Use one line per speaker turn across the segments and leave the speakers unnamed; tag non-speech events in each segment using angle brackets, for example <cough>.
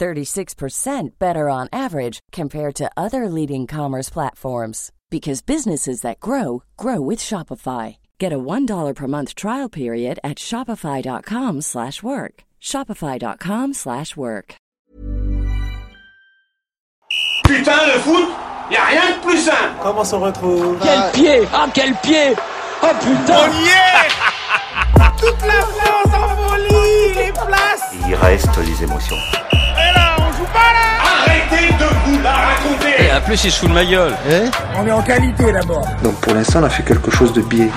36% better on average compared to other leading commerce platforms because businesses that grow grow with Shopify. Get a $1 per month trial period at shopify.com/work. slash work. shopify.com/work. slash work.
Putain, le foot, y a rien de plus simple.
Comment on retrouve
Quel pied Ah quel pied Oh putain
<laughs>
Toute la France en folie, les places
Il reste les émotions.
Et là, on joue pas là
Arrêtez de vous la raconter.
En plus, il se fout de ma gueule.
On est en qualité d'abord.
Donc pour l'instant, on a fait quelque chose de biais.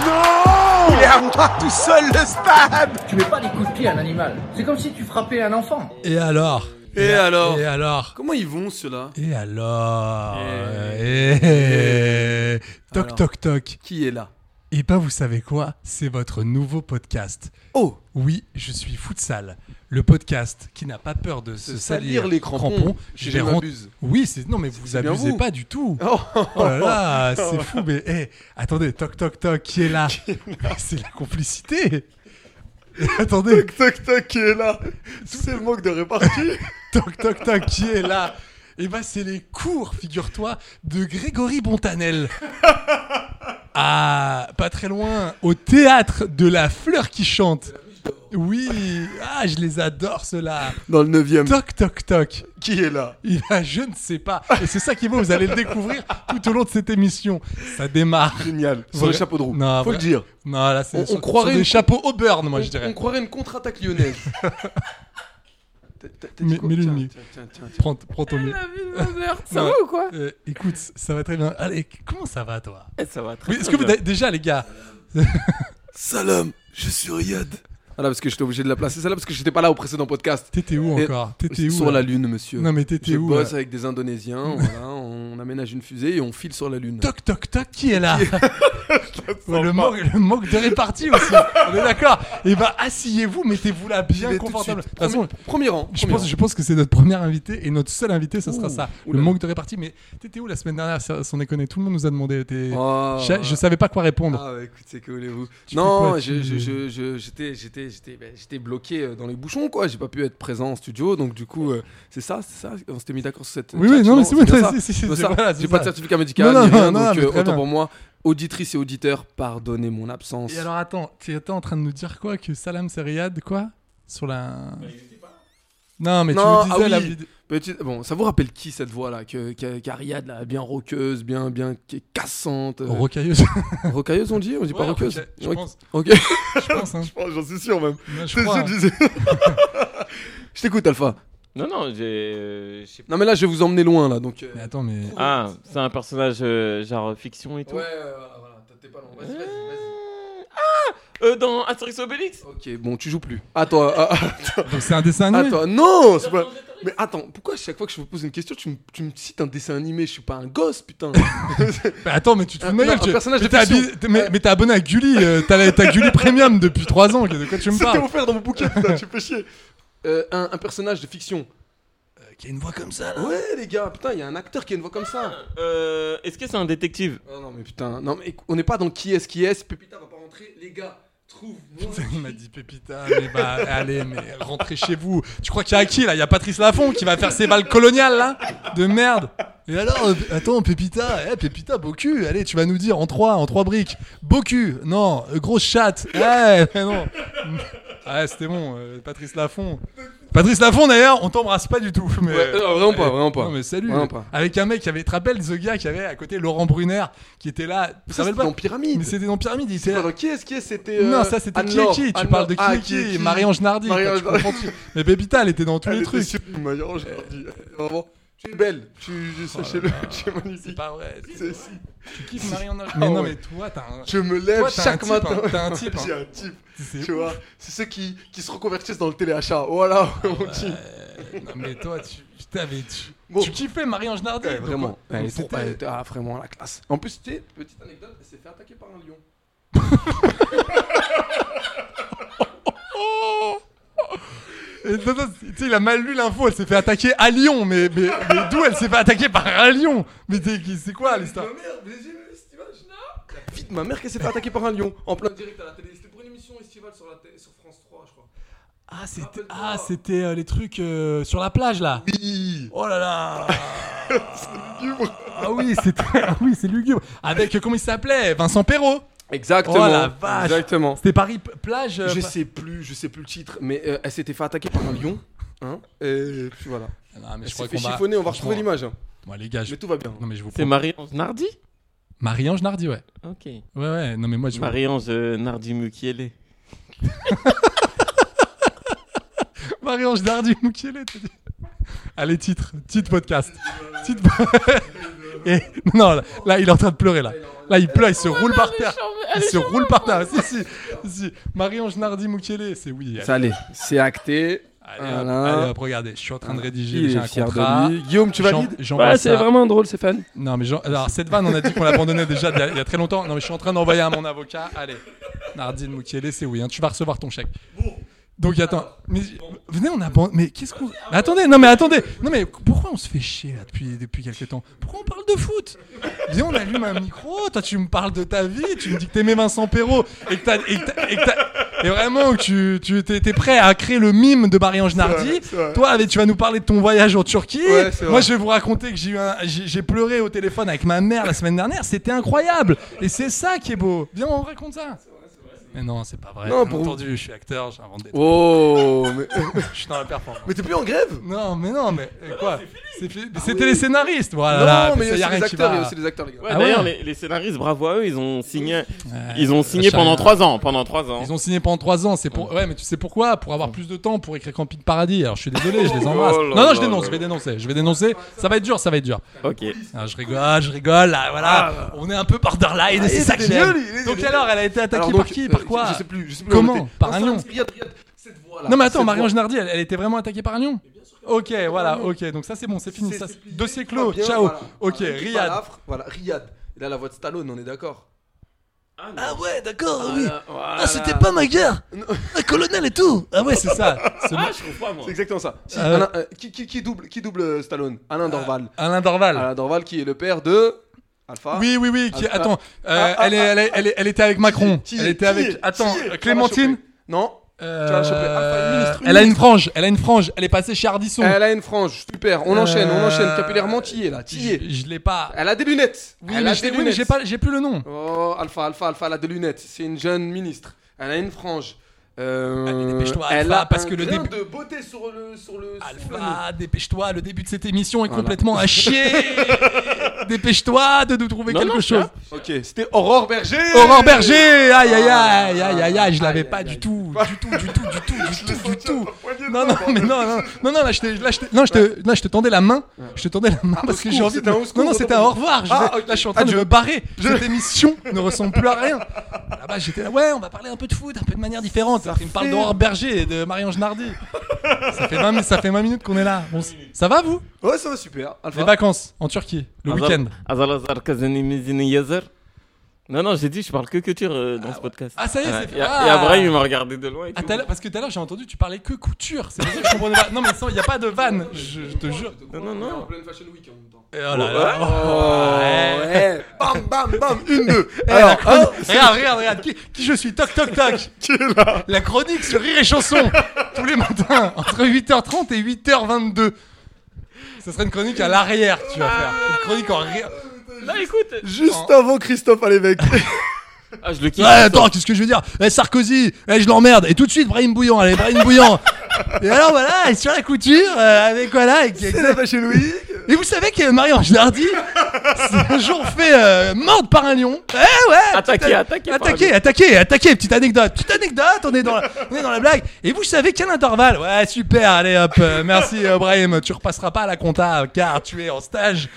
Il est à moi tout seul le stade
Tu mets pas des coups de pied à un animal. C'est comme si tu frappais un enfant.
Et alors
Et alors
Et alors
Comment ils vont ceux-là
Et alors
Et-
Et- Toc
Eh. Alors.
toc toc.
Qui est là
Et ben vous savez quoi C'est votre nouveau podcast.
Oh
Oui, je suis Futsal, le podcast qui n'a pas peur de se salir,
salir les crampons.
Je
Je
vais ren-
m'abuse.
Oui, c'est non mais vous
c'est bien
abusez
vous.
pas du tout.
<laughs> Oh,
Oh là là, c'est fou mais eh, attendez, toc toc toc qui
<laughs>
est là <laughs> Mais C'est la complicité. <laughs> attendez.
Toc toc qui est là C'est le manque de répartie
Toc toc toc, qui est là Eh ben c'est les cours, figure-toi, de Grégory
<laughs>
Bontanel. Ah, pas très loin, au théâtre de la fleur qui chante. Oui, ah, je les adore ceux-là.
Dans le 9ème.
Toc toc toc.
Qui est là
Il a je ne sais pas. Et c'est ça qui est beau, vous allez le découvrir tout au long de cette émission. Ça démarre.
Génial. Sur le
Vrai-
chapeau de roue.
Non,
Faut
vrai-
le dire.
Non, là c'est
On- on
sur,
croirait
sur des
une-
chapeaux Auburn, moi
on,
je dirais.
on croirait une contre-attaque
<laughs>
lyonnaise. T'as- t'as- t'as dit
Mais-
quoi
mais le
Tiens,
nid.
tiens, tiens, tiens, tiens.
Prends, prends ton mieux.
Ça va ou quoi Eh,
Euh, écoute, ça va très bien. Allez, comment ça va toi
Ça va très
Oui, est-ce que vous
bien.
déjà
<laughs>
les gars
Salam, je suis Riyad. Ah là, parce que j'étais obligé de la placer, celle-là, parce que j'étais pas là au précédent podcast.
T'étais où
Et-
encore T'étais où
Sur
là
la Lune, monsieur.
Non, mais t'étais
Je
où,
bosse
là
avec des
<laughs>
Indonésiens, voilà, on aménage une fusée et on file sur la Lune.
Toc toc toc, qui est là <laughs> Ouais, le, manque, le manque de répartie aussi. On est d'accord. Et ben asseyez-vous, mettez-vous là
Il est
bien
tout de
confortable. De
suite.
toute façon,
Premier- premier rang.
je
premier
pense,
rang.
je pense que c'est notre premier invité et notre seul invité, ça sera
Ouh,
ça. Le
oula.
manque de répartie. Mais t'étais où la semaine dernière ça- Sans déconner, tout le monde nous a demandé. t'es-
Oh.
je, je savais pas quoi répondre.
Ah bah écoutez, que voulez-vous
Tu fais
Non,
quoi,
je-
tu-
je- je- je- j'étais j'étais- j'étais- ben, j'étais bloqué euh, dans les bouchons, quoi. J'ai pas pu être présent en studio, donc du coup, euh, c'est ça, c'est ça. On s'était mis d'accord sur cette.
Oui, oui,
chat,
non, mais c'est bon,
bien
c'est-
ça.
c'est- c'est-
Non,
c'est-
ça,
voilà, c'est
J'ai pas de
ça.
certificat médical,
Non,
ni
non,
rien,
non,
donc
mais
euh,
très
autant
bien.
pour moi, auditrice et auditeur, pardonnez mon absence.
Et alors attends, tu étais en train de nous dire quoi Que Salam Seriad, quoi Sur la. Non, mais
Non,
tu
ah
nous disais la
oui.
vidéo.
Petite- Bon, ça vous rappelle qui cette voix là que, que- qu'Ariad, là, bien roqueuse, bien, bien qui est cassante. euh, <laughs>
Rocailleuse.
rocailleuse, on dit On dit pas
Ouais,
roqueuse
roca- Je
Ok.
pense.
Ok.
Je pense, hein.
Oh, J'en suis sûr même.
Moi, je
C'est
crois,
ce
hein.
que je disais. <laughs> Je t'écoute, Alpha.
Non, non, j'ai. euh, je sais pas.
Non, mais là, je vais vous emmener loin, là. Donc, euh,
Mais attends, mais.
Ah, c'est un personnage euh, genre fiction et tout.
Ouais, ouais, voilà, voilà, t'es pas loin. Vas-y, vas-y, vas-y.
Euh, dans Asterix Obélix
Ok, bon, tu joues plus. Attends, ah, ah,
Donc c'est un dessin animé
attends, <laughs> non, c'est pas. Mais attends, pourquoi à chaque fois que je vous pose une question, tu me, tu me cites un dessin animé Je suis pas un gosse, <laughs> putain.
Bah attends, mais tu te fous de ma
Un-
gueule.
un
tu-
personnage
mais
de
t'es
fiction.
habillé- t'es- mais-
Ouais.
mais t'es abonné à Gulli, euh, t'as la- t'as Gulli Premium depuis 3 ans. De quoi tu me
C'était
parles
offert dans mon bouquet, putain, tu fais chier. <laughs> Euh, un, un personnage de fiction.
Qui a une voix comme ça
Ouais, les gars, putain, il y a un acteur qui a une voix comme ça.
Euh, Est-ce que c'est un détective
Oh non, mais putain, non, mais éc- on n'est pas dans qui est-ce qui est. Pépita va pas rentrer, les gars, trouve-moi.
<laughs> Il m'a dit Pépita, mais bah allez, mais rentrez chez vous. Tu crois qu'il y a qui là Il y a Patrice Laffont qui va faire ses balles coloniales là De merde Et alors, euh, attends, Pépita, eh, Pépita, beau cul, allez, tu vas nous dire en 3, en 3 briques. Beau cul, non, euh, grosse chatte, eh, mais non. <laughs> Ah, c'était bon, euh, Patrice Laffont. Patrice Laffont d'ailleurs, on t'embrasse pas du tout. Mais...
Ouais, euh, vraiment pas, vraiment pas.
Non mais salut.
Vraiment pas.
Avec un mec qui avait, te rappelles ce gars qui avait à côté Laurent Brunner qui était là. Tu te
Ça,
rappelles
c'était
pas
dans Pyramide.
Mais c'était dans Pyramide, il était
C'est
là.
pas dans qui est-ce qui est C'était. euh,
Non, ça c'était qui est
Anne-Laure.
qui Tu
Anne-Laure.
parles de qui
Ah,
est qui
est
et Marie-Ange Nardi. quoi,
Marie-Ange Ah,
tu comprends-tu Mais Pépita, elle était dans tous les
Elle était
trucs. Eh.
sur- Marie-Ange Nardi. Vraiment. Tu es belle. Tu, je
Oh
sachez-le, tu es magnifique.
Pas vrai.
C'est- si.
Tu kiffes Marion Nage.
Ah
Mais non,
ouais.
mais toi, t'as un.
Je me lève
Toi, t'as un
chaque
type, hein.
matin.
T'as un type, hein.
<laughs> J'ai un type.
C'est
Tu vois, c'est ceux qui, qui se reconvertissent dans le téléachat. Voilà, <laughs> on dit.
Euh, Non, mais toi, tu. Putain, mais tu.
Bon.
Tu kiffais Marie-Ange Nardi.
Ouais,
donc,
vraiment.
donc,
Elle était-
c'était-
elle était- ah, vraiment la classe. En plus, tu sais, petite anecdote, elle s'est fait attaquer par un lion.
Et non, non, Tu sais, il a mal lu l'info, elle s'est fait attaquer à Lyon, mais, mais, mais d'où elle s'est fait attaquer par un lion Mais t'es- c'est quoi l'histoire
Ma mère, mais j'ai vu cette image là La fille de ma mère qui s'est fait attaquer par un lion en plein direct à la télé. C'était pour une émission estivale sur, la télé- sur France 3, je crois.
Ah, c'était
Rappelle-toi.
ah, c'était, euh, les trucs euh, sur la plage là
Ah. Oui
Oh
<laughs>
là là Ah oui, c'est <laughs> ah oui, c'est lugubre. Avec, euh, comment il s'appelait Vincent Perrault.
Exactement.
Oh la vache.
Exactement.
C'était Paris p- plage. euh,
Je
pa-
sais plus, je sais plus le titre, mais euh, elle s'était fait attaquer par un lion. Hein Et puis voilà.
Non, mais
Elle
je crois
s'est fait
qu'on va.
chiffonner, on va retrouver l'image. hein.
Bon, les gars, je-
Mais tout va bien.
non, mais je vous
C'est
prends-
Marie-Ange Nardi
Marie-Ange Nardi, ouais.
Ok.
Ouais, ouais, non, mais moi, je.
Marie-Ange euh, Nardi Mukiele.
Marie-Ange Nardi Moukielé, t'as dit. Allez, titre, titre podcast. titre... <laughs> Et... Non, là, là, il est en train de pleurer, là. Là, il pleure, il se roule par terre. Il se roule par terre. <laughs> Si, si, si. Marie-Ange Nardi Moukielé, c'est oui.
Ça allez, c'est acté.
Allez, hop,
Voilà.
allez, hop, regardez, je suis en train de rédiger.
Il
j'ai
est
un
fier
contrat.
de lui. Guillaume, tu
J'en-
valides
j'envoie
Ouais, c'est
ça.
vraiment drôle, Stéphane.
Non, mais Jean- alors cette vanne, on a dit qu'on l'abandonnait déjà il y a- il y a très longtemps. Non, mais je suis en train d'envoyer à mon avocat. Allez, Nardine Moukielé, c'est oui. hein, tu vas recevoir ton chèque. Donc attends,
Ah.
mais venez, on abandonne. Mais qu'est-ce qu'on. Mais attendez, non, mais attendez. Non, mais pourquoi on se fait chier là depuis, depuis quelques temps Pourquoi on parle de foot Viens, on allume un micro. Toi, tu me parles de ta vie. Tu me dis que t'aimais Vincent Perrault et que t'as. Et, que t'as- et que t'as- et vraiment, que tu, tu étais étais prêt à créer le mime de Marie-Ange Nardi.
c'est vrai.
Toi, avec- tu vas nous parler de ton voyage en Turquie.
Ouais, c'est
Moi,
vrai.
je vais vous raconter que j'ai eu un- j'ai j'ai pleuré au téléphone avec ma mère la semaine dernière. C'était incroyable. Et c'est ça qui est beau. Viens, on raconte ça. Mais non, c'est pas vrai.
Non,
Bien
pour-
entendu, je suis acteur, j'invente des trucs.
Oh, mais, <laughs>
Je suis dans la performance.
mais t'es plus en grève
Non, mais non, mais euh, quoi C'est fini. Mais C'était les scénaristes, voilà.
Non, mais il y a
rien
aussi des
qui
acteurs, il y a
va.
aussi des acteurs, les gars.
Ouais,
Ah
D'ailleurs,
ouais
les, les scénaristes, bravo à eux, ils ont signé,
Ouais,
ils ont signé
ça,
pendant
ça-
3 ans. Pendant 3 ans.
Ils ont signé pendant 3 ans, c'est pour. Ouais, mais tu sais pourquoi Pour avoir plus de temps pour écrire Camping Paradis. Alors je suis désolé, je
<laughs>
les embrasse.
Oh là
non, non, je
là
dénonce, je
là
vais dénoncer, je vais dénoncer. Ça va être dur, ça va être dur.
Ok.
Ah, je rigole, je rigole, là, voilà. On est un peu borderline, et c'est ça que
était
j'aime.
mieux, lui, Ah. il était
Donc
mieux.
alors, elle a été attaquée
Alors,
par
donc,
qui
euh,
Par quoi
je, je sais plus, je sais plus.
Comment
on était-
Par
Non,
un
ça,
lion.
regarde, regarde, cette voix-là.
Non mais attends,
Cette
Marion
voix.
Genardi, elle, elle était vraiment attaquée par un lion Ok, voilà, ok, donc ça c'est bon, c'est fini.
C'est-
ça,
c'est plié,
dossier
pas
clos,
bien,
ciao.
voilà.
Ok,
Voilà, Ricky
Riyad.
Balafre, Voilà, Riyad. Il a la voix de Stallone, on est d'accord. Ah
ouais, d'accord,
Voilà.
ma guerre Un colonel et tout Ah ouais, <laughs> c'est ça. ce
Ah,
mec-
je trouve pas, moi.
C'est exactement ça. Si,
Ah ouais.
Alain, euh, qui, qui, qui double, qui double euh, Stallone Alain Dorval.
Alain Dorval.
Alain Dorval qui est le père de Alpha.
Oui, oui, oui, qui-
Ah,
attends, euh, elle, est- elle, est- elle est- elle était avec Macron.
Qui-
elle
qui-
était avec.
qui-
Attends,
qui- tu vas la
Clémentine
choper. Non.
Euh,
Tu vas la choper. Alpha, ministre,
Elle a une
ministre.
frange, elle a une frange, elle est passée chez Ardisson.
Elle a une frange. Super. On enchaîne, on
Euh,
enchaîne. Capillairement, tillé là.
Je,
Tillé.
je l'ai pas.
Elle a des lunettes.
Oui,
elle
mais
a
je
des
l'ai- oui, mais
lunettes.
j'ai pas- j'ai plus le nom.
Oh, Alpha, Alpha, Alpha, elle a des lunettes. C'est une jeune ministre. Elle a une frange. Euh,
Allez, Ah, dépêche-toi, Alpha,
elle a
parce
un
que le
grain
début-
de beauté sur le sur le sous l'anneau.
Alpha, dépêche-toi, le début de cette émission est
Voilà.
complètement à
<laughs>
chier. dépêche-toi de nous trouver
Non,
quelque
non, je suis
chose.
là.
Ok, c'était Aurore Berger.
Aurore Berger, aïe aïe aïe aïe aïe aïe, je
Aïe,
l'avais
Ah, aïe,
pas
aïe.
du tout, du tout, du tout, du tout, du
Je
tout, du
sens
tout.
un poignet de
Non non
main,
mais non non non non là je te là je te non je te là, je te tendais la main, je te tendais la main
Ah. au
parce que j'ai
secours,
envie de
c'était un au
non
secours,
non c'était un
autant
au
pour moi.
revoir. Je
Ah,
vais-
ok.
là je suis en train de
Adieu.
me barrer. Cette émission ne ressemble plus à rien. Là-bas j'étais là ouais on va parler un peu de foot, un peu de manière différente. Après, Il me parle
fait-
d'Aurore Berger et de Marie-Ange Nardi. ça fait 20 ça fait 20 minutes qu'on est là. Bon, ça va vous
Ouais, ça va super.
Les
Alpha.
vacances en Turquie le
Azal-
week-end.
Azalazar Kazanimizini Yazer. Non, non, j'ai dit, je parle que couture euh, dans ce podcast.
Ah, ça y est, c'est fait.
Et
Ah.
et après, il m'a regardé de loin. Et
Ah,
tout.
tout à l'heure- parce que tout à l'heure j'ai entendu tu parlais que couture, c'est pour ça que je comprenais pas. Non mais sans, y a pas de vanne, je, je te jure.
Non, non,
On est en
non.
pleine Fashion Week en même temps.
Et oh là là.
Oh,
Ouais.
ouais. <laughs> Bam, bam, bam, une,
<laughs>
deux.
Eh, la
Alors,
chronique- regarde, regarde, regarde, qui, qui je suis, toc toc <laughs> toc. La chronique sur Rire et Chanson, tous les matins, entre 8h30 et 8h22. Ce serait une chronique à l'arrière, que tu vas faire. Une chronique en rire.
Là, écoute.
Oh.
juste avant Christophe à
<laughs>
l'évêque.
Ah, je le kiffe.
Ouais, attends, qu'est-ce que je veux dire Eh, Sarkozy, eh, je l'emmerde. Et tout de suite, Brahim Bouillant, allez, Brahim Bouillant. Et alors voilà, et sur la couture, euh, avec voilà, avec,
C'est la Fashion Week.
Et vous savez que Marie-Ange Nardi s'est un jour fait euh, mordre par un lion. Eh ouais
Attaqué,
putain.
attaqué par un
Attaqué,
lion.
attaqué, attaqué, petite anecdote. Petite anecdote, on est dans la, on est dans la blague. Et vous savez quel intervalle Ouais, super, allez hop, euh, merci euh, Brahim, tu repasseras pas à la compta car tu es en stage.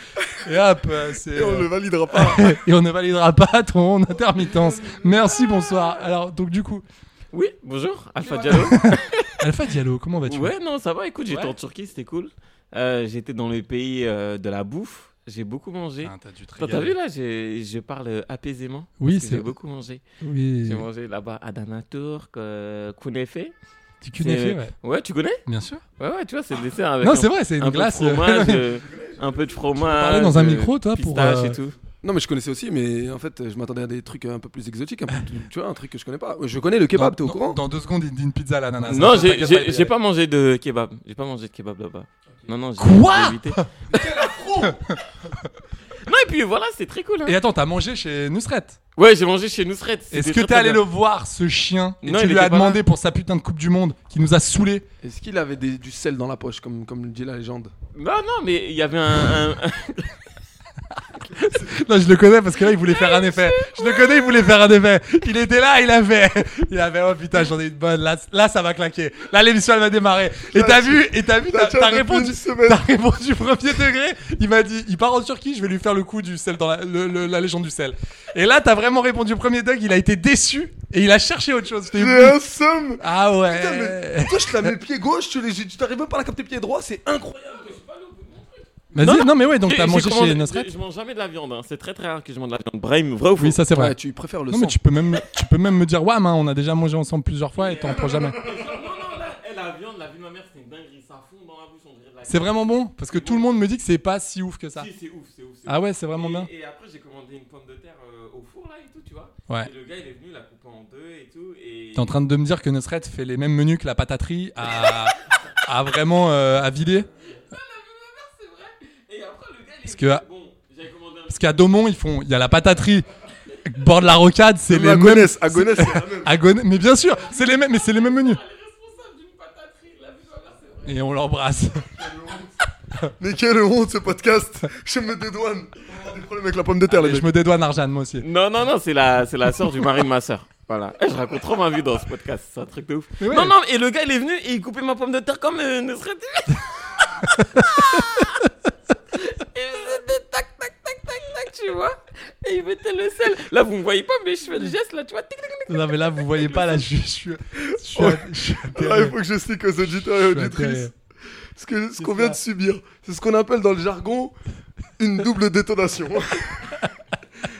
Et hop, euh, c'est...
Et on
euh, <laughs>
le validera pas.
et on ne validera pas ton intermittence. Merci, bonsoir. Alors, donc du coup,
Oui, bonjour, Alpha Diallo.
Alpha Diallo, comment vas-tu Ah,
ouais, non, ça va, écoute, j'étais
Ouais.
en Turquie, c'était cool. Euh, j'étais dans le pays euh, de la bouffe, j'ai beaucoup mangé.
Ah, T'as dû te
T'as- T'as
régaler.
vu là, j'ai- je parle euh, apaisément.
Oui,
parce que
c'est-
J'ai beaucoup mangé.
Oui,
J'ai mangé là-bas à Turk, euh, kunefe.
tu cunéfais, ouais.
Ouais, tu connais
Bien sûr.
Ouais, ouais, tu vois, c'est le dessert avec
Non,
un-
c'est vrai, c'est
un
une
peu de
glace. euh, <laughs>
fromage, euh, un peu de fromage.
parler dans un
euh,
micro, toi, pour,
pistache
euh,
et tout.
<laughs> Non, mais je connaissais aussi, mais en fait, je m'attendais à des trucs un peu plus exotiques, un peu, tu vois, un truc que je connais pas. Je connais le kebab, t'es au
Bah, dans-
courant
Dans deux secondes, il dit une pizza à l'ananas.
Non,
T'inquiète
j'ai- j'ai
il-
j'ai pas mangé de kebab. J'ai pas mangé de kebab là-bas. Non, non, j'ai
Quoi
j'ai évité. <laughs> Non, et puis voilà, c'est très cool. hein.
Et attends, t'as mangé chez Nusret.
Ouais, j'ai mangé chez Nusret.
Est-ce
c'était
que
très,
t'es
très
allé le
bien.
voir, ce chien Et
Non,
tu
il
lui
était
as
pas
demandé pour sa putain de Coupe du Monde qui nous a saoulés.
Est-ce qu'il avait des- du sel dans la poche, comme, comme le dit la légende
Non, non, mais il y avait un. un-
Non, je le connais parce que là, il voulait faire un effet. Je le connais, il voulait faire un effet. Il était là, il avait. Il avait, oh putain, j'en ai une bonne. Là, là ça va claquer. Là, l'émission, elle va démarrer. Et t'as vu, et t'as vu,
la
t'as
tiens
t'as
depuis
répondu.
une semaine.
T'as répondu premier degré. Il m'a dit, il part en Turquie, je vais lui faire le coup du sel dans la, le- le- la légende du sel. Et là, t'as vraiment répondu au premier degré. Il a été déçu et il a cherché autre chose. J'étais-
J'ai un seum.
Ah ouais.
Putain, mais toi, je te la mets pied gauche, tu les- tu t'arrives même pas à la capter pied droit, c'est incroyable.
Vas-y, non, mais ouais, donc
J'ai- <laughs>
t'as
j'ai
mangé
commandé-
chez Nosret.
Je je mange jamais de la viande. hein. C'est très très rare que je mange de la viande. Brahim, vrai ou faux
Oui, ça c'est vrai.
Ouais, tu préfères le
non,
sang.
mais tu peux même, tu peux même me dire, ouais, mais on a déjà mangé ensemble plusieurs fois et t'en prends jamais.
Non, non, là, eh, la viande, la vie de ma mère, c'est une dinguerie. Ça fond dans la bouche, on dirait de la
C'est vraiment bon parce que tout le monde me dit que c'est pas si ouf que ça.
Si, c'est ouf, c'est ouf. c'est
Ah
ouf.
ouais, c'est vraiment
et,
bien.
Et après, j'ai commandé une pomme de terre euh, au four là et tout, tu vois.
Ouais.
Et le gars, il est venu, il l'a coupé en deux et tout. Et...
T'es en train de me dire que Nosret fait les mêmes menus que la pataterie
<laughs>
à, à vraiment euh, à Villiers
C'est vrai. Et après, le gars, il est
Parce que-
venu, Bon, j'avais commandé un
Parce qu'à Daumont, ils font, il y a la pataterie bord de la rocade, c'est les
à
mêmes.
Gonesse, à Gonesse, Ah,
<laughs>
c'est la même.
À Gonesse, mais bien sûr, c'est les mêmes, mais c'est les mêmes menus. Et on l'embrasse.
Mais quelle honte ce podcast Je me dédouane On a Des problèmes avec la pomme de terre, les
Allez,
mecs.
je me dédouane Arjan, moi aussi.
Non, non, non, c'est la, c'est la sœur du mari de ma sœur. Voilà. Eh, je raconte trop ma vie dans ce podcast, c'est un truc de ouf.
Mais ouais.
Non, non, et le gars, il est venu et il coupait ma pomme de terre comme euh, ne serait <laughs> Et il faisait des tac, tac, tac, tac, tac, tu vois. Et il mettait le sel. Là, vous me voyez pas, mais je fais le geste, là, tu vois. Tic, tic, tic.
Non, mais là, vous voyez pas, là, je, je suis. Je suis, je suis atterré.
Ah, il faut que j'explique aux auditeurs et
Je suis atterré.
auditrices ce que- ce qu'on vient de subir. C'est ce qu'on appelle dans le jargon une
<laughs>
double détonation.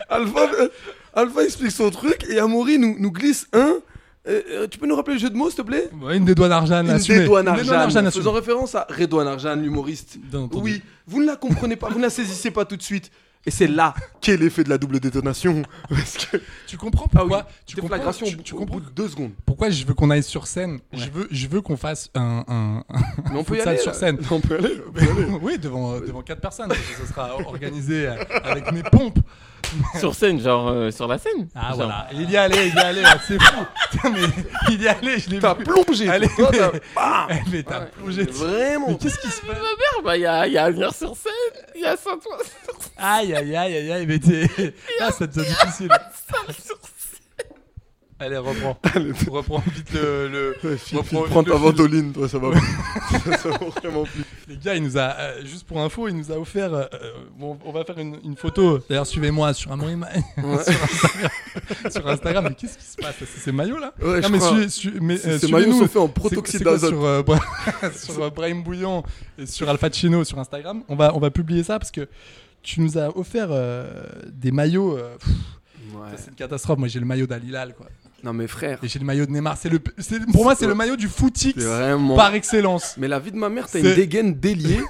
Alpha, euh, Alpha explique son truc et Amaury nous, nous glisse un. euh, euh, tu peux nous rappeler le jeu de mots, s'il te plaît
Ouais, une dédouane Arjan,
Une
assumée.
dédouane
Une dédouane Arjan,
Arjan.
assumée.
Faisant référence à Redouane Arjan, l'humoriste.
Bien entendu.
Oui, vous ne la comprenez pas, vous ne la saisissez pas tout de suite. Et c'est là qu'est l'effet de la double détonation. Parce que.
Tu comprends pourquoi tu comprends,
Ah Déflagration
tu-
au bout-
tu
au
comprends
bout de deux secondes.
pourquoi je veux qu'on aille sur scène Je veux, je veux qu'on fasse un, un,
<laughs> Mais on
foot
peut y
salle
aller.
sur
là.
scène.
On peut aller.
<laughs> oui, devant devant quatre personnes. parce que Ce sera
<laughs>
organisé euh, avec mes pompes.
Sur scène, genre euh, sur la scène.
Ah
Genre.
voilà. Il y est allé, il y est allé. là, C'est fou. <laughs> Putain, mais il y est allé. Je l'ai
<laughs> T'as
vu.
plongé.
Allez,
toi,
<laughs>
t'as-
mais-
Bam
Eh, mais t'as plongé. dessus.
Vraiment.
Mais qu'est-ce qui se passe
Ma mère, bah, il y a, il y a Avenir sur scène, il y a Saint-Ouen sur scène,
Aïe aïe aïe aïe aïe. Mais t'es- <laughs> là, ça devient difficile.
sur scène.
Allez, reprends. reprends vite le. le...
File,
reprends
file, Prends
le
ta
fil.
ventoline, toi, ça va plus. <laughs>
<laughs>
ça, ça va vraiment plus.
Les gars, il nous a, euh, juste pour info, il nous a offert. euh, euh, bon, on va faire une, une photo. D'ailleurs, suivez-moi sur Amorim. <laughs> sur Instagram. sur Instagram. Mais qu'est-ce qui se passe là C'est ces maillots là
Ouais, je
mais,
crois.
su- su- mais
Ces-
euh,
ces maillots
suivez-nous.
sont faits en
C'est quoi-
protoxyde
c'est quoi
d'azote.
Sur, euh, Bra- <laughs> sur euh, Brahim Bouillon et sur Alpha Chino sur Instagram. On va, on va publier ça parce que tu nous as offert euh, des maillots. euh, pff,
Ouais.
ça, c'est une catastrophe. Moi, j'ai le maillot d'Alilal quoi.
Non, mais frère,
Et j'ai le maillot de Neymar. C'est le, c'est- pour moi, c'est le maillot du footix
c'est vraiment.
par excellence.
Mais la vie de ma mère, t'as
C'est-
une dégaine d'ailier,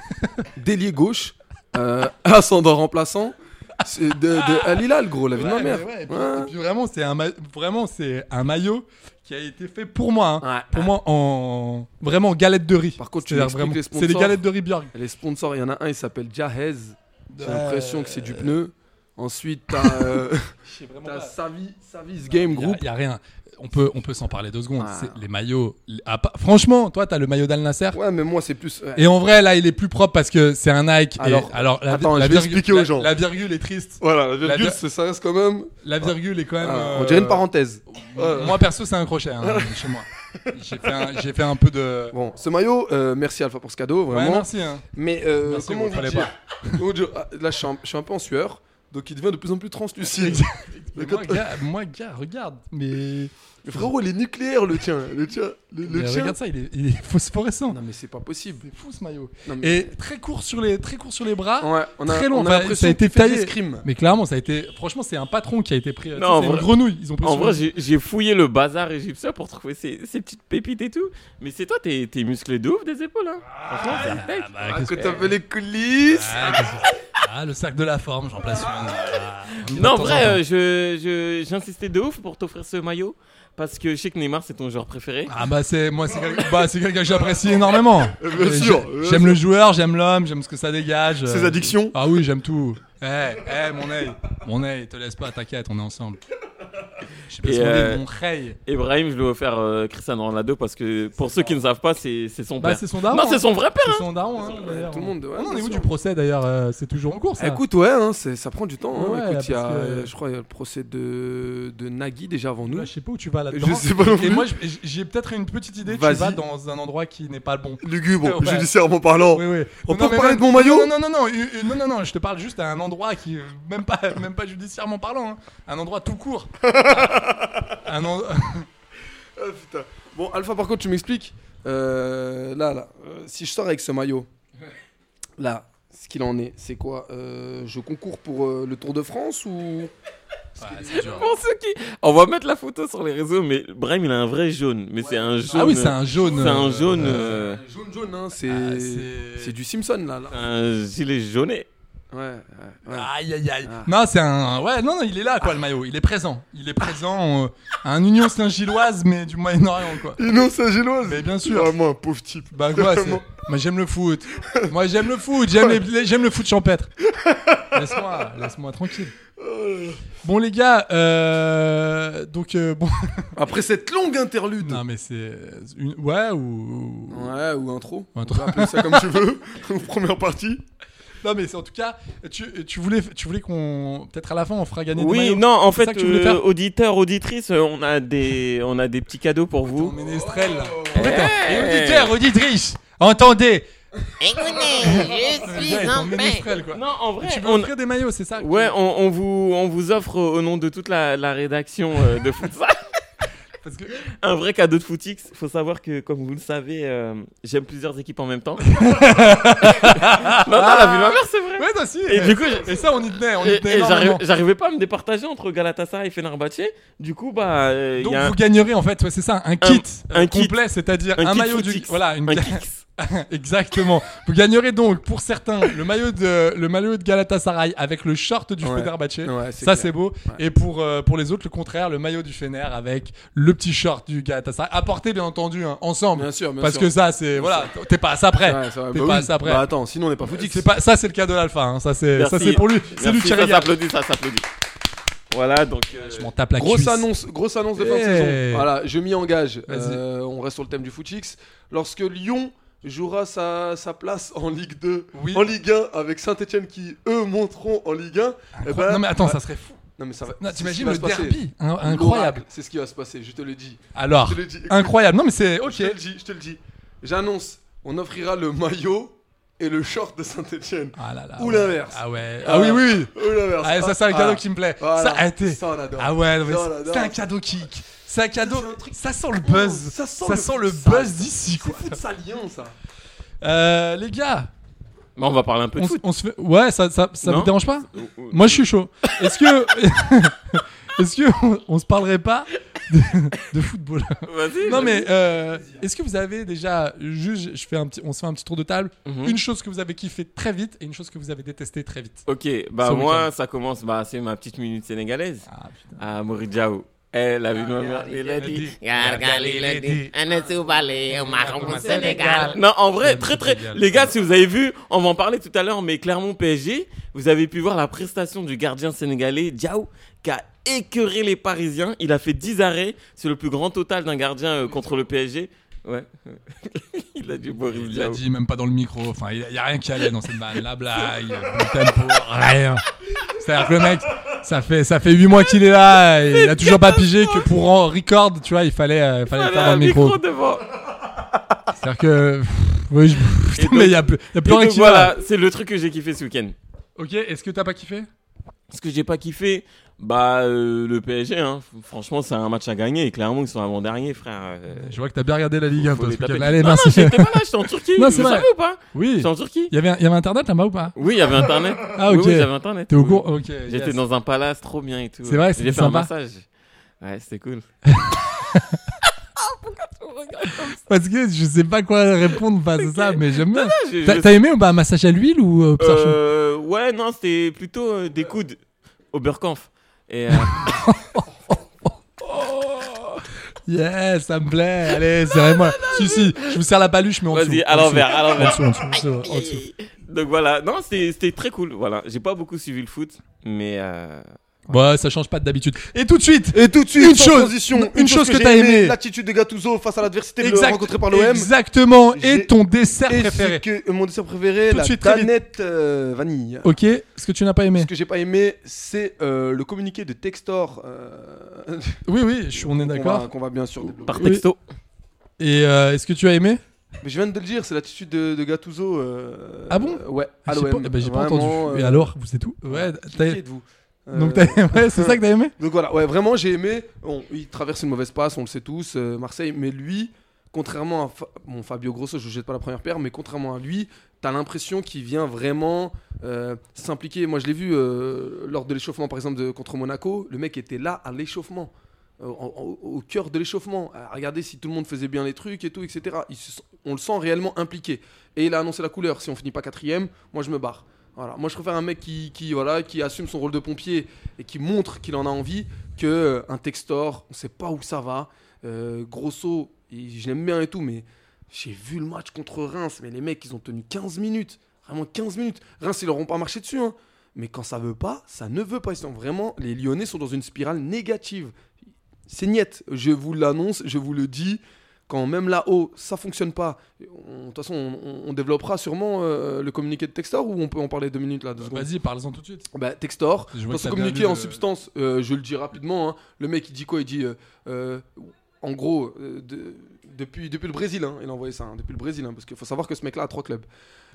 d'ailier gauche, euh, <laughs> ascendant remplaçant, c'est de, de à Lilal, gros, la vie de ma
Ouais,
mère.
mais ouais, et, puis,
Ouais.
et puis vraiment, c'est un, ma- vraiment, c'est un maillot qui a été fait pour moi. hein.
Ouais.
Pour moi, en vraiment en galette de riz.
Par contre, tu
C'est-à-dire
m'expliques les
c'est des
sponsors
galettes de riz Björk.
Les sponsors, il y en a un, il s'appelle Jahez. J'ai l'impression que c'est du pneu. Ensuite,
<laughs>
t'as euh, t'as
pas.
Savi, Savi's Game
Il
Group.
y, a rien. On peut, on peut s'en parler deux
Ah.
secondes. C'est Les maillots. les- ah, pas- franchement, toi, t'as le maillot d'Al Nasser.
Ouais, mais moi, c'est plus. euh, ouais.
Et en vrai, là, il est plus propre parce que c'est un Nike. et-
Alors,
alors la,
attends,
la
je vais
virgule-
expliquer aux
la-
gens.
La virgule est triste.
Voilà, la
La
virgule,
vir-
c'est- ça reste quand même.
La virgule est quand même.
Ah,
euh,
On dirait une parenthèse.
Moi, perso, c'est un crochet hein,
<laughs>
chez moi. J'ai fait, un- j'ai fait un peu de.
Bon, ce maillot, euh, merci Alpha pour ce cadeau,
Ouais,
vraiment.
merci. hein.
Mais euh,
Merci,
comment
vous
vous
fallait
dire <laughs>
pas.
Comment dire Ah, Là, je suis, un, je suis un peu en sueur, donc il devient de plus en plus translucide. <laughs>
Mais moi, gars, moi, gars, regarde. Mais,
Mais Frérot, il est nucléaire le tien, le tien, le, le
mais
tien.
regarde ça, il est, il est phosphorescent.
Non mais c'est pas possible.
C'est fou ce maillot.
Non, mais-
Et très court sur les, très court sur les bras.
Ouais, on a,
Ah, très
on
long.
a
Enfin,
l'impression
ça a été
qu'il fait de
taillé.
l'escrime.
Mais clairement, ça a été. Franchement, c'est un patron qui a été pris. euh,
Non,
tu sais,
en
c'est une
vrai-
grenouille. Ils ont pris
En
sur-
vrai, j'ai j'ai fouillé le bazar égyptien pour trouver ces, ces petites pépites et tout. Mais c'est toi, t'es t'es musclé de ouf des épaules. Hein. Franchement, c'est une tête.
Ah, bah,
Ah,
qu'est-ce
que
que-
t'as fait les coulisses
Ah, qu'est-ce que- Ah, le cercle de la forme, j'en place une. Ah, de
<laughs> Non, en
temps
vrai,
temps.
euh, je- je- j'insistais de ouf pour t'offrir ce maillot. Parce que je sais que Neymar, c'est ton joueur préféré.
Ah bah c'est moi c'est quelqu'un bah, c'est quelqu'un que j'apprécie
<laughs>
énormément.
Bien
Et
sûr,
j'ai-
bien
J'aime le joueur, j'aime l'homme, j'aime ce que ça dégage.
Ses
euh,
addictions.
Ah oui, j'aime tout. Eh, eh, mon œil, mon œil, te laisse pas, t'inquiète, on est ensemble. Je sais pas
Et
ce qu'on
euh,
dit, mon œil.
Ibrahim, je lui ai offert euh, Cristiano Ronaldo parce que pour ceux qui ne savent pas, c'est c'est son
Bah
père.
c'est son daron.
non, c'est son vrai père.
C'est son daron. Hein, d'ailleurs.
Tout le monde. ouais,
On en est
bien
où
sûr.
du procès d'ailleurs euh, C'est toujours en cours ça.
Écoute, ouais, hein, c'est- ça prend du temps. hein.
Ouais,
Écoute, il y a,
parce que-
euh, je crois, il y a le procès de, de Nagui déjà avant nous.
Là, Bah, je sais pas où tu vas là-dedans.
Je sais pas non
Et
plus.
moi, j'- j'ai peut-être une petite idée. Tu
Vas-y.
vas dans un endroit qui n'est pas le bon.
Lugubre,
<laughs> Ouais.
judiciairement
Oh,
parlant.
Oui, oui.
On
Non,
peut
mais
reparler
même-
de mon maillot
non, non, non, non, euh, euh, non, non, non, je te parle juste à un endroit qui, euh, même pas, <laughs> même pas judiciairement parlant, hein. un endroit tout court. un en-
Ah, putain. Bon, Alpha, par contre, tu m'expliques. Euh, là, là, euh, si je sors avec ce maillot, là, ce qu'il en est, c'est quoi Euh, Je concours pour euh, le Tour de France ou
Pour ceux qui... On va mettre la photo sur les réseaux, mais Brahim, il a un vrai jaune. Mais c'est un jaune.
Ah oui, c'est un jaune.
C'est un jaune. euh,
Jaune, jaune, hein, c'est
Ah, c'est-
c'est du Simpson là. Ah. là.
un gilet jauné.
Ouais, ouais, ouais.
Aïe, aïe, aïe. Non, c'est un. Ouais, non, non, il est là, quoi, le maillot. Il est présent. Il est présent. euh, un Union Saint-Gilloise, mais du Moyen-Orient, quoi.
Inon Saint-Gilloise.
Mais bien
Ah,
sûr.
Vraiment un pauvre type.
Bah quoi, c'est-
Vraiment.
Moi j'aime le foot. Moi j'aime le foot, j'aime les- les- j'aime le foot champêtre. Laisse-moi, laisse-moi tranquille. Bon les gars, euh, donc euh, bon.
Après cette longue interlude.
Non mais c'est une... ouais ou
Ouais, ou intro.
ou un
On
truc.
peut appeler ça comme tu
<laughs>
veux. Première partie.
Non mais c'est en tout cas, tu, tu voulais tu voulais qu'on peut-être à la fin on fera gagner. des
Oui,
maillots.
non, en
C'est ça
fait,
que tu voulais
euh,
faire
auditeurs, auditrices, euh, on a des, on a des petits cadeaux pour
Ton
vous.
ménestrel. là. Attends. Et Eh, auditeur, auditrice, entendez. <laughs> Écoutez, je suis un ménestrel quoi.
Non, en vrai,
Tu veux
on,
offrir des maillots, c'est ça
ouais, on, on vous, on vous offre euh, au nom de toute la, la rédaction
<laughs>
euh, de Futsal
Parce que
un vrai cadeau de Footix. Faut savoir que, comme vous le savez, euh, j'aime plusieurs équipes en même
<laughs>
temps. non, non, la vie de ma mère, c'est vrai.
ouais, toi si.
Et du coup, j'ai-
et ça on y tenait, on y
Et-
tenait
et j'arrive-
énormément.
j'arrivais pas à me départager entre Galatasaray et Fenerbahçe. Du coup, bah, euh, il
Donc
y a un,
vous gagnerez en fait, ouais, c'est ça, un kit
un
euh,
kit.
complet, c'est-à-dire
un
un,
kit
maillot du
Footix.
voilà, une
un
ga-
Kix.
<laughs> exactement. Vous gagnerez donc pour certains le maillot de le maillot de Galatasaray avec le short du
Ouais.
Fenerbahçe.
Ouais, c'est
ça
clair.
c'est beau. Et pour euh, pour les autres le contraire, le maillot du Fener avec le petit short du Galatasaray. Apporté bien entendu hein, ensemble.
Bien sûr, bien
parce
sûr.
que ça c'est voilà, t'es pas à ça près.
Ouais, ça va,
T'es
bah
pas
oui.
à ça près.
Bah attends, sinon on n'est pas foutu.
c'est pas ça c'est le cas de l'alpha hein. ça c'est ça
Merci.
c'est pour lui, c'est lui
Merci,
qui
Ça
regarde.
s'applaudit, ça s'applaudit. Voilà, donc. euh,
Je m'en tape la
Grosse
cuisse.
annonce, grosse annonce de fin de
Eh.
saison. Voilà, je m'y engage.
Vas-y.
Euh, on reste sur le thème du Footix. Lorsque Lyon jouera sa, sa place en Ligue 2,
Oui.
en Ligue 1, avec Saint-Etienne qui, eux, monteront en Ligue 1, eh ben,
Non mais attends, ça serait fou.
non, mais ça va- c'est
Non,
ce qui
T'imagines
va
le
se passer.
derby hein, incroyable.
L'oracle, C'est ce qui va se passer, je te le dis.
Alors,
Je te le dis, écoute.
incroyable. Non, mais c'est ok.
Je te le dis, je te le dis. J'annonce, on offrira le maillot et le short de Saint-Etienne.
Ah là là.
Ou
ouais.
l'inverse.
Ah ouais. Ah oui, oui. oui.
oh
Ah, ça, c'est un cadeau qui me plaît. Ça a été.
Ça, on adore.
Ah ouais, non, mais
Ça,
c'est-
on adore.
c'est un cadeau kick. C'est un cadeau.
c'est un truc-
Ça sent le buzz.
Oh, Ça sent
ça
le
sent le
futsal.
buzz d'ici, quoi.
C'est fou de ça, Lyon, ça.
Euh, les gars,
bah, on va parler un peu de
on,
foot.
on se fait. Ouais, ça, ça, ça
Non. Oh,
vous dérange pas Moi, je suis chaud. Est-ce que. <laughs> Est-ce que on, on se parlerait pas de,
<laughs>
de football
Vas-y.
Non mais euh, est-ce que vous avez déjà juste je fais un petit on se fait un petit tour de table
Mhm.
une chose que vous avez kiffé très vite et une chose que vous avez détesté très vite.
Ok, bah
Ce
moi,
week-end.
ça commence. Bah, c'est ma petite minute sénégalaise
Ah putain.
à Moridjao. Elle a vu ma mère Liladi. Garga Liladi. Anasou Balé, au Maroc, au Sénégal. Non, en vrai, très très. Les gars, si vous avez vu, on va en parler tout à l'heure, mais Clermont PSG, vous avez pu voir la prestation du gardien sénégalais, Diao, qui a écœuré les Parisiens. Il a fait 10 arrêts. C'est le plus grand total d'un gardien euh, contre le PSG. Ouais. <laughs> Il a du Boris
Il a
Diao.
dit même pas dans le micro. Enfin, il y a rien qui allait dans cette vanne. La blague, le tempo, rien. C'est-à-dire que le mec, ça fait ça fait 8 mois qu'il est là. Et il a toujours pas pigé que pour en record, tu vois, il fallait euh, fallait le
Voilà,
faire dans le micro.
devant.
C'est-à-dire que pff, oui, je- putain,
donc-
mais il y a plus il y a
Et
plus rien
donc,
qui va.
voilà, c'est le truc que j'ai kiffé ce week-end.
Ok, est-ce que t'as pas kiffé
Ce que j'ai pas kiffé, bah euh, le PSG, hein. F- franchement c'est un match à gagner et clairement ils sont avant dernier frère. Euh,
Je vois que t'as bien regardé la Ligue 1
faut les taper.
Allez,
non,
merci.
non, j'étais pas là, j'étais en Turquie.
Non,
Vous
c'est vrai.
savez ou pas
<laughs> Oui.
J'étais en Turquie
Il y avait il y avait internet là-bas ou pas
Oui, il y avait internet.
Ah, ok.
Oui, oui, j'avais internet.
T'es au
Oui.
courant Ok. yes.
J'étais dans un palace trop bien et tout.
C'est vrai,
J'ai
c'était
fait un
sympa.
massage. Ouais, c'était cool.
Parce que je sais pas quoi répondre face à ça, mais j'aime bien.
Je-
T'as
je-
t'as aimé ou pas un massage à l'huile ou euh, Pierre Chaud
Euh, ouais, non, c'était plutôt euh, des coudes au Burkampf. Et euh,
Yes, ça me plaît. Allez, c'est vraiment. Si, si, je vous serre la paluche, mais <laughs> en dessous.
vas-y, à
en dessous.
l'envers, à
En
l'envers.
dessous, en dessous, en dessous, en dessous.
Donc voilà, non, c'était c'était très cool. Voilà, j'ai pas beaucoup suivi le foot, mais euh,
Ouais, ça change pas d'habitude. Et tout de suite
Et tout de suite,
Une
sans
chose-
transition,
une chose que
j'ai
t'as aimée.
L'attitude de Gattuso face à l'adversité
Exact-
rencontrée par l'OM.
Exactement. Et
J'ai-
ton dessert
Et
préféré.
c'est que mon dessert préféré,
Tout de
la
suite, très vite.
canette euh, vanille.
Ok, ce que tu n'as pas aimé.
Ce que j'ai pas aimé, c'est euh, le communiqué de Textor. euh, <laughs>
Oui, oui, je suis- on
qu'on
est
va,
d'accord.
qu'on va bien sûr développer.
par
Oui.
texto.
Et euh, est-ce que tu as aimé
Mais je viens de le dire, c'est l'attitude de, de Gattuso. euh,
Ah bon
Ouais, à
J'ai
l'OM.
pas, eh ben, j'ai pas
Vraiment,
entendu. Et
euh,
alors, vous êtes où Ouais, t'as-
qui êtes-vous Euh,
donc t'as- <laughs> ouais, c'est ça que t'as
<laughs>
aimé
Donc voilà, ouais, vraiment j'ai aimé. Bon, il traverse une mauvaise passe, on le sait tous, euh, Marseille. Mais lui, contrairement à Fa- bon, Fabio Grosso, je vous jette pas la première paire, mais contrairement à lui, t'as l'impression qu'il vient vraiment euh, s'impliquer. Moi, je l'ai vu euh, lors de l'échauffement, par exemple, de, contre Monaco. Le mec était là à l'échauffement. euh, en- en- au cœur de l'échauffement, à regarder si tout le monde faisait bien les trucs et tout, etc. Il se sent- on le sent réellement impliqué. Et il a annoncé la couleur. Si on finit pas quatrième, moi je me barre. Voilà. Moi je préfère un mec qui, qui, voilà, qui assume son rôle de pompier et qui montre qu'il en a envie que euh, un Textor, on sait pas où ça va. Euh, grosso, il- je l'aime bien et tout, mais j'ai vu le match contre Reims, mais les mecs, ils ont tenu 15 minutes. Vraiment 15 minutes. Reims, ils leur ont pas marché dessus. hein. Mais quand ça veut pas, ça ne veut pas. Ils sont vraiment, les Lyonnais sont dans une spirale négative. C'est niette. Je vous l'annonce, je vous le dis. Quand même là-haut, ça fonctionne pas. On- De toute façon, on, on- on développera sûrement euh, le communiqué de Textor ou on peut en parler deux minutes là,
Bah,
deux secondes
Vas-y, parle-en tout de suite.
bah, Textor,
Je
dans
vois que
son
t'as bien
communiqué
lu
en
le-
substance, euh, je le dis rapidement, hein, le mec il dit quoi Il dit euh, euh, en gros, euh, de- depuis, depuis le Brésil, hein, il a envoyé ça, hein, depuis le Brésil, hein, parce qu'il faut savoir que ce mec là a trois clubs.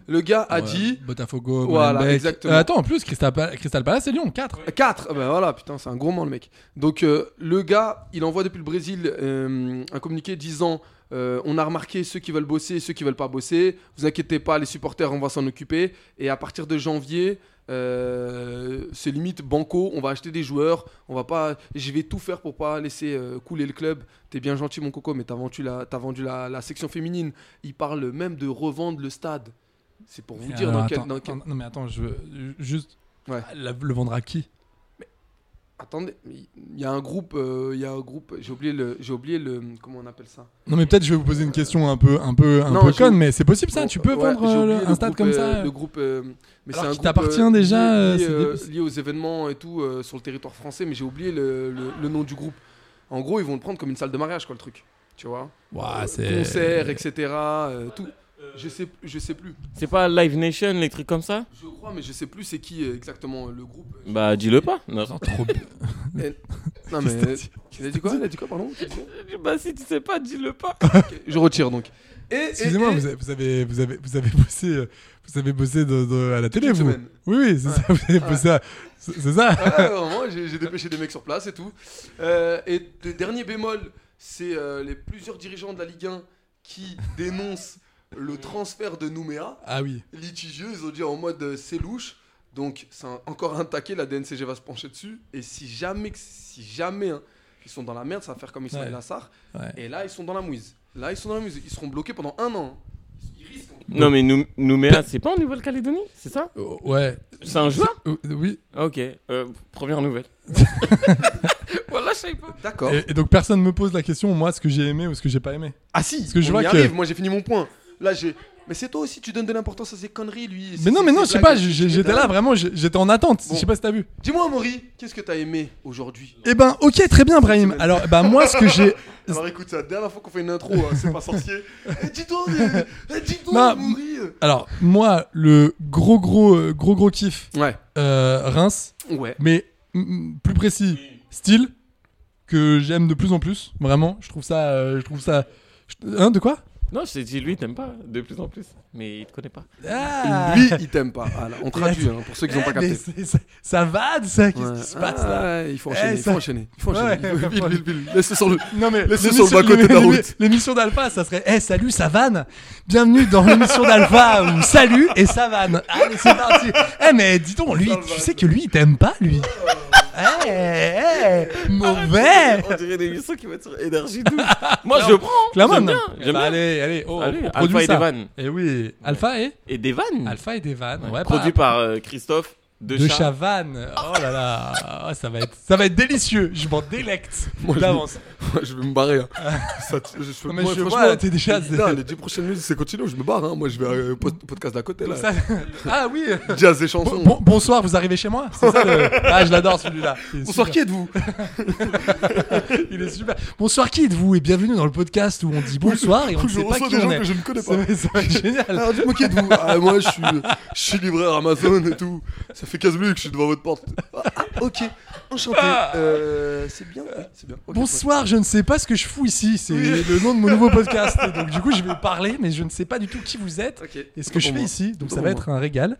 Le gars a
Ouais,
dit
Botafogo,
Voilà,
Molenbeek.
exactement.
Euh, attends, en plus, Crystal Pal- Crystal Palace, c'est Lyon, 4.
4 Ben voilà, putain, c'est un gourmand le mec. Donc euh, le gars, il envoie depuis le Brésil euh, un communiqué disant euh, on a remarqué ceux qui veulent bosser et ceux qui veulent pas bosser. Vous inquiétez pas, les supporters, on va s'en occuper. Et à partir de janvier, euh, c'est limite banco. On va acheter des joueurs. On va pas. Je vais tout faire pour pas laisser euh, couler le club. T'es bien gentil, mon coco, mais t'as vendu la, t'as vendu la, la section féminine. Il parle même de revendre le stade. C'est pour vous dire
Alors,
dans quel-
euh, attends,
dans quel-
attends, Non, mais attends, je veux je- juste.
Ouais.
La- le vendre à qui
Attendez, mais il y a un groupe, euh, il y a un groupe. J'ai oublié le, j'ai oublié le, comment on appelle ça
Non, mais peut-être je vais vous poser une question un peu, un peu, un
Non,
peu
je-
conne, mais c'est possible ça
Bon,
Tu peux
euh, ouais,
vendre
j'ai
euh,
oublié
le-
le
un stade
groupe,
comme
euh,
ça euh.
Le groupe, euh, mais
Alors
c'est un
qu'il
groupe
t'appartient
euh,
déjà,
lié,
euh, c'est
euh,
des-
lié aux événements et tout euh, sur le territoire français, mais j'ai oublié le, le- le nom du groupe. En gros, ils vont le prendre comme une salle de mariage, quoi, le truc. Tu vois
Ouah, c'est.
Concert, etc. euh, tout. Je sais, je sais plus.
C'est pas Live Nation, les trucs comme ça
Je crois, mais je sais plus c'est qui euh, exactement euh, le groupe.
Bah dis-le pas. Non.
Attends,
<laughs>
trop bien.
Non
<laughs>
mais. Il a dit quoi Il a dit quoi Pardon
<laughs> Bah si tu sais pas, dis-le pas.
Ah.
Ok, Je retire donc. Et- et-
Excusez-moi,
et-
vous avez, vous avez, vous avez, vous avez bossé, euh, vous avez bossé de- de- à la télé,
Toute
vous.
semaine.
Oui, oui, c'est ça. Vous avez bossé, à- c'est c'est ça.
Ouais, vraiment, j'ai j'ai dépêché des mecs sur place et tout. Euh, et le dernier bémol, c'est euh, les plusieurs dirigeants de la Ligue 1 qui <laughs> dénoncent le transfert de Nouméa.
Ah oui.
Litigieux, ils ont dit en mode euh, c'est louche. Donc, c'est un- encore un taquet, la DNCG va se pencher dessus. Et si jamais, que- si jamais hein, ils sont dans la merde, ça va faire comme Ismaël
Ouais.
Assar.
Ouais.
Et là, ils sont dans la mouise. Là, ils sont dans la mouise. Ils seront bloqués pendant un an. hein. Ils risquent.
Non mais nous, Nouméa,
Ben-
c'est pas en Nouvelle-Calédonie, c'est ça
Oh, ouais.
C'est un joueur
Oh, oui. <laughs>
Ok, euh, première nouvelle. voilà,
je savais pas.
D'accord.
Et, et donc personne me pose la question, moi, ce que j'ai aimé ou ce que j'ai pas aimé.
Ah si,
que je
on
vois
y
que-
arrive. Moi j'ai fini mon point. Là j'ai. Mais c'est toi aussi, tu donnes de l'importance à ces conneries, lui.
Mais
C'est-
non, mais
c'est-
non, je
c'est
sais
blague.
pas, j'ai- j'ai- j'étais là vraiment, j'ai- j'étais en attente.
Bon.
Je sais pas si t'as vu.
Dis-moi, Amaury, qu'est-ce que t'as aimé aujourd'hui
Eh ben, ok, très bien, Brahim. Alors, bah moi, ce que j'ai.
Alors écoute, c'est la dernière fois qu'on fait une intro, hein, c'est pas
<laughs>
sorcier. Eh, dis-toi, mais- eh, dis-toi,
Non,
Amaury.
Alors, moi, le gros, gros, euh, gros, gros kiff,
Ouais,
euh, Reims,
ouais.
mais mm, mm, plus précis, style, que j'aime de plus en plus, vraiment. Je trouve ça. euh, je trouve ça. je- Hein, de quoi
Non, je t'ai dit, lui, t'aimes pas de plus en plus. Mais il te connaît pas.
Ah
Lui, il t'aime pas. Ah, là, on traduit hein, pour ceux qui n'ont pas
Eh, <laughs> mais
capté.
c'est- ça, ça va de ça Qu'est-ce
Ouais.
qui se passe là
Ah, Il faut enchaîner,
Eh,
il faut
ça-
enchaîner. Il faut
Ouais,
enchaîner.
ouais,
Vite,
ouais.
vite, vite, laisse sur le.
Non mais
Laissez
l'émission-
sur le bas-côté de la
l'émi-
route.
L'émission d'Alpha, ça serait Eh salut Savane, bienvenue dans
<laughs>
l'émission d'Alpha où salut et Savane. Allez c'est parti. Eh mais dis donc lui, tu sais que lui il t'aime pas
<laughs>
lui. Eh, eh, mauvais.
On dirait des émissions qui vont être énergie douce. <laughs> Moi, je prends.
Clairement.
J'aime bien.
Eh
J'aime
bah,
bien.
Allez allez. Oh,
Allez,
on
Alpha
produit
et
ça.
Devan.
Eh oui, Alpha et
Et des vannes.
Alpha et Devan. Ah, Ouais, pas-
Produit par euh, Christophe de,
de
Chat.
Chavannes. Oh là là, Oh, ça va être ça va être délicieux. Je m'en délecte
je-
d'avance.
Moi, je vais me barrer. hein. <laughs> Ça, tu- je,
Non, mais
moi,
je
franchement,
vois, t'es déjà-
putain, les 10 prochaines minutes, c'est continu. Je me barre. hein. Moi, je vais euh, pod- podcast d'à côté. Là.
Ça- <laughs> Ah oui.
Jazz et chansons.
Bon- bon- bonsoir, vous arrivez chez moi C'est ça le- Ah, je l'adore celui-là. Il est
Bonsoir, qui
super.
êtes-vous
Il est super. Bonsoir, qui êtes-vous Et bienvenue dans le podcast où on dit bonsoir et on ne
Je
sait pas
reçois
qui
des
on
gens
est.
que je ne connais
Ça
pas.
va- <laughs> ça va être génial.
<laughs> Alors, dites-moi qui êtes-vous Ah, moi, je suis, je suis libraire Amazon et tout. Ça fait 15 minutes que je suis devant votre porte. Ah, ah, ok, enchanté. Euh, c'est bien, oui, c'est bien. <laughs> Ok,
Ah. Bonsoir, je ne sais pas ce que je fous ici. C'est le nom de mon nouveau podcast. Et donc, du coup, je vais parler, mais je ne sais pas du tout qui vous êtes
Ok.
et ce que je
Bon,
fais
moi.
ici. Donc, ça
Bon,
va
moi.
être un régal.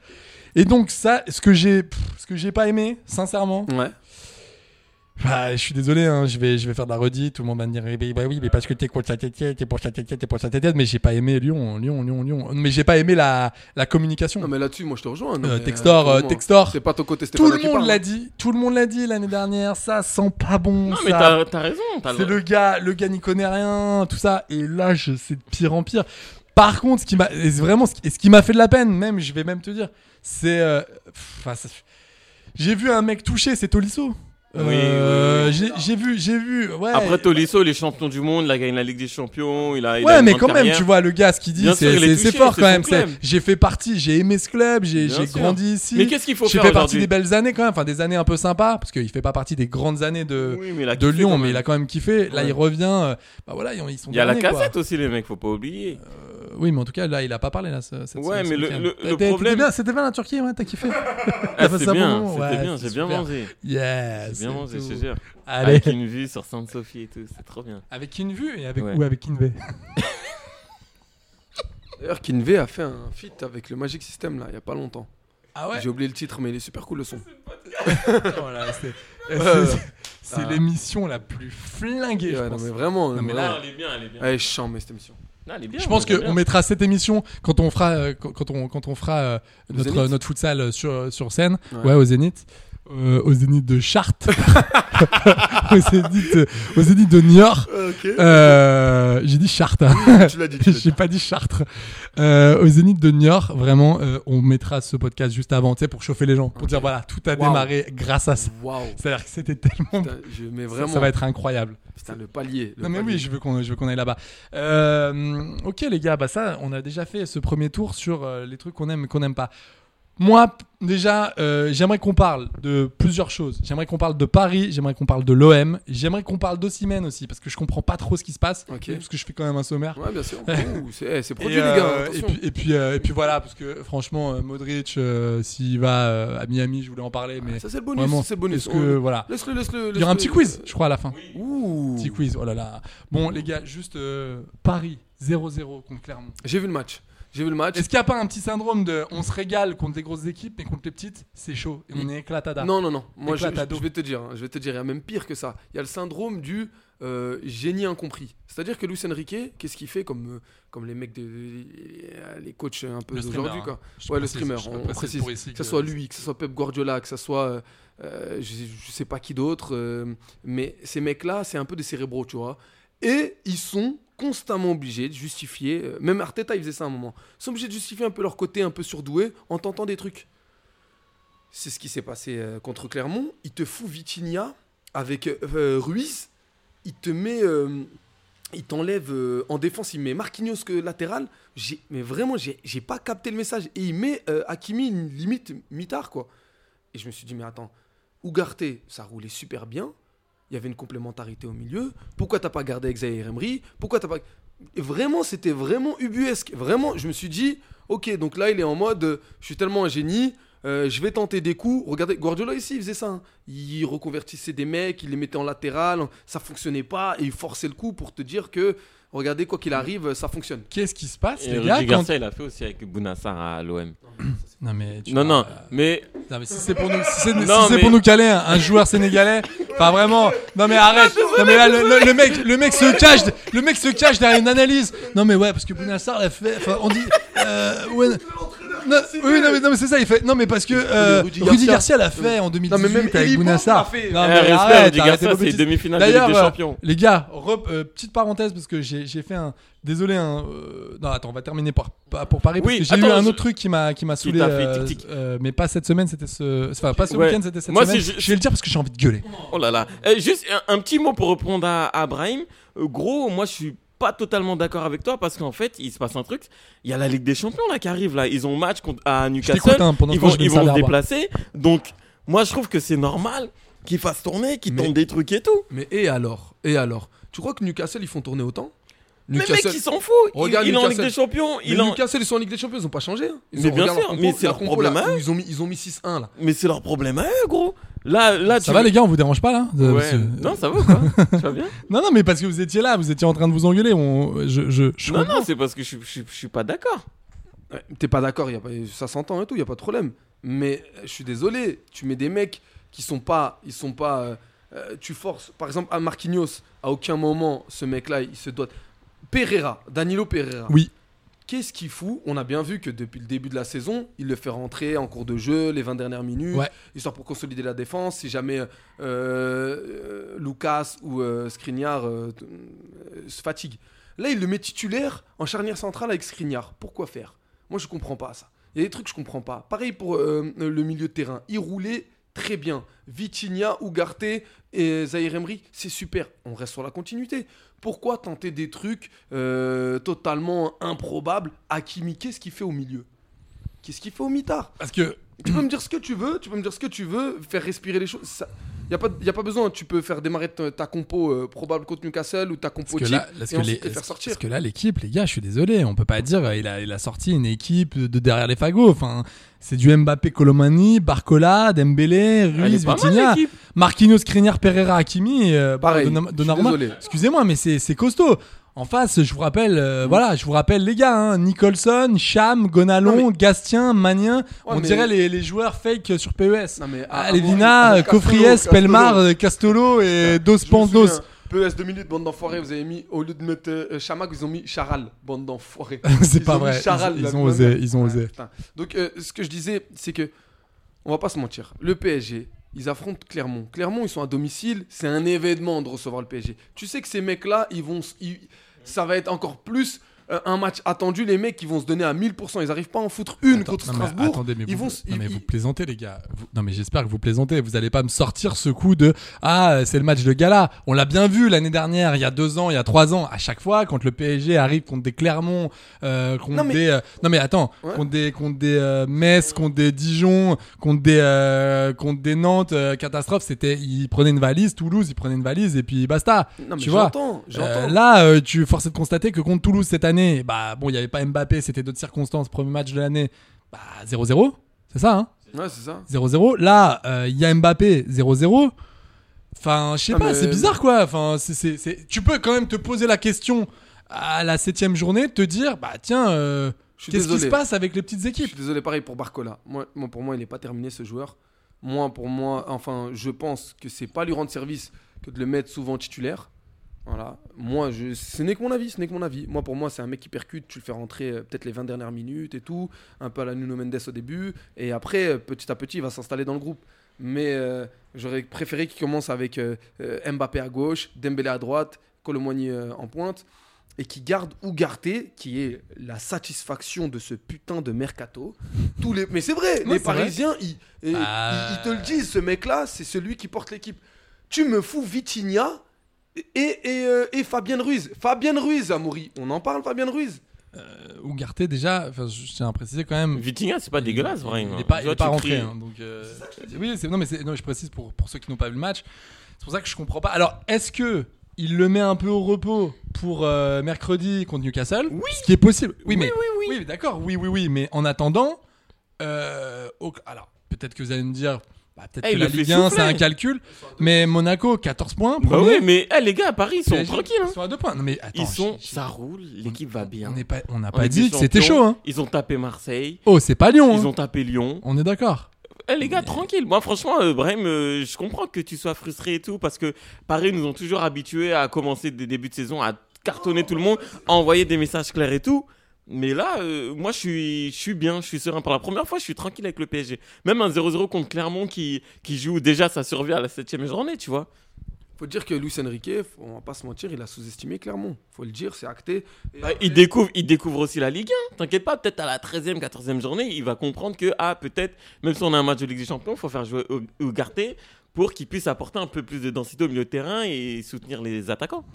Et donc, ça, ce que j'ai, pff, ce que j'ai pas aimé, sincèrement,
Ouais.
Bah, je suis désolé, hein, je, vais, je vais faire de la redite, tout le monde va me dire, eh ben, bah oui, mais parce que t'es contre sa tête, t'es pour sa tête, t'es pour sa tête, mais j'ai pas aimé Lyon, Lyon, Lyon, Lyon. Mais j'ai pas aimé la, la communication.
Non, mais là-dessus, moi, je te rejoins. non,
Euh,
mais,
Textor,
euh,
euh,
comment
Textor.
C'est pas ton côté,
tout le
Stéphane qui
monde
parle,
l'a
hein.
dit, tout le monde l'a dit l'année dernière, ça sent pas bon.
Non, mais
ça.
t'as t'as raison. t'as
C'est le gars, le gars n'y connaît rien, tout ça. Et là, je, c'est de pire en pire. Par contre, ce qui m'a et c'est vraiment ce qui, et ce qui m'a fait de la peine, même, je vais même te dire, c'est. euh, pff, enfin, ça- j'ai vu un mec touché, c'est Tolisso. Euh, j'ai- J'ai vu, j'ai vu. Ouais.
Après Tolisso, il est champion du monde, il a gagné la Ligue des Champions, il a. il a
Ouais,
une
mais
grande
quand même,
carrière.
tu vois, le gars, ce qu'il dit,
Bien sûr,
c'est-
il est
c'est c'est
touché,
fort
c'est
quand
son
même. c'est-
club.
J'ai fait partie, j'ai aimé ce club, j'ai
Bien
j'ai
sûr.
grandi ici.
Mais qu'est-ce qu'il faut
J'ai
faire
fait partie
aujourd'hui
des belles années quand même, enfin des années un peu sympas, parce qu'il fait pas partie des grandes années de,
Oui, mais il a
de
kiffé
Lyon,
quand
mais
même.
il a quand même kiffé. Là, il revient. euh, bah voilà, ils ils sont
Il y a la
derniers, quoi.
cassette aussi, les mecs, faut pas
<laughs>
oublier. Ah,
Euh, oui, mais en tout cas, là, il a pas parlé là. ce- cette semaine,
Ouais, mais
ce
le-
week-end.
le- le
T'étais- t'étais
problème-
bien- C'était bien la Turquie, ouais, t'as
<laughs>
kiffé.
Ah,
T'as passé
c'est
un
bien,
bah, bon moment,
c'était
ouais,
bien, j'ai bien
super.
mangé.
Yes.
J'ai bien
c'est
mangé,
tout.
je te jure.
Allez.
Avec une vue sur Sainte-Sophie et tout, c'est trop bien.
Avec Kinvu et avec
Ouais.
ou avec Kinvé.
D'ailleurs, Kinvey a fait un feat avec le Magic System, là, il y a pas longtemps.
Ah ouais.
J'ai oublié le titre, mais il est super cool le son.
Oh là, c'est-
Euh,
c'est- C'est
ah.
l'émission la plus flinguée. je
Ouais, non,
pense.
mais vraiment.
Non, mais
vraiment.
là,
Non, elle est bien, elle est bien.
Ouais, je chante, mais cette émission.
Non, elle est bien,
Je pense
elle est
qu'on
bien.
mettra cette émission quand on fera, euh, quand quand on, quand on fera euh, notre,
Zénith
euh, notre futsal euh, sur, euh, sur scène, ouais,
Ouais.
au Zénith. Euh, au Zénith de Chartres, <laughs> au, Zénith, euh, au Zénith de Niort.
Ok.
Euh, J'ai dit Chartres,
tu l'as dit. tu l'as dit.
<laughs> j'ai pas dit Chartres. Euh, au Zénith de Niort, vraiment, euh, on mettra ce podcast juste avant, tu sais, pour chauffer les gens, pour dire voilà, tout a
Wow.
démarré grâce à ça.
Waouh.
C'est-à-dire que c'était tellement.
Putain, je mets
Ça,
vraiment.
ça va être incroyable.
Putain, le palier. le
Non mais
palier.
oui, je veux qu'on je veux qu'on aille là-bas. Euh, ok les gars, bah ça, on a déjà fait ce premier tour sur euh, les trucs qu'on aime et qu'on n'aime pas. Moi, p- déjà, euh, j'aimerais qu'on parle de plusieurs choses. J'aimerais qu'on parle de Paris, j'aimerais qu'on parle de l'OM, j'aimerais qu'on parle d'Ossimène aussi, parce que je comprends pas trop ce qui se passe,
Ok.
parce que je fais quand même un sommaire.
Ouais, bien
<laughs>
sûr. Ouh, c'est eh, c'est produit, les
Et,
gars.
euh, et
attention.
puis et puis, euh, et puis voilà, parce que franchement, euh, Modric, euh, s'il va euh, à Miami, je voulais en parler, mais
ça, Ah, c'est le
vraiment,
bonus. C'est le bonus.
est-ce que voilà,
Laisse-le, laisse-le.
il y aura un
laisse-le.
petit quiz, je crois à la fin.
Ouh.
Petit quiz, oh là là. Bon, les gars, juste euh, Paris, 0-0 contre Clermont.
J'ai vu le match. J'ai vu le match.
Est-ce qu'il n'y a pas un petit syndrome de on se régale contre des grosses équipes, mais contre les petites, c'est chaud et on est éclatada
Mm. Non, non, non. Moi, je,
Éclatado.
je vais te dire, hein, je vais te dire, il y a même pire que ça. Il y a le syndrome du euh, génie incompris. C'est-à-dire que Luis Enrique, qu'est-ce qu'il fait comme, euh, comme les mecs, de, euh, les coachs un peu
Le streamer,
d'aujourd'hui, quoi.
hein. Je
Ouais, le
précise,
streamer,
je
on, on
précise
précise.
pour ici
Que ce
que-
soit lui, que ce soit Pep Guardiola, que ce soit euh, euh, je, je sais pas qui d'autre, euh, mais ces mecs-là, c'est un peu des cérébraux, tu vois. Et ils sont constamment obligés de justifier, euh, même Arteta, il faisait ça à un moment, ils sont obligés de justifier un peu leur côté un peu surdoué en tentant des trucs. C'est ce qui s'est passé euh, contre Clermont. Il te fout Vitinha avec euh, Ruiz, il te met. euh, il t'enlève euh, en défense, il met Marquinhos que latéral. J'ai- Mais vraiment, j'ai j'ai pas capté le message. Et il met euh, Hakimi une limite mitard, quoi. Et je me suis dit, mais attends, Ougarté, ça roulait super bien. Il y avait une complémentarité au milieu. Pourquoi t'as pas gardé Xavier Emery Pourquoi t'as pas. Et Vraiment, c'était vraiment ubuesque. Vraiment, je me suis dit, ok, donc là, il est en mode, euh, je suis tellement un génie, euh, je vais tenter des coups. Regardez, Guardiola ici, il faisait ça. hein. Il reconvertissait des mecs, il les mettait en latéral, ça fonctionnait pas, et il forçait le coup pour te dire que, regardez, quoi qu'il arrive, ça fonctionne.
Qu'est-ce qui se passe,
Et
les gars
Rudy
quand...
Garcia, il a fait aussi avec Bounassar à l'OM.
Non, mais, tu
Non,
vois,
non,
euh,
mais
Non mais si c'est pour nous, si c'est, si
Non,
c'est
mais-
pour nous caler un, un joueur sénégalais, enfin vraiment, non mais arrête, non mais là le, le- le mec, le mec se cache, le mec se cache derrière une analyse. Non mais ouais parce que Bounassar l'a fait, enfin on dit, euh, ouais, non, oui non mais, non, mais c'est ça il fait, non mais parce que euh,
Rudy
Rudy,
Garcia.
Garcia l'a fait en 2018
Non, mais même Eli
avec
Boum
Bounassar.
l'a fait.
Non,
Eh,
mais
respect,
arrête,
Rudy
arrêtez
Garcia,
vos
c'est
bêtises.
demi-finale de Ligue
D'ailleurs,
des
euh,
Champions.
Les gars, rep- euh, petite parenthèse parce que j'ai j'ai fait un, désolé, hein, euh, non attends on va terminer par, par- pour Paris parce
Oui,
que j'ai
attends,
eu un
je-
autre truc qui m'a qui m'a saoulé,
t'a fait
euh,
tic-tic.
euh, mais pas cette semaine, c'était ce, enfin pas ce
Ouais.
week-end, c'était cette
Moi,
semaine.
si je-
je... vais le dire parce que j'ai envie de gueuler.
Oh là là. Euh, juste un, un petit mot pour répondre à, à Brahim. Euh, gros, moi je suis pas totalement d'accord avec toi parce qu'en fait, il se passe un truc. Il y a la Ligue des Champions là qui arrive là. Ils ont match contre, à Newcastle.
t'écoute, hein, pendant
ils
ce temps,
vont,
je vais
ils
me
vont
servir
se
à boire.
déplacer. Donc, moi je trouve que c'est normal qu'ils fassent tourner, qu'ils
Mais-
tentent des trucs et tout.
Mais et alors Et alors Tu crois que Newcastle, ils font tourner autant
Mais mec,
Newcastle-
ils s'en fout.
Regarde
il il est en Ligue
Newcastle.
des Champions.
Mais
Il en...
Newcastle, ils sont en Ligue des Champions, ils ont pas changé. hein. Ils
Mais
ont-
bien
regarde
sûr,
leur
mais
compo,
c'est leur
compo, là,
problème à eux.
Ils ont mis, ils ont mis 6-1 là.
Mais c'est leur problème à eux, gros. Là, là
Ça
tu
va les gars, on vous dérange pas là De-
Ouais.
parce que-
Non, ça va ou quoi
<laughs>
Tu vas bien
non non, mais parce que vous étiez là, vous étiez en train de vous engueuler. On, je, je, je
Non, non, c'est parce que je, suis- je, suis- je suis pas d'accord.
Ouais, T'es pas d'accord, y a pas- ça s'entend et tout, y a pas de problème. Mais euh, je suis désolé, tu mets des mecs qui sont pas, ils sont pas, euh, euh, tu forces. Par exemple, à Marquinhos, à aucun moment ce mec-là, il se doit. Pereira, Danilo Pereira.
Oui.
Qu'est-ce qu'il fout On a bien vu que depuis le début de la saison, il le fait rentrer en cours de jeu les 20 dernières minutes,
Ouais.
histoire pour consolider la défense. Si jamais euh, euh, Lucas ou euh, Skriniar euh, t- euh, se fatigue. Là, il le met titulaire en charnière centrale avec Skriniar. Pourquoi faire Moi, je comprends pas ça. Il y a des trucs que je comprends pas. Pareil pour euh, le milieu de terrain. Il roulait très bien. Vitinha, Ugarte et Zahir Emery, c'est super. On reste sur la continuité. Pourquoi tenter des trucs euh, totalement improbables Hakimi, qu'est-ce qu'il fait au milieu Qu'est-ce qu'il fait au mitard
Parce que
tu peux me dire ce que tu veux, tu peux me dire ce que tu veux, faire respirer les choses. Ça... Y a, pas, y a pas besoin, tu peux faire démarrer ta, ta compo euh, probable contre Newcastle ou ta compo
Parce que
type
là, parce
et
que
ensuite
les-
les faire sortir.
parce que là, l'équipe, les gars, je suis désolé, on peut pas dire, euh, il a, il a sorti une équipe de derrière les fagots. Enfin, c'est du Mbappé, Colomani, Barcola, Dembélé,
Elle
Ruiz,
est pas mal,
Vitinha,
l'équipe.
Marquinhos, Skriniar, Pereira, Hakimi, euh,
Pareil,
Donnarumma-
je suis
Donnarumma.
désolé.
Excusez-moi, mais c'est c'est costaud. En face, je vous rappelle,
Mm.
euh, voilà, je vous rappelle les gars, hein, Nicholson, Cham, Gonalon,
Non,
Gastien, Manien, on
mais-
dirait les, les joueurs fake sur PES.
Non, mais à-
ah,
à-
Levina,
à- à-
Cofries,
Castolo,
Pelmar,
Castolo.
euh, Castolo et Dos
Je me
Pandos.
souviens, PES 2 minutes, bande d'enfoirés, vous avez mis, au lieu de mettre euh, Chamac, ils ont mis Charal, bande d'enfoirés.
<laughs> C'est
Ils
pas
ont mis
vrai.
Charal,
Ils-
la
ils ont
même
osé,
merde.
ils ont
Ouais,
osé.
putain. Donc, euh, ce que je disais, c'est que, on va pas se mentir, le PSG, ils affrontent Clermont. Clermont, ils sont à domicile, c'est un événement de recevoir le PSG. Tu sais que ces mecs-là, ils vont, s- ils- ça va être encore plus euh, un match attendu. Les mecs, ils vont se donner à 1000%. Ils arrivent pas à en foutre une
Attends,
contre
non, mais
Strasbourg.
attendez, mais
ils
vous,
vont, s-
non,
ils-
mais vous
ils-
plaisantez, les gars. Vous- non, mais j'espère que vous plaisantez. Vous allez pas me sortir ce coup de Ah, c'est le match de gala. On l'a bien vu l'année dernière, il y a deux ans, il y a trois ans. À chaque fois, quand le PSG arrive contre des Clermont, euh, contre
Non, mais-
des. euh, non, mais attends,
Ouais.
contre des, contre des euh, Metz, contre des Dijon, contre des, euh, contre des Nantes, euh, catastrophe, c'était. Ils prenaient une valise, Toulouse, ils prenaient une valise et puis basta.
Non, mais
tu vois
j'entends, j'entends.
euh, là, euh, tu forces de constater que contre Toulouse cette année, bah bon, il n'y avait pas Mbappé, c'était d'autres circonstances, premier match de l'année, bah 0-0, c'est ça, hein
Ouais, c'est ça.
0-0. Là, euh, il y a Mbappé, 0-0. Enfin, je sais
Ah,
pas,
mais-
c'est bizarre quoi. Enfin, c'est, c'est, c'est- tu peux quand même te poser la question à la septième journée, te dire, bah tiens, euh,
Je suis
qu'est-ce qui
désolé.
se passe avec les petites
Je suis
équipes
désolé, pareil pour Barcola. Moi, moi, pour moi, il n'est pas terminé ce joueur. Moi, pour moi, enfin, je pense que c'est pas lui rendre service que de le mettre souvent titulaire. Voilà. Moi, je, ce n'est que mon avis, ce n'est que mon avis. Moi, pour moi, c'est un mec qui percute. Tu le fais rentrer euh, peut-être les 20 dernières minutes et tout, un peu à la Nuno Mendes au début, et après, euh, petit à petit, il va s'installer dans le groupe. Mais euh, j'aurais préféré qu'il commence avec euh, euh, Mbappé à gauche, Dembélé à droite, Colomboigny euh, en pointe et qui garde Ougarté, qui est la satisfaction de ce putain de mercato. Tous les... Mais c'est vrai, les
Ouais, c'est vrai.
Parisiens, Ils, et-
Bah.
ils- ils te le disent, ce mec-là, c'est celui qui porte l'équipe. Tu me fous Vitinha et, et, euh, et Fabienne Ruiz. Fabienne Ruiz, Amaury. On en parle, Fabienne Ruiz
Ougarté, déjà, enfin, je tiens à préciser quand même.
Vitinha, c'est pas dégueulasse, vraiment.
Il n'est pas,
Tu
il
vois,
est pas
tu
rentré.
cries.
hein, donc, euh, oui, c'est- non, mais c'est- non, je précise pour, pour ceux qui n'ont pas vu le match. C'est pour ça que je comprends pas. Alors, est-ce que il le met un peu au repos pour euh, mercredi contre Newcastle Oui. Ce qui est possible. Oui, mais oui, oui. d'accord. Oui, oui, oui. Mais en attendant, euh, au- alors peut-être que vous allez me dire, bah, peut-être
Eh,
que
il
la
le fait
Ligue 1, c'est
souffler.
un calcul. Mais Monaco, 14 points.
Bah
premier.
oui, mais eh, les gars à Paris, ils sont
PSG,
tranquilles. hein.
Ils sont à deux points. Non, mais attends,
Ils sont,
je- je-
ça roule, l'équipe va bien.
on n'est pas- on n'a
En
pas
Ligue
dit
des
que c'était
Champions,
chaud. Hein.
Ils ont tapé Marseille,
Oh, c'est pas Lyon.
ils
hein.
ont tapé Lyon.
On est d'accord.
Eh les gars, tranquille. Moi, franchement, euh, Brahim, euh, je comprends que tu sois frustré et tout, parce que Paris nous ont toujours habitués à commencer des débuts de saison, à cartonner tout le monde, à envoyer des messages clairs et tout. Mais là, euh, moi, je suis, je suis bien, je suis serein. Pour la première fois, je suis tranquille avec le PSG. Même un 0-0 contre Clermont qui, qui joue déjà sa survie à la 7 journée, tu vois.
Faut dire que Luis Enrique, faut- on va pas se mentir, il a sous-estimé Clermont. Faut le dire, c'est acté. Et
Bah,
après-
il, découvre, il découvre aussi la Ligue 1. T'inquiète pas, peut-être à la 13e, 14e journée, il va comprendre que, ah, peut-être, même si on a un match de Ligue des Champions, il faut faire jouer Ou- Ougarté pour qu'il puisse apporter un peu plus de densité au milieu de terrain et soutenir les attaquants.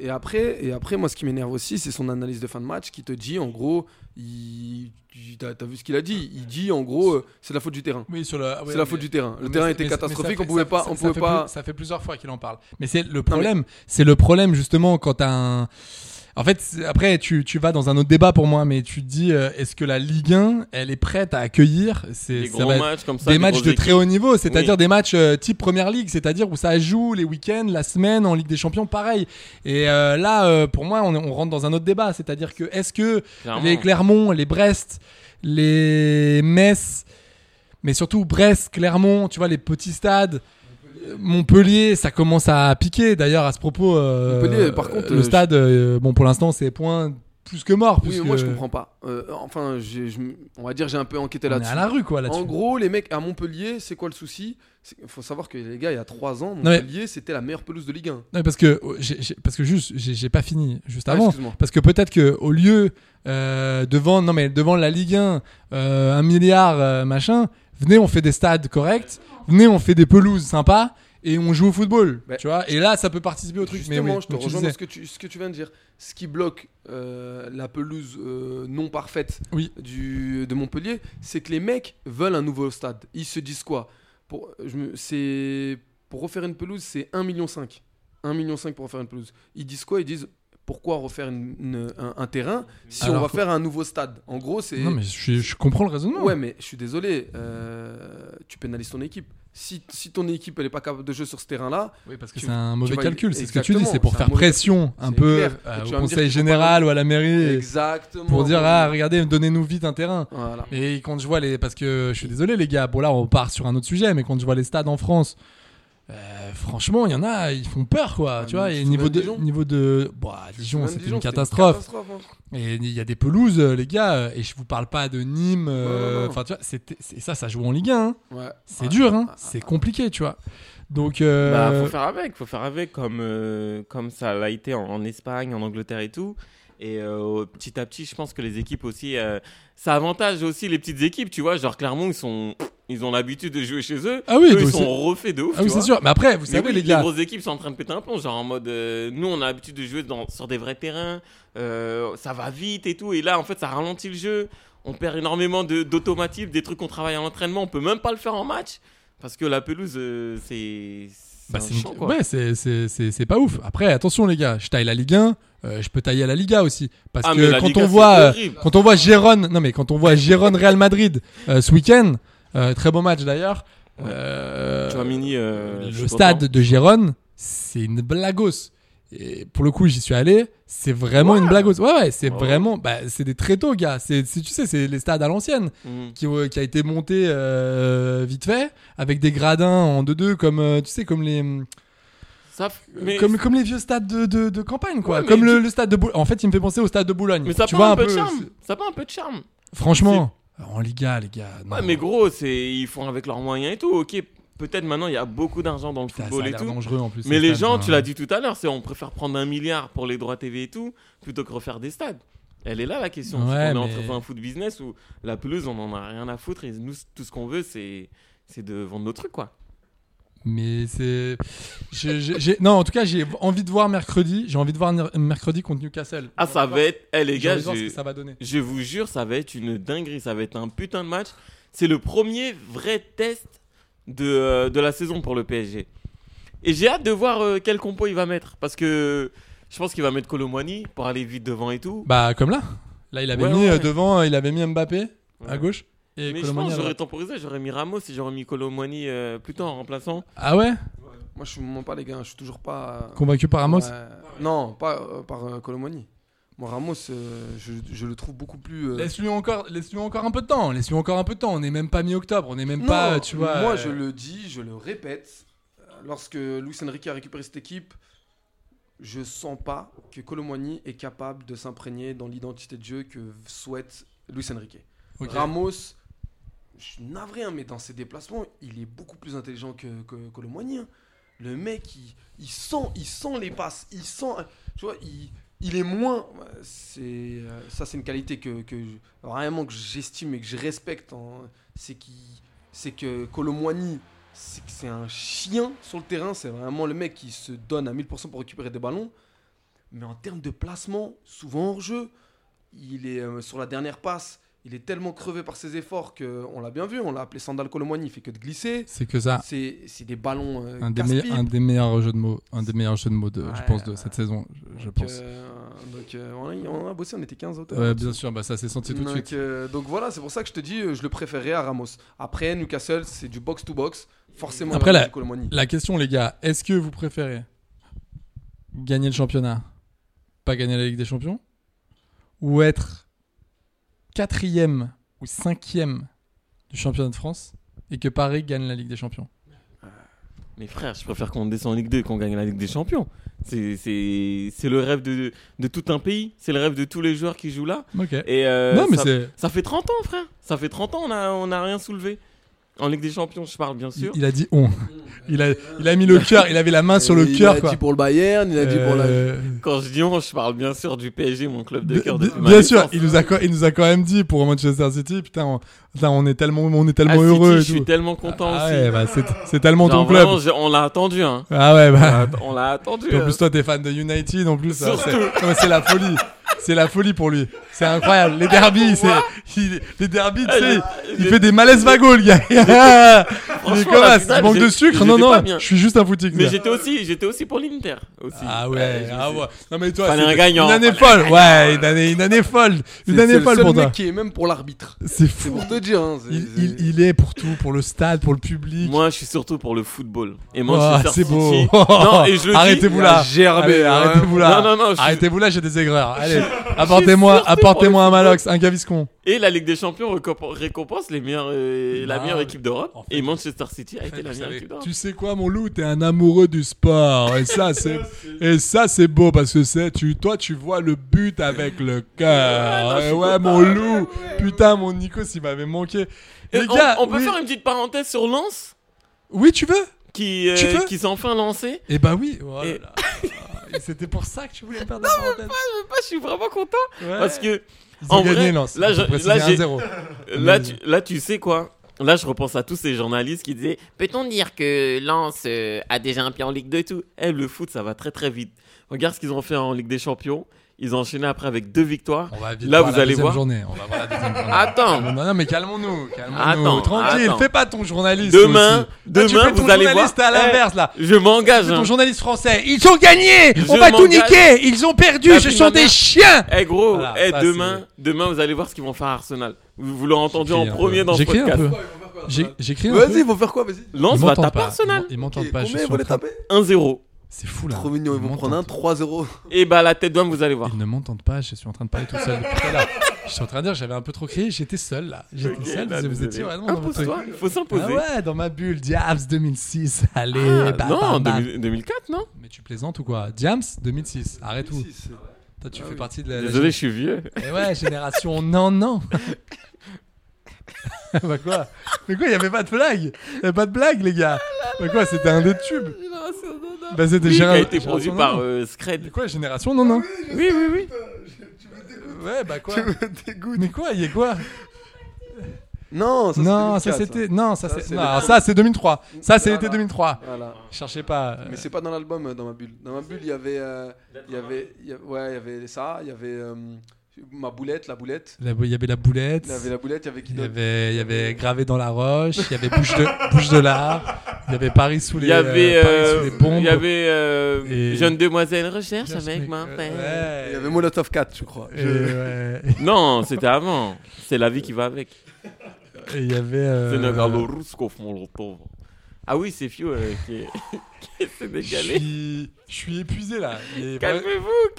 Et après, et après, moi, ce qui m'énerve aussi, c'est son analyse de fin de match qui te dit, en gros, il... il- t'as t'as vu ce qu'il a dit Il dit, en gros, euh, c'est la faute du terrain.
Oui, sur la,
C'est la faute du terrain. Le terrain était catastrophique, on pouvait pas, on pouvait pas.
ça fait plusieurs fois qu'il en parle. Mais c'est le problème, c'est le problème justement quand t'as un. En fait, c'est- après, tu, tu vas dans un autre débat pour moi, mais tu te dis, euh, est-ce que la Ligue 1, elle est prête à accueillir c'est-
Des
ça
gros
va être
matchs comme ça.
des
des
matchs
grosses
de
équipes.
très haut niveau, c'est-à-dire des matchs euh, type Première Ligue, c'est-à-dire où ça joue les week-ends, la semaine, en Ligue des Champions, pareil. Et euh, là, euh, pour moi, on, on rentre dans un autre débat, c'est-à-dire que est-ce que
Clairement.
les Clermont, les Brest, les Metz, mais surtout Brest, Clermont, tu vois, les petits stades. euh, Montpellier, ça commence à piquer. D'ailleurs, à ce propos, euh,
Montpellier, par contre,
le
euh,
stade, euh, bon, pour l'instant, c'est point plus que mort.
Oui,
puisque
mais moi, je comprends pas. Euh, enfin, j'ai- je m- on va dire, j'ai un peu enquêté
On est
là-dessus.
à la rue, quoi, là-dessus.
En gros, les mecs à Montpellier, c'est quoi le souci Il faut savoir que les gars, il y a 3 ans,
mais-
Montpellier, c'était la meilleure pelouse de Ligue 1.
Non, mais parce que euh, j'ai- j'ai- parce que juste j'ai j'ai pas fini juste
Ah,
avant
excuse-moi.
parce que peut-être que au lieu euh, devant non mais devant la Ligue 1 euh, un milliard euh, machin venez on fait des stades corrects venez on fait des pelouses sympas et on joue au football
Ouais.
tu vois et là ça peut participer au truc mais
Justement,
oui,
je te
comme tu
rejoins
disais.
dans ce que, tu, ce que tu viens de dire. Ce qui bloque euh, la pelouse euh, non parfaite
Oui.
du, de Montpellier, c'est que les mecs veulent un nouveau stade. Ils se disent quoi pour, je me- c'est- pour refaire une pelouse, c'est 1,5 million. 1,5 million pour refaire une pelouse. Ils disent quoi Ils disent pourquoi refaire une- une- un, un terrain si on
Alors
va
que-
faire un nouveau stade En gros, c'est.
non mais je, suis- je comprends le raisonnement
Ouais, mais je suis désolé, euh, tu pénalises ton équipe. Si, si ton équipe elle est pas capable de jouer sur ce terrain-là,
Oui, parce que
Tu-
c'est un
tu
mauvais
vas-
calcul, c'est ce que tu dis,
Exactement,
c'est pour
c'est un
faire
mauvais-
pression un
c'est
peu
clair.
euh,
Et tu vas
au
me dire
conseil
qu'il faut pas
général ou à la mairie
exactement.
pour dire ah regardez donnez-nous vite un terrain.
Voilà.
Et quand je vois les. Parce que je suis désolé, les gars. Bon, là, on part sur un autre sujet, mais quand je vois les stades en France, euh, franchement, il y en a, ils font peur, quoi.
Ah,
tu
mais
vois,
tu
et
te
niveau
souviens de
de.
Dijon
niveau de bon, à
Tu te
Dijon,
souviens de
c'était
Dijon,
une catastrophe.
catastrophe, hein.
Et il y a des pelouses, euh, les gars. euh, Et je vous parle pas de Nîmes. euh,
Non, non, non.
Enfin, tu vois, c'était- c'est ça, ça joue en Ligue 1. hein.
Ouais.
C'est
Ouais.
dur, hein. C'est compliqué, tu vois. Donc. euh,
Bah, faut faire avec, faut faire avec, comme, euh, comme ça l'a été en, en Espagne, en Angleterre et tout. Et euh, petit à petit, je pense que les équipes aussi, euh, ça avantage aussi les petites équipes, tu vois. Genre Clermont, ils sont, ils ont l'habitude de jouer chez eux.
Ah oui,
eux,
donc
ils
c'est-
sont refaits de ouf.
Ah
tu
oui, c'est
vois.
sûr. Mais après, vous
Mais
savez,
oui,
les gars.
grosses équipes sont en train de péter un plomb, genre en mode euh, nous on a l'habitude de jouer dans, sur des vrais terrains, euh, ça va vite et tout, et là en fait ça ralentit le jeu, on perd énormément de- d'automatisme, des trucs qu'on travaille à l'entraînement, on peut même pas le faire en match parce que la pelouse euh, c'est. c'est
Bah,
un
c'est
champ, quoi. Ah,
ouais, c'est- c'est c'est- c'est pas ouf. Après, attention, les gars. Je taille la Ligue 1. euh, je peux tailler à la Liga aussi. Parce
Ah, mais
que
la
quand
Ligue
on
1,
voit.
c'est
euh,
horrible.
Quand on voit Gérone, non mais quand on voit Gérone Real Madrid euh, ce week-end, euh, très beau match d'ailleurs. euh,
Tu vois, Mini, euh, je
le
suis
stade
content.
de Gérone, c'est une blagos. Et pour le coup, j'y suis allé, c'est vraiment une blagos. Ouais, ouais, c'est vraiment, bah, c'est des tréteaux, gars. C'est, c'est- tu sais, c'est les stades à l'ancienne
Mm.
qui, ont- qui a été monté euh, vite fait avec des gradins en 2-2 comme, euh, tu sais, comme les.
Ça, f- mais,
Euh, Comme, comme les vieux stades de, de, de campagne, quoi.
Ouais, mais
comme le,
tu-
le stade de Boulogne. En fait, il me fait penser au stade de Boulogne.
mais ça
tu
prend
vois
un peu de
c'est-
charme, ça prend un peu de charme.
Franchement, Ah, en Liga, les gars. non.
Ouais, mais gros, c'est ils font avec leurs moyens et tout, ok. Peut-être maintenant il y a beaucoup d'argent dans le
Putain,
football
ça a
et
l'air
tout.
dangereux en plus.
Mais
ce
les
stade,
gens,
hein.
tu l'as dit tout à l'heure, c'est on préfère prendre un milliard pour les droits TV et tout plutôt que refaire des stades. Elle est là la question.
Ouais,
Est-ce qu'on
mais-
est entre dans un foot business ou la pelouse, on en a rien à foutre et nous, tout ce qu'on veut, c'est c'est de vendre nos trucs quoi.
Mais c'est. je- je- j'ai- Non, en tout cas, j'ai envie de voir mercredi. J'ai envie de voir ner- mercredi contre Newcastle.
Ah, ça va être. Eh, les
J'ai
gars,
envie de voir ce
je...
que ça va donner.
je vous jure, ça va être une dinguerie. Ça va être un putain de match. C'est le premier vrai test de, euh, de la saison pour le PSG. Et j'ai hâte de voir euh, quel compo il va mettre. Parce que je pense qu'il va mettre Colomwani pour aller vite devant et tout.
Bah, comme là. Là, il avait
Ouais,
mis
ouais,
euh,
ouais.
devant, euh, il avait mis Mbappé à
Ouais.
gauche. Et
Mais je
Colomani
pense
à
que j'aurais
droite.
temporisé, j'aurais mis Ramos et j'aurais mis Colomwani euh, plutôt en remplaçant.
Ah ouais
Moi, je suis mens pas, les gars. Je suis toujours pas. euh,
Convaincu par Ramos
ouais. Non, pas euh, par euh, Colomani. Moi, Ramos, euh, je, je le trouve beaucoup plus. euh,
Laisse-lui encore, laisse-lui encore un peu de temps. Laisse-lui encore un peu de temps. On n'est même pas mi-octobre. On n'est même
Non,
pas, tu vois.
Moi,
euh,
je le dis, je le répète. Lorsque Luis Enrique a récupéré cette équipe, je sens pas que Colomani est capable de s'imprégner dans l'identité de jeu que souhaite Luis Enrique.
ok.
Ramos, je suis navré, hein, mais dans ses déplacements, il est beaucoup plus intelligent que, que, que le moyen. Le mec, il, il sent, il sent les passes, il sent, tu vois, il, il est moins. C'est euh, ça, c'est une qualité que, que je- vraiment que j'estime et que je respecte. en- c'est qui, c'est que Colomwani, c'est que c'est un chien sur le terrain. C'est vraiment le mec qui se donne à 1000% pour récupérer des ballons. Mais en termes de placement, souvent hors jeu, il est euh, sur la dernière passe, il est tellement crevé par ses efforts que on l'a bien vu, on l'a appelé Sandal Colomani, il fait que de glisser.
C'est que ça.
C'est c'est des ballons euh,
Ah. Un des,
casse-pipe.
meilleurs- un des meilleurs jeux de mots, un des meilleurs jeux de mots de, je
Ouais,
pense de
ouais.
cette saison, je, je
Donc,
pense.
euh, donc, euh, on, a, on a bossé, on était 15 auteurs.
Ouais, bien sûr, bah ça s'est senti tout de
donc,
suite.
euh, donc voilà, c'est pour ça que je te dis, euh, je le préférais à Ramos. Après, Newcastle, c'est du box to box, forcément.
Après,
la
la-
Colomani.
La question, les gars, est-ce que vous préférez gagner le championnat, pas gagner la Ligue des Champions, ou être quatrième ou cinquième du championnat de France et que Paris gagne la Ligue des Champions
Mais frère, je préfère qu'on descende en Ligue 2 et qu'on gagne la Ligue des Champions. C'est c'est- c'est le rêve de, de tout un pays. C'est le rêve de tous les joueurs qui jouent là.
Ok.
Et euh,
non, mais
ça,
c'est.
ça fait 30 ans, frère. Ça fait 30 ans, on a, on a rien soulevé. En Ligue des Champions, je parle bien
Il,
sûr.
il a dit on. Il a, il a mis le cœur, il avait la main sur le cœur, quoi.
pour le Bayern, il
Euh,
Quand je dis on, je parle bien sûr du PSG, mon club de
Bien-
cœur.
bien-
depuis ma
Bien sûr,
naissance.
il nous, a, quand- il nous a quand même dit pour Manchester City, putain, on, putain, on est tellement, on est
Ah,
tellement
City,
heureux. et
je suis
tout.
tellement content
Ah
aussi.
ouais, bah, c'est, c'est tellement
Genre,
ton club.
vraiment, j'ai- on l'a attendu, hein.
Ah ouais, bah.
On l'a attendu.
puis en
hein.
plus, toi, t'es fan de United, en plus. ça, c'est,
Surtout.
non, mais c'est la folie. C'est la folie pour lui. C'est incroyable. Les derbies, c'est, il- les derbies, tu sais, il fait des malaises vagos, le gars. <laughs> il est
Eh, Franchement,
comme
la
as.
finale,
Manque de
j'ai-
sucre.
j'étais
Non,
pas
non,
bien.
je suis juste un footing.
Mais j'étais aussi, j'étais aussi pour l'Inter. Aussi.
Ah
Ouais,
ouais,
je
ah
sais.
ouais. Non mais toi,
Fallait
c'est
un gagnant,
Une année
fallait un
folle. Ouais, une année, une année folle. Une
C'est
année
le
folle pour
seul
toi.
mec qui est même pour l'arbitre.
C'est
C'est
fou.
pour te dire. hein, c'est-
Il,
c'est-
il- il est pour tout, pour le stade, pour le public.
Moi, je suis surtout pour le football. Et
Oh,
Manchester
c'est
City.
beau. <laughs>
Non, et je le dis-
arrêtez-vous là.
gerbé,
Allez,
hein.
Arrêtez-vous là.
Non, non, non, je suis-
arrêtez-vous là, j'ai des aigreurs. Allez, apportez-moi,
surtout
apportez-moi un
pour le
Malox, un Gaviscon.
Et la Ligue des Champions récomp- récompense les meilleurs, euh, la
Bah,
meilleure équipe d'Europe.
en fait,
et Manchester City a été la
Vous
meilleure
savez,
équipe d'Europe.
Tu sais quoi, mon loup, t'es un amoureux du sport. Et
<laughs>
ça, c'est, et ça, c'est beau parce que c'est, tu, toi, tu vois le but avec le
Ouais,
cœur.
non, je
Et
suis
ouais, mon loup. Putain, mon Nikos, il m'avait manqué.
Et
Les
on,
gars,
on peut
oui.
faire une petite parenthèse sur Lens
Oui, tu veux?
qui, euh,
Tu veux
qui s'est enfin lancé.
Eh ben oui. Oh là
Et-
là. Et <laughs> C'était pour ça que tu voulais faire des parenthèses.
Je sais pas, je suis vraiment content
Ouais.
parce que
Ils ont
en
gagné,
vrai,
Lens.
là,
Il faut
je-
préciser
là, j'ai- <laughs>
1-0.
là tu, là tu sais quoi. Là, je repense à tous ces journalistes qui disaient Peut-on dire que Lens euh, a déjà un pied en Ligue 2 et tout Eh, le foot, ça va très très vite. Regarde ce qu'ils ont fait en Ligue des Champions. Ils ont enchaîné après avec deux victoires.
On va vite
Là,
voir
vous
la
allez
deuxième
voir.
journée. On va voir la deuxième journée.
Attends,
Non, non, mais calmons-nous, calmons-nous.
Attends,
Tranquille,
attends.
fais pas ton journaliste.
Demain,
aussi. Là, tu
demain,
fais ton
vous allez voir. Eh.
journaliste à l'inverse, là.
Je m'engage.
Fais
hein.
Ton journaliste français, ils ont gagné,
Je
on va tout
m'engage. Ah,
niquer, ils ont perdu,
La
ce
prime
sont
manière.
des chiens.
Eh gros,
Voilà,
eh,
ça,
demain, demain vous allez voir ce qu'ils vont faire à Arsenal. Vous, vous l'aurez entendu en
J'ai crié un
premier
peu.
dans ce
J'ai crié
podcast.
un peu. J'ai- J'ai crié un peu.
Vas-y, ils vont faire quoi Vas-y.
Lens
Ils
va
m'entendent
taper
pas.
Arsenal
Ils m'entendent
Ok,
pas. je
Combien
suis
ils vont
en
les
train-
taper
1-0.
C'est fou là.
Trop mignon, ils vont prendre un
<laughs>
3-0.
Et bah la tête d'homme vous allez voir.
Ils ne m'entendent pas, je suis en train de parler tout seul depuis tout à l'heure.
<laughs>
Je suis en train de dire, j'avais un peu trop crié, j'étais seul là. J'étais
Ok, bah,
seul,
là,
vous, vous
désolé.
étiez vraiment dans votre truc.
Impose-toi, il faut
Ah
s'imposer.
ouais, dans ma bulle, Diams 2006, allez,
Ah,
bah,
non,
bah, bah.
2000 2004, non
Mais tu plaisantes ou quoi Diams 2006, arrête tout. Toi, tu fais partie de la. la
Ah Désolé, je suis vieux.
Eh ouais, génération non, non. <laughs> bah quoi Mais quoi, il avait pas de blague Il avait pas de blague, les gars Bah quoi, c'était un des tubes Bah c'était
Qui a
génération.
été produit
non,
par
non.
euh,
Mais
Scred.
quoi, génération non, non
Oui, oui, oui.
Ouais, bah quoi Mais quoi, il y a quoi
Non, ça,
Non, ça
c'était 2004,
c'était. Non, ça
Ça,
c'est.
c'est
Non,
le-
ça c'est 2003. Ça c'est l'été
Voilà.
2003.
Voilà.
Cherchez pas. euh,
Mais c'est pas dans l'album, euh, dans ma bulle. Dans ma bulle, il y avait, euh, il y avait, il y a- ouais, il y avait ça, il y avait euh, ma boulette, la boulette,
la- Il y avait la boulette.
il y avait la boulette, il y avait qui
Il y
d'autre
avait, il y avait gravé dans la roche, il y avait bouche de, <laughs> bouche de l'art, il y avait Paris sous les,
Il y avait,
euh, Paris
euh,
sous les bombes.
il y avait euh,
Et-
Jeune Demoiselle Recherche
Just
avec
make-
ma
euh,
paix.
Il y avait Molotov 4, je crois.
Et, ouais.
Non, c'était avant. C'est la vie qui va avec.
Et il y avait. euh,
Sénégalo-Rouskov, mon pauvre. Ah oui, c'est Fio euh, qui est, <laughs> qui est
je
sénégalais.
suis, je suis épuisé là. Il est-
Calmez-vous,
on n'a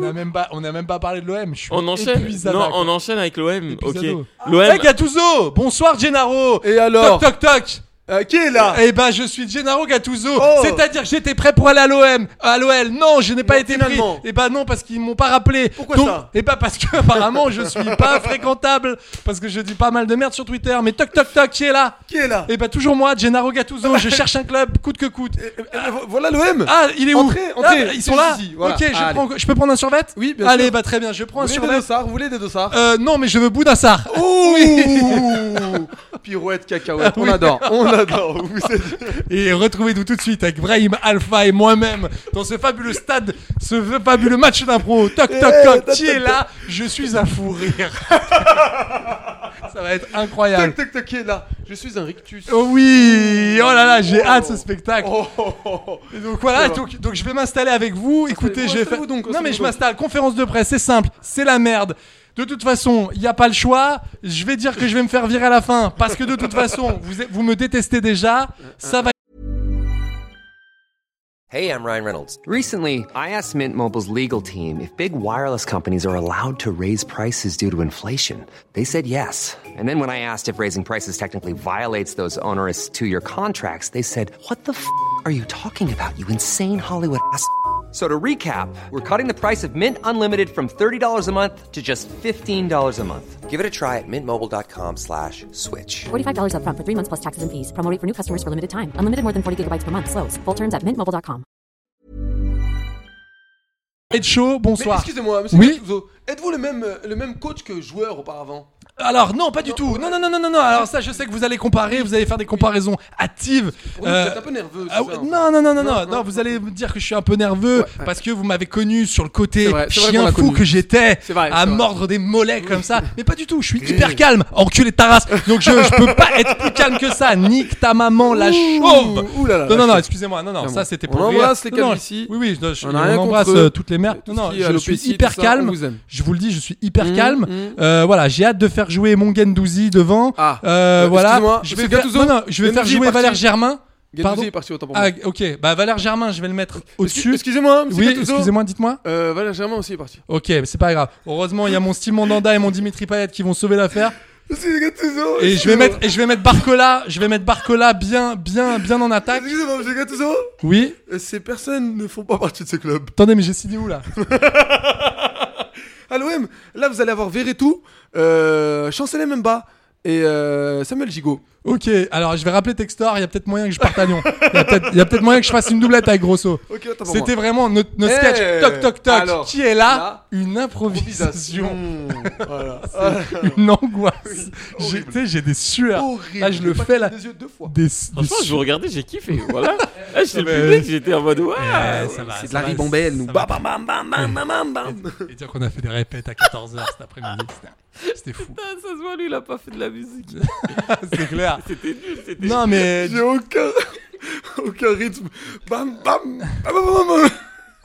calmez-vous.
même pas, on n'a même pas parlé de l'OM. Je suis
On enchaîne.
épuisado,
Non,
quoi.
on enchaîne avec l'OM. Ok.
Épuisado.
L'OM.
Hey Gattuso, bonsoir Gennaro.
Et alors
Toc toc toc.
Euh, Qui est là
Eh ben, je suis Gennaro Gattuso.
Oh.
C'est-à-dire que j'étais prêt pour aller à l'OM. À l'OL. Non, je n'ai pas
Non,
été
finalement.
pris. Eh ben non, parce qu'ils m'ont pas rappelé.
Pourquoi
Donc-
ça
Eh ben parce que <laughs> apparemment je suis
<laughs>
pas fréquentable parce que je dis pas mal de merde sur Twitter. Mais toc toc toc, qui est là
Qui est là
Eh ben toujours moi, Gennaro
<laughs>
Gattuso. je cherche un club, coûte que coûte.
Eh, eh, vo- Voilà l'OM
Ah, il est où
Entrez, entrez.
Ah, bah, ils sont là.
Ici, voilà.
Ok, je,
Allez.
prends- je peux prendre un survêt
Oui, bien
Allez,
sûr.
bah très bien, je prends
Vous voulez
un
des
survêt.
dossards Vous voulez des dossards
Euh, non, mais je veux Boudassar.
Ouh Oh <laughs> Pirouette, cacahuète, on adore, <laughs> on adore. Vous êtes-
Et retrouvez-nous tout de suite avec Brahim Alpha et moi-même dans ce fabuleux stade, ce fabuleux match d'impro. Toc
Eh,
toc toc, qui est là Je suis à
<laughs>
fou rire. Ça va être incroyable.
Tac, tac, tac, qui est là Je suis un rictus.
Oh oui, oh là là, j'ai hâte ce spectacle.
Oh, oh, oh.
Et donc voilà, donc, donc je vais m'installer avec vous. Écoutez,
Installez-vous,
j'ai fait.
installez-vous donc,
non mais
installez-vous
je
donc.
m'installe. Conférence de presse, c'est simple, c'est la merde. De toute façon, il n'y a pas le choix. Je vais dire que je vais me faire virer à la fin parce que de toute façon, vous, êtes- vous me détestez déjà. Ça va
Hey, I'm Ryan Reynolds. Recently, I asked Mint Mobile's legal team if big wireless companies are allowed to raise prices due to inflation. They said yes. And then when I asked if raising prices technically violates those onerous two year contracts, they said, What the f are you talking about, you insane Hollywood ass? f- So to recap, we're cutting the price of Mint Unlimited from $30 a month to just $15 a month. Give it a try at mintmobile.com slash switch.
$45 upfront for three months plus taxes and fees. Promo rate for new customers for limited time. Unlimited more than 40 gigabytes per month. Slows. Full terms at mintmobile.com.
être chaud.
Mais
Bonsoir.
excusez-moi, monsieur
Oui
Gattuso, êtes-vous le même, euh, le même coach que joueur auparavant
Alors non, pas du tout. Non non non non non non. Alors ça, je sais que vous allez comparer, vous allez faire des comparaisons hâtives.
Oui,
Euh,
Vous êtes un peu nerveux. c'est
ah
ça,
ouais,
un peu.
non, non, non, non,
Non,
non, non, vous allez me dire que je suis un peu nerveux parce que vous m'avez connu sur le côté
C'est vrai, c'est vrai qu'on
chien
l'a
fou
connu.
que j'étais
C'est vrai,
à
c'est vrai.
mordre des mollets
<laughs>
comme ça. Mais pas du tout, je suis hyper calme, enculé de ta race. Donc je, je peux pas être plus calme que ça. Nique ta maman, la chauve.
ouh là là, la
non, non, non,
Oh, chauve.
excusez-moi. Non, non,
Vraiment.
ça c'était
On
pour
embrasse
rire.
les
Non, non,
calvities.
Oui, oui, je, je-
On a rien
embrasse
contre eux.
euh, toutes les merdes.
Tout
Non,
ce
non,
qui est
je suis
alopécie,
hyper
tout ça,
calme.
on vous aime.
Je vous le dis, je suis hyper calme.
mm.
Euh, voilà, j'ai hâte de faire jouer mon Gendouzi devant.
Ah,
Euh,
euh,
voilà.
excuse-moi,
Je
monsieur
vais faire,
Gattuso,
non, non, je vais faire
Gendouzi est
jouer
parti.
Valère Germain. Pardon
Gendouzi est parti, autant pour moi.
Ah, ok. Bah, Valère Germain, je vais le mettre au-dessus.
Excusez-moi, monsieur
Oui,
Gattuso.
excusez-moi, dites-moi.
Euh, Valère Germain aussi est parti.
Ok, mais c'est pas grave. Heureusement, il y a mon Steve Mandanda et mon Dimitri Payet qui vont sauver l'affaire.
Monsieur Gattuso.
Et je vais mettre, et je vais mettre Barcola, je vais mettre Barcola bien, bien, bien en attaque.
Excusez-moi, monsieur Gattuso.
Oui.
Euh, Ces personnes ne font pas partie de ce club.
Attendez, mais j'ai signé où là
À l'OM, là, vous allez avoir Verretou, euh, Chancel Mbemba et euh, Samuel Gigot.
Ok, alors je vais rappeler Textor, il y a peut-être moyen que je parte à Lyon. Il y a peut-être il y a peut-être moyen que je fasse une doublette avec Grosso.
Ok, attends pour
C'était
moi.
vraiment notre, notre
Eh,
sketch toc toc toc.
alors,
qui est là,
là,
Une improvisation.
Improvisation. <laughs> voilà.
Une angoisse. J'ai- Tu sais, j'ai des sueurs.
Horrible.
Là, je le
Faut pas
fais
qu'il
là.
ait Des yeux deux fois.
Des, des
Franchement, je vous regardais, j'ai kiffé.
<laughs>
Voilà. Là, j'étais
Mais- euh,
le public, j'étais en mode ouais.
Ouais, ça va, ça va,
ribombelle, nous.
ça va.
Bam, bam, bam, bam, bam, bam, bam.
Et dire qu'on a fait des répètes à 14h cet après-midi, c'était- c'était fou.
Ah, ça se voit, lui, il a pas fait de la musique.
<laughs> C'est clair.
C'était nul, c'était.
Non mais
J'ai aucun... <laughs> aucun rythme. Bam, bam, bam, bam, bam, bam.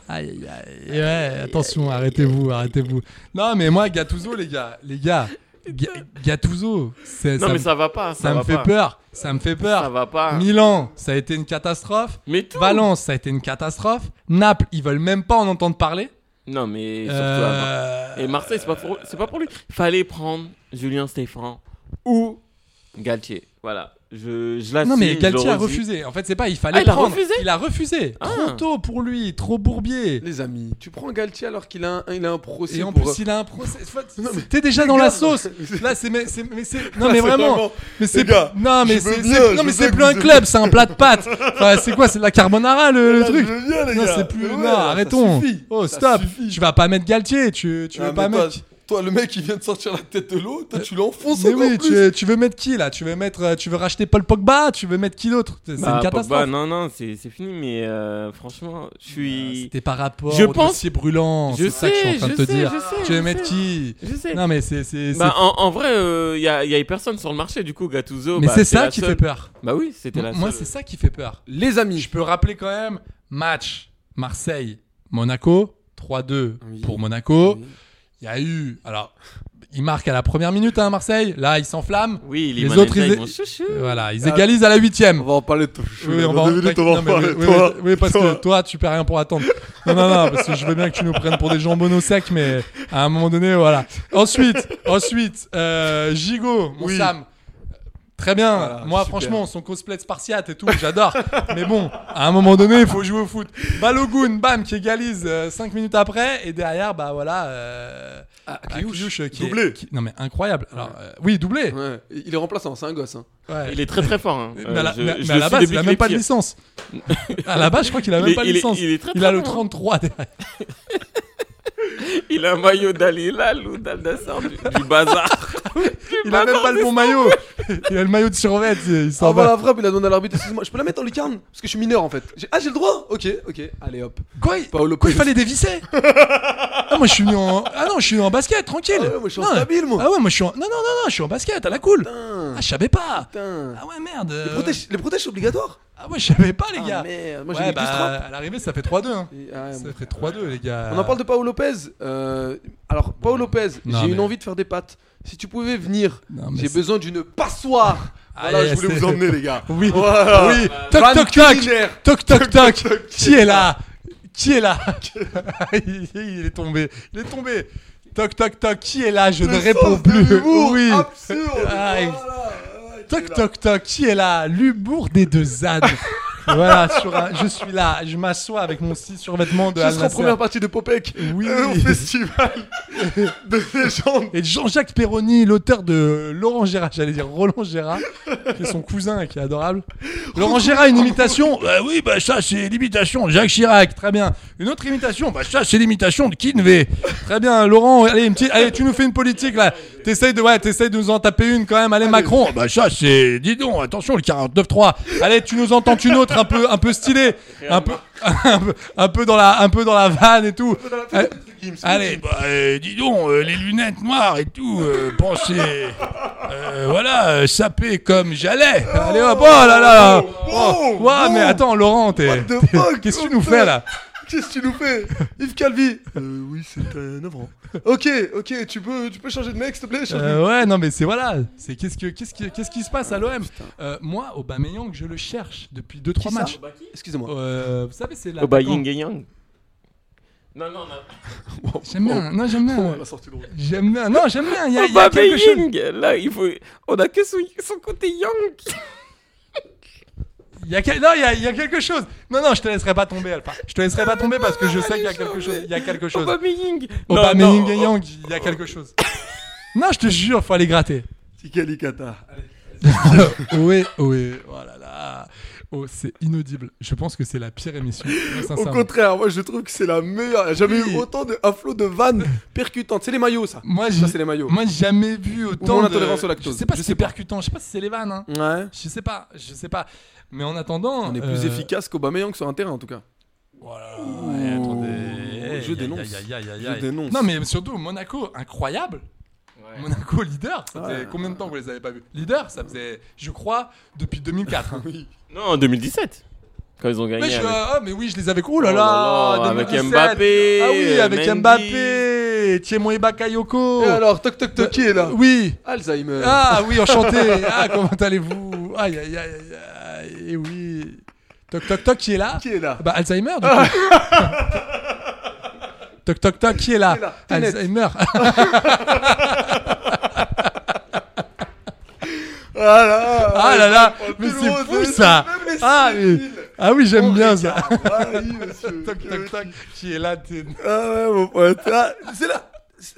aïe aïe aïe. Et ouais, attention, arrêtez-vous, arrêtez-vous. Non mais moi Gattuso les gars, les gars, Ga- Gattuso, c'est- ça
Non, mais
me-
ça va pas.
ça
va
me fait
pas.
peur, ça me fait peur.
Ça va pas.
Milan, ça a été une catastrophe.
Mais tout.
Valence, ça a été une catastrophe. Naples, ils veulent même pas en entendre parler.
Non, mais surtout avant.
Euh,
Et Marseille, c'est pas, pour... c'est pas pour lui. Fallait prendre Julien Stéphan ou Galtier. Voilà. Je, je l'assume.
Non mais
je
Galtier a
redis. Bah,
refusé. En fait, c'est pas, il fallait
Ah, il a
prendre.
refusé
il a refusé.
Ah.
Trop tôt pour lui, trop bourbier.
Les amis, tu prends Galtier alors qu'il a un, il a un procès
Et en
pour... euh,
plus, il a un
<laughs>
procès. Enfin,
<laughs> Non, mais-
T'es déjà dans la
gars,
sauce.
c'est-
Là, c'est mais c'est mais c'est non
Là,
mais
c'est
vraiment.
vraiment-
Mais c'est
Les gars,
non mais
je veux
c'est
Eh bien,
c'est-
je
non
veux
mais c'est
bien que
plus un
vous-
club, c'est un plat
<laughs>
de pâtes. Enfin, c'est quoi, c'est de la carbonara le, le
Là,
truc.
je veux bien, les
non,
gars.
c'est plus
Mais ouais,
non,
ça
arrêtons.
suffit.
Oh
Ça
stop.
suffit.
Tu vas pas mettre Galtier, tu tu
Ah,
veux pas
mais toi,
mettre.
Toi, le mec, il vient de sortir la tête de l'eau. Toi, tu l'enfonces
Mais
encore
oui,
plus.
tu, tu veux mettre qui là Tu veux mettre, euh, tu veux racheter Paul Pogba Tu veux mettre qui d'autre C'est
Bah,
une catastrophe.
Pogba, non, non, c'est c'est fini, mais euh, franchement, je suis.
Ah, C'était par rapport
Je
au
pense-
dossier brûlant,
Je
Ah, c'est ça que je suis en
sais,
train de
je
te
sais,
dire.
je sais,
tu veux
je
mettre
sais.
qui
Je sais.
Non mais c'est c'est
Bah,
c'est-
en, en vrai, il n'y a, y avait personne sur le marché, du coup, Gattuso.
Mais
bah,
c'est
c'était
ça
la
qui
seule-
fait peur.
Bah oui, c'était la
Moi,
seule.
c'est ça qui fait peur. Les amis, je peux rappeler quand même match Marseille Monaco 3-2 pour Monaco. Il y a eu alors il marque à la première minute à Marseille. Là, il s'enflamme.
Oui, les,
les autres ils,
ils vont chouchou.
voilà, ils égalisent à la huitième.
On va en parler de ton chou.
Oui,
Dans
on va en-
deux minutes,
t'inqui-
on va
non,
en
mais
parler.
oui, oui,
Toi,
oui, oui, parce
toi.
que toi, tu perds rien pour attendre. Non, non, non, parce que je veux bien que tu nous prennes pour des jambons secs, mais à un moment donné, voilà. Ensuite, ensuite, euh, Gigot, mon
Oui.
Sam. Très bien.
Voilà,
Moi,
super.
franchement, son cosplay de Spartiate et tout, j'adore. mais bon, à un moment donné, il faut jouer au foot. Balogun, bam, qui égalise 5 minutes après, et derrière, bah voilà. euh, bah, Kliouche, euh, qui est-
Doublé.
qui- non mais incroyable. Alors euh, oui, doublé.
Ouais. Il est remplaçant, c'est un gosse. Hein.
Ouais.
Il est très très fort. Hein.
Mais
Euh,
à la,
je-
mais-
je
mais
le
à la
suis
base,
depuis
il a
les
même pas de
pires.
<laughs>
licence. à la base, je crois qu'il a
Il
même
est-
pas de
il est-
licence.
il est très,
a
très
le
bon.
33
<laughs>
derrière.
Il a un maillot d'Alilal ou d'Al-Nassr, du, du bazar.
<laughs> Il a même pas le bon maillot. <laughs> Il a le maillot de survêt. Il
Ah,
s'en
voilà,
va.
la frappe, il a donné à l'arbitre. Excuse-moi, je peux la mettre en lucarne Parce que je suis mineur en fait. J'ai- Ah, j'ai le droit Ok, ok, allez hop.
Quoi il-
Paolo
Quoi, il
Pérez.
fallait
<laughs>
dévisser Ah, moi je suis venu en. Ah non, je suis venu en basket, tranquille.
Ah ouais, moi, je suis en
Non,
stabile, moi.
Ah ouais, moi je suis en. Non, non, non, non, je suis en basket, à la cool.
Putain.
Ah, je savais pas.
Putain.
Ah ouais, merde.
Les
euh,
protèges, les protèges, c'est obligatoire
Ah ouais, je savais pas, les
Ah,
gars.
merde, moi, j'ai
Ouais,
mis 12-30.
bah, à l'arrivée, ça fait 3-2. hein.
Et- ah, ouais,
Ça
bon.
fait 3-2, les gars.
On en parle de Paolo Lopez. Euh, alors, Paolo Lopez,
Ah. Non,
j'ai
mais-
une envie de faire des pattes. Si tu pouvais venir,
Non, mais
j'ai
c'est- Ah,
besoin d'une passoire. voilà,
yes,
je voulais vous
c'est-
emmener, les gars.
Oui,
Voilà.
oui.
Van
Toc toc toc.
culinaire.
Toc toc toc. Qui est là Qui est là <laughs> il, il est tombé. Il est tombé. Toc toc toc. Qui est là Je ne
Le
réponds
sens de
plus.
l'humour
Oui.
Absurde.
Ah, il-
Voilà. Ah, il
Toc
est là.
toc toc. Qui est là L'humour des deux ânes. voilà. Sur un- je suis là. Je m'assois avec mon six survêtement de
Ce
Al
sera en
Nasser.
première partie de Popek
Oui.
euh, au festival de légende.
Et Jean-Jacques Perroni, l'auteur de Laurent Gérard, j'allais dire Roland Gérard, qui est son cousin, qui est adorable. Laurent Gérard, une imitation Bah oui, bah ça c'est l'imitation de Jacques Chirac, très bien. Une autre imitation Bah ça c'est l'imitation de Kinvey. Très bien, Laurent, allez, une petite- allez, tu nous fais une politique là. T'essayes de, ouais, t'essayes de nous en taper une quand même, allez Macron. Bah ça c'est, dis donc, attention le 49-3. Allez, tu nous en tentes une autre un peu, un peu stylée, un peu, <laughs> un peu, un peu dans la, un peu dans la vanne et tout. Euh, Allez, Allez, bah, euh, dis donc, euh, les lunettes noires et tout, euh, pensez. euh, voilà, euh, sapé comme j'allais. Allez hop, oh là là
Oh,
Oh, Ouah,
oh,
mais attends, Laurent, t'es.
What the fuck
Qu'est-ce que tu nous fais là
Qu'est-ce que tu nous fais Yves Calvi Euh, Oui, c'est un avant. Ok, ok, tu peux, tu peux changer de mec, s'il te plaît change de-
Euh, ouais, non, mais c'est voilà. C'est qu'est-ce que qu'est-ce qui qu'est-ce qui se passe à
Oh,
l'OM Euh, Moi, Aubameyang, je le cherche depuis 2-3
ça
matchs.
Excusez-moi.
Euh, vous savez, c'est là.
Oh bah Ying et Yang. Non, non, non.
J'aime bien. Non, j'aime bien.
La sortie de route.
J'aime bien. Non, j'aime bien. Il y a,
Oh
il y a
bah
quelque chose.
Ying Là, il faut... on a que son, son côté Yang.
Il y a quel- Non, il y a, il y a quelque chose. Non, non, je te laisserai pas tomber, Alpha. Je te laisserai pas tomber parce que je sais qu'il y a quelque chose. Il y a quelque chose.
Aubameyang
Oh,
Non,
bah, mais
non,
Ying et Yang, il y a quelque chose. non, je te jure, faut aller gratter.
Tikalikata.
<laughs> oui, oui, oh là là. Oh, c'est inaudible. Je pense que c'est la pire émission. très
Au
sincèrement.
contraire, moi je trouve que c'est la meilleure. Il y a Jamais
Oui.
eu autant de un flot de vannes percutantes. C'est les maillots, ça.
Moi, j'ai-
ça, c'est les maillots.
Moi, j'ai jamais vu autant
mon
de
intolérance au lactose.
Je sais pas
Je
si
sais
c'est
pas.
percutant. Je sais pas si c'est les vannes. hein.
Ouais.
Je sais pas. Je sais pas. Mais en attendant,
On est plus
euh,
efficace qu'Aubameyang sur un terrain, en tout cas.
Voilà. Ouais, attendez.
je
Aïe,
dénonce.
aïe, aïe, aïe, aïe,
Je
aïe.
dénonce.
Non, mais surtout, Monaco, incroyable. Monaco leader, ça faisait combien de temps que vous les avez pas vus Leader, ça faisait, je crois, depuis
<laughs>
2004. hein.
Non, en 2017. Quand ils ont gagné.
Mais, je-
avec-
ah, mais oui, je les avais. Oh là
Oh
là,
là là, avec
2017.
Mbappé,
Ah oui, avec
Mendy.
Mbappé, Thiemon Bakayoko.
Et alors, toc toc toc, qui est là
Oui.
Alzheimer.
Ah oui, enchanté. ah, comment allez-vous Aïe, aïe, aïe, aïe, aïe. Et oui. Toc, toc, toc, qui est là
Qui est là Ah.
Bah, Alzheimer, du coup. <laughs> toc, toc, toc, qui est là,
Qui est là Tenet.
Alzheimer.
Ah là
ah là là,
Oh, tout
mais
le
c'est
monde,
fou
même
ça.
les
Ah, mais-
civils.
ah oui, j'aime bien ça.
Ah oui, monsieur.
<laughs> toc, toc, toc, qui est là t'es-
Ah ouais, mon pote. Ah, c'est là.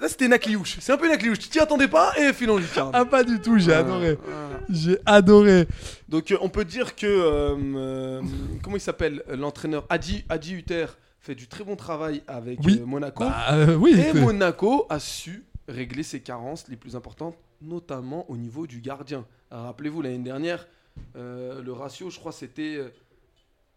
Là, c'était Nakliouche. C'est un peu Nakliouche. Tu t'y attendais pas et filons lui tiens.
Ah, pas du tout, j'ai adoré.
Ah.
J'ai adoré.
Donc, euh, on peut dire que. euh, euh, comment il s'appelle euh, L'entraîneur Adi, Adi Uther fait du très bon travail avec
Oui.
euh, Monaco.
Bah, euh, oui.
Et
écoute.
Monaco a su régler ses carences les plus importantes, notamment au niveau du gardien. Rappelez-vous, l'année dernière, euh, le ratio, je crois, c'était euh,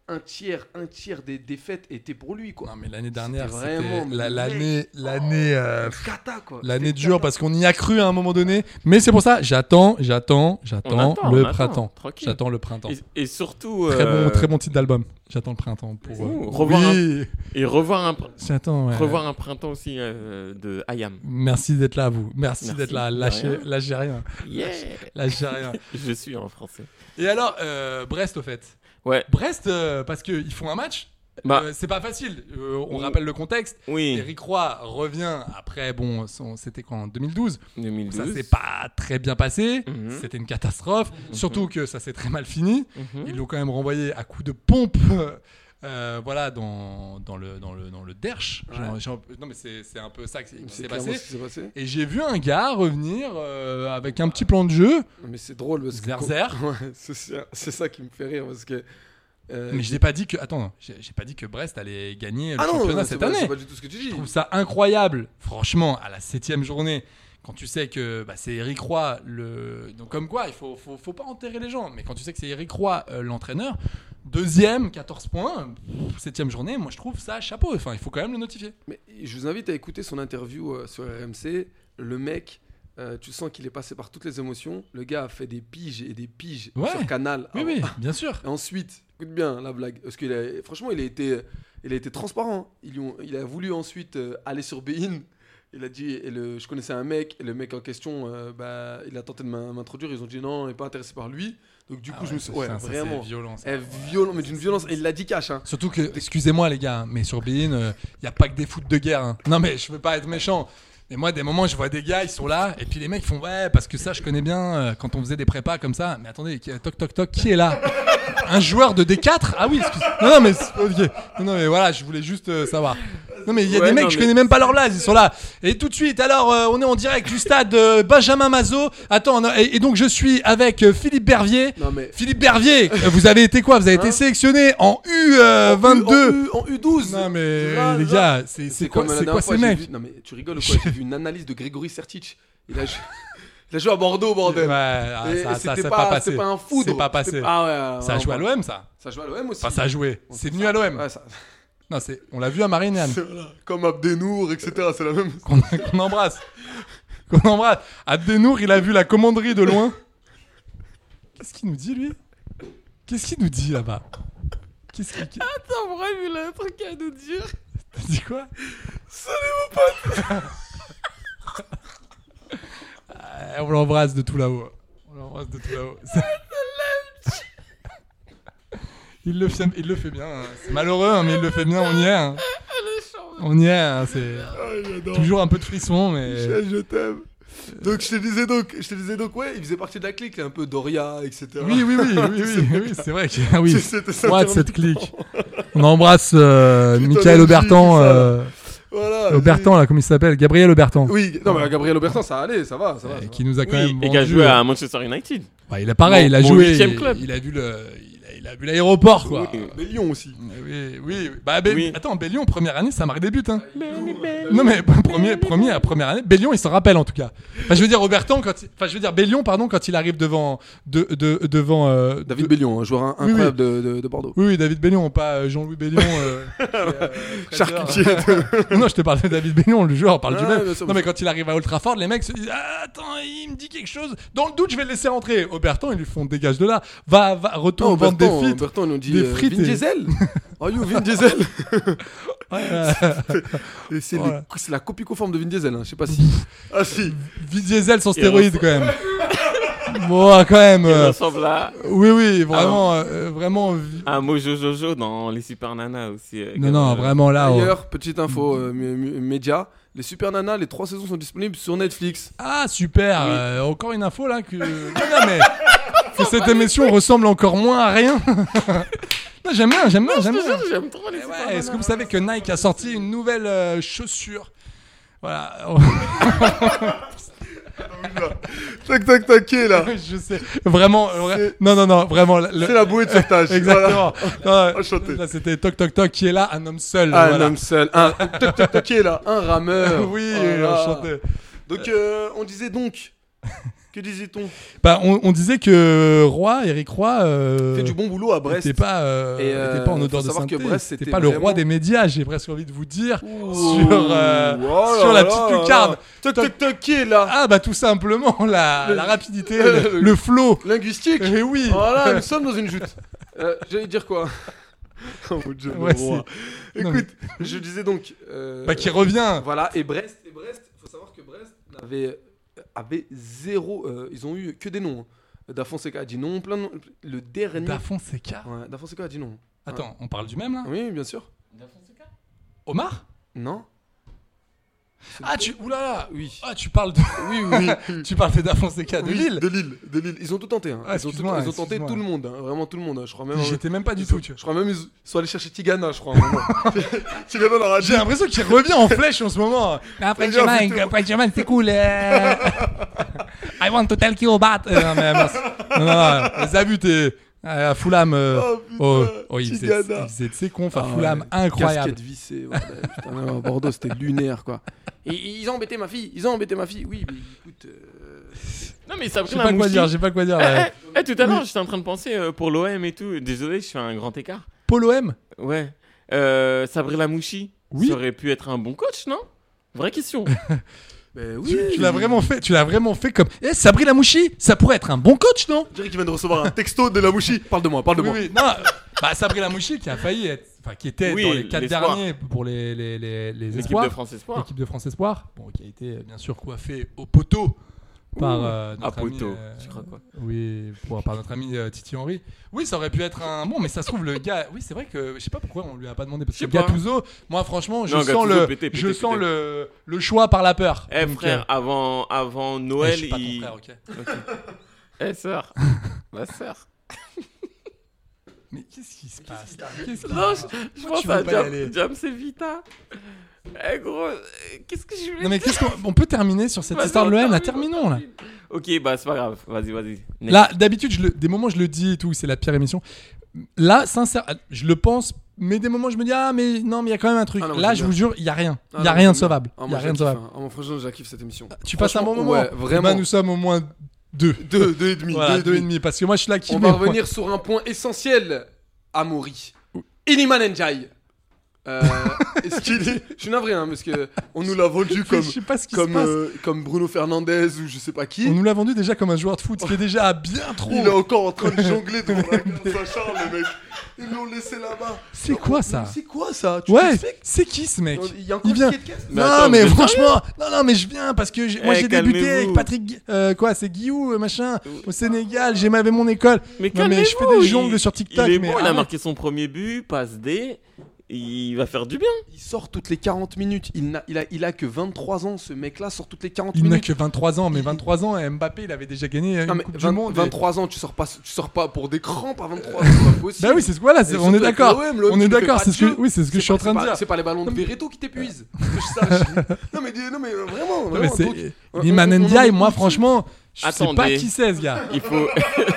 un tiers, un tiers des défaites étaient pour lui. Quoi.
Non, mais l'année dernière,
C'était
c'était
vraiment, mais
la-
mec,
l'année, l'année, euh, pff,
cata, quoi.
l'année
C'était
dure parce qu'on y a cru à un moment donné. Mais c'est pour ça, j'attends, j'attends, j'attends
attend,
le
on attend,
printemps.
tranquille.
J'attends le printemps.
Et, et surtout.
Très
euh,
bon, très bon titre d'album. J'attends le printemps pour. euh,
ouh, revoir un-
oui.
Et revoir un, pr-
J'attends, ouais.
revoir un printemps aussi euh, de Ayam.
Merci d'être là, vous. Merci,
Merci,
d'être là.
de
Lâchez,
rien.
lâchez rien.
Yeah.
Lâchez
<laughs>
rien.
Je suis en français.
Et alors, euh, Brest, au fait.
Ouais.
Brest, euh, parce qu'ils font un match.
Bah. Mmh.
Euh, c'est pas facile. Euh, on
Oui.
rappelle le contexte.
Oui.
Eric Roy revient après, bon, son- c'était quand En 2012.
2012.
Ça s'est pas très bien passé.
Mhm.
C'était une catastrophe. Surtout que ça s'est très mal fini.
Mhm.
Mhm.
Ils l'ont quand même renvoyé à coups de pompe. euh, voilà dans, dans le dans le dans le derche Genre, genre, non mais c'est c'est un peu ça qui, qui
C'est
s'est
clairement
passé
ce qui s'est passé.
et j'ai vu un gars revenir euh, avec un petit plan de jeu
Mais c'est drôle parce que.
Zerzer.
<laughs> Ouais, c'est ça- c'est ça qui me fait rire parce que. euh,
mais je n'ai pas dit que attends j'ai j'ai pas dit que Brest allait gagner le
ah non,
championnat
c'est
cette
pas-
année
c'est pas du tout ce que tu dis.
Je trouve ça incroyable, franchement, à la septième journée, quand tu sais que bah, c'est Eric Roy, le... donc comme quoi, il faut, faut, faut pas enterrer les gens, mais quand tu sais que c'est Eric Roy euh, l'entraîneur, deuxième, 14 points, pff, septième journée, moi je trouve ça chapeau, enfin il faut quand même le notifier.
Mais je vous invite à écouter son interview euh, sur RMC. Le mec, euh, tu sens qu'il est passé par toutes les émotions. Le gars a fait des piges et des piges
Ouais.
sur Canal.
Oui,
Ah,
oui,
ah.
bien sûr.
<laughs> Et ensuite, écoute bien la blague, parce qu'il a, franchement, il a été, il a été transparent. Ils lui ont- il a voulu ensuite euh, aller sur Bein. Il a dit, et le, je connaissais un mec, et le mec en question, euh, bah, il a tenté de m'in- m'introduire. Ils ont dit non, on n'est pas intéressé par lui. Donc du coup, je me suis, ouais,
Ça, ça, Ah c'est
vraiment,
violent, ça.
Eh, violent, mais d'une violence. Et il l'a dit cash. Hein.
Surtout que, excusez-moi les gars, hein, mais sur Bein, il n'y a pas que des foot de guerre. hein. Non mais je veux pas être méchant. Mais moi, des moments, je vois des gars, ils sont là, et puis les mecs font ouais, parce que ça, je connais bien euh, quand on faisait des prépas comme ça. Mais attendez, qui- euh, toc toc toc, qui est là Un joueur de D4 Ah oui, excuse. Non, non mais c'est- ok. Non, non mais voilà, je voulais juste euh, savoir. Non mais il y a
Ouais,
des mecs,
non,
je
mais-
connais même pas leur blaze, ils sont là. Et tout de suite, alors euh, on est en direct du stade euh, Benjamin Mazot. Attends, non, et, et donc je suis avec euh, Philippe Bervier.
Non, mais- Hein? <laughs>
Philippe Bervier, euh, vous avez été quoi Vous avez été sélectionné en U euh, 22.
En, U, 12
Non mais les gars, c'est c'est quoi,
comme la
c'est
dernière
quoi
fois,
ces
j'ai
mecs
vu- Non mais tu rigoles ou quoi J'ai vu une analyse de Grégory Sertic. Il a, jou- <laughs> il a joué à Bordeaux,
Ouais,
bordel.
ah,
Et
ça, ça,
c'était
ça a
pas-
pas passé.
c'était pas un foudre.
C'est pas
C'était
passé.
pas- ah ouais,
ça a
ouais,
joué à
ouais.
l'OM, ça.
Ça joue à l'OM aussi.
Enfin, ça a joué. C'est venu à l'OM.
Ouais, ça-
Non, c'est. On l'a vu à Marignane.
c'est- voilà. Comme Abdenour, etc. C'est la même.
Qu'on qu'on embrasse. <laughs> Qu'on embrasse. Abdenour, il a vu la commanderie de loin. Qu'est-ce qu'il nous dit lui Qu'est-ce qu'il nous dit là-bas Qu'est-ce qu'il qu'il-
Attends, bref, il a un truc à nous dire.
<laughs> t'as dit quoi <laughs> Salut mon pote. Eh, On l'embrasse de tout là-haut. On l'embrasse de tout là-haut.
<laughs>
Il le, fait, il le fait bien, hein. c'est malheureux, hein, mais il le fait bien, on y est. hein. On y est, hein, c'est
Ah,
toujours un peu de frisson, mais...
je t'aime. Donc je te disais donc, je te disais donc ouais, il faisait partie de la clique, là, un peu Doria, etc.
Oui, oui, oui, oui, oui, oui, <laughs> c'est vrai que... ah oui,
<laughs> C'était ça,
moi, de
t'es
cette
en-
<laughs> clique. On embrasse euh, Michael
dit,
Aubertan,
tout ça, là.
euh,
Voilà.
Aubertan, là, comment il s'appelle Gabriel Aubertan,
Oui, non mais Gabriel Aubertin, ça allait, ça va, ça va. ça
euh,
va.
qui nous a quand
Oui,
même
et qui a
vendu,
joué
euh,
à Manchester United.
Bah, il a pareil,
Mon-
il a
mon
joué,
huitième
il,
club.
il a vu le, il a, il a vu l'aéroport quoi. Eh
Oui.
Mais Lyon aussi.
Oui, oui, oui. Bah, Bé-
Oui.
attends, Bélion première année, ça marque des buts hein. Non mais <laughs> premier, premier, première année, Bélion il s'en rappelle en tout cas. Enfin, je veux dire Robertan quand, il- enfin je veux dire Bélion pardon quand il arrive devant, de, de- devant euh,
David Bellion, un joueur in-
Oui, oui.
incroyable de- de- de Bordeaux.
Oui, oui, David Bélion, pas euh, Jean-Louis Bélion.
<laughs>
euh, qui est, euh, traiteur. <laughs> non, je te parle de David Bélion, le joueur, on parle du
Ouais,
même.
bien sûr,
non,
bien
mais quand il arrive à Old Trafford, les mecs se disent Ah, Attends, il me dit quelque chose. Dans le doute, je vais le laisser rentrer. Aubertan, ils lui font Dégage de là. Va, va retourne
Non,
vendre des
Bertrand,
frites.
Bertrand, il nous dit
des
euh,
frites
Vin <laughs>
et-
Diesel Are you Vin Diesel
Ouais,
<laughs>
ouais.
Et C'est
Voilà.
les- c'est la copie conforme de Vin Diesel, hein, je sais pas si. <laughs> ah si
Vin Diesel sans stéroïdes, quand même.
<laughs>
Bon, quand même.
Il
euh,
ressemble à,
oui, oui, vraiment.
Ah
euh, vraiment vi-
à Mojo Jojo dans Les Super Nanas aussi. euh,
Non,
Gabriel.
non, vraiment là. Ah, ouais.
D'ailleurs, petite info euh, mé- mé- média les Super Nana, les trois saisons sont disponibles sur Netflix.
Ah super, euh, encore une info là que <laughs> Non, non, mais que cette émission ressemble encore moins à rien. <laughs> Non, j'aime bien, j'aime bien, j'aime bien. Eh
J'aime trop les Super
Ouais,
Nanas.
Est-ce que vous savez que Nike a sorti une nouvelle euh, chaussure Voilà, <laughs>
Tac tac tac, qui est là
je sais. Vraiment, euh, vra- non, non, non, vraiment. le-
C'est la bouée de sauvetage.
Exactement. Non, euh,
Enchanté.
Là, c'était Toc Toc Toc qui est là, un homme seul.
Voilà. Ah, Un
voilà.
homme seul. Un... tac tac tac, qui est là Un rameur.
<laughs> Oui,
Voilà.
enchanté.
Donc, euh, on disait donc. Que disait-on
Bah, on, on disait que Roy, Eric Roy, <laughs> euh,
Fait du bon boulot à Brest.
était pas, euh,
Et, euh,
était pas en
faut
odeur de
savoir que
synthé.
Brest,
C'était
c'était
pas le roi
vraiment-
des médias. J'ai presque envie de vous dire sur euh,
Oh là
sur la
là
petite
là
lucarne.
là. Toc toc toc, qui est là
Ah bah tout simplement la,
Le- Euh,
la
<laughs>
rapidité,
le-
le, le flow.
Linguistique
Eh oui.
Voilà, nous sommes dans une joute. Euh, J'allais dire quoi <laughs> Oh mon dieu, mon
Ouais,
roi.
c'est- non,
Écoute, je disais donc. euh,
Bah, qui revient.
Voilà, et Brest, et Brest, faut savoir que Brest avait, avait zéro. euh, ils ont eu que des noms. hein. Da Fonseca a dit non, plein de noms. Le dernier.
Da Fonseca
Ouais, Da Fonseca a dit non.
Attends, on parle du même là
Oui, bien sûr.
Omar
Non
Ah tu oulala
Oui.
Ah tu parles de
Oui, oui.
tu parles <laughs> de Da Fonseca de
Oui,
Lille.
De Lille, de Lille. Ils ont tout tenté. hein.
Ah,
ils ont, tout-
excuse-moi,
ils ont tenté
excuse-moi.
tout le monde, hein. vraiment tout le monde. hein. Je crois même.
J'étais même pas du
ils
tout,
ont-
tu vois.
Je crois même ils ils sont allés chercher Tigana, je crois. à un moment. <laughs> Tigana leur a dit.
J'ai l'impression qu'il revient en flèche en ce moment. Après
Benjamin,
c'est cool. euh. <laughs> I want to tell you about. euh, Non, mais mince. Non, non, non, les abus, t'es. euh, À Fulham. euh,
Oh, putain,
oh, oh, il faisait
Tigana.
il faisait de ses cons. Enfin,
Ah,
Fulham,
ouais,
incroyable.
Casquette vissée. ouais, ouais, putain, même à Bordeaux, c'était lunaire, quoi. Et ils ont embêté ma fille. Ils ont embêté ma fille. Oui, mais écoute. euh,
Non, mais ça a
Je
pris
sais
un
pas quoi
mouchi.
dire, j'ai pas quoi dire. <laughs>
Eh,
là.
eh, eh, tout à l'heure, j'étais en train de penser euh, pour l'OM et tout. Désolé, je fais un grand écart.
Paul OM
Ouais. Euh, Sabri Lamouchi,
Oui.
ça aurait pu être un bon coach, non Vraie
<laughs>
question.
mais
tu,
Bah oui.
tu l'as vraiment fait, tu l'as vraiment fait comme. Eh, Sabri Lamouchi, ça pourrait être un bon coach, non
Je dirais qu'il vient de recevoir un texto de la mouchie. Parle de moi, parle de moi.
Non, euh, bah, Sabri Lamouchi qui a failli être. Enfin, qui était
Oui,
dans les 4
l'espoir.
derniers pour les, les, les, les
L'équipe
espoirs.
de France Espoir.
L'équipe de France Espoir, bon, qui a été euh, bien sûr coiffée au poteau par euh,
à
notre ami,
poteau.
euh,
Tu crois quoi
oui, pour- par notre ami euh, Titi Henry. Oui, ça aurait pu être un bon, mais ça se trouve le gars. Oui, c'est vrai que je sais pas pourquoi on lui a pas demandé parce
Je
que
sais pas.
Gattuso, moi franchement, je
Non,
sens
Gattuso,
le,
pété, pété,
je sens
pété.
le, le choix par la peur.
Eh
Donc,
frère, avant, avant
euh, eh,
Noël,
je suis pas ton
il.
frère, ok. <laughs>
Eh sœur. Ma sœur.
Mais qu'est-ce qui se passe Qu'est-ce qui-
Non, je, je
Pourquoi
pense
tu veux
à
pas y aller
Jam, Jam Sevita. Eh gros, euh, qu'est-ce que je voulais
Non mais
dire
qu'est-ce qu'on on peut terminer sur cette
Vas-y,
histoire de
on
l'OM là
termine, on
Terminons là.
termine. Ok, bah c'est pas grave. Vas-y, vas-y. Next.
Là, d'habitude, je le- des moments, je le dis et tout, c'est la pire émission. Là, sincère, je le pense, mais des moments, je me dis, ah, mais non, mais il y a quand même un truc.
Ah non, moi,
là,
j'aime
je
bien.
vous jure, il y a rien.
Ah
Il y
non,
a rien de
j'aime
sauvable.
Ah,
Il y a
moi,
rien de
je la
sauvable.
kiffe, hein. Ah, moi, franchement, je la kiffe cette émission.
Tu passes un bon
Franchement,
moment.
Ouais, vraiment.
Là, nous sommes au moins deux.
Deux, deux et demi.
Voilà,
deux et demi.
Parce que moi, je suis là qui
On
met
va
au point.
revenir sur un point essentiel, Amaury. Iniman Njai. <laughs> Euh, est-ce qu'il est- Je suis navré, hein, parce que on nous l'a vendu comme,
Je sais pas ce qui se
comme,
passe.
euh, comme Bruno Fernandez ou je sais pas qui.
On nous l'a vendu déjà comme un joueur de foot, ce qui est déjà
<laughs>
bien
Il est
trop.
encore en train de jongler devant la carte Saint-Charles, le mec. Ils l'ont laissé là-bas.
C'est quoi
Mais
ça
C'est quoi ça Tu
Ouais,
t'expliques
c'est qui ce mec
Il y a encore
Il vient.
qui est de caisse
Mais
non,
attends,
mais
vous êtes
franchement, non, non, mais je viens parce que j'ai- moi
Eh,
j'ai débuté
calmez-vous.
avec Patrick, Gui- euh, quoi, c'est Guillou, euh, machin, au Sénégal, j'ai m'avais mon école.
Mais
non, mais je fais
calmez-vous,
des jongles
il-
sur TikTok,
Il est
mais
bon, il a
arrête.
marqué son premier but, passe D. Il va faire du bien.
Il sort toutes les 40 minutes. Il, n'a- il a, il a que 23 ans, ce mec-là sort toutes les 40
il n'a
minutes.
que 23 ans, mais 23 ans, et Mbappé, il avait déjà gagné euh, une
Non, mais
Coupe
20
du Monde. et-
23 ans, tu sors pas, tu sors pas pour des crampes à 23 ans, c'est pas possible.
Bah oui, c'est ce voilà, c'est-
Et
on est
surtout avec
d'accord.
l'OM, l'OM,
On
tu
est
fais
d'accord,
pas
c'est ce que
jeu.
oui, c'est ce que je suis
pas-
en train de
pas-
dire.
C'est pas les ballons de Vereto qui
<laughs>
t'épuisent. que je sache. non, mais, dis- non, mais euh, vraiment,
Non, mais
vraiment. donc,
c'est
on-
Iman
on- on-
Ndiaye,
on-
moi franchement, je sais
Attendez.
pas qui c'est ce gars. <laughs>
Il faut.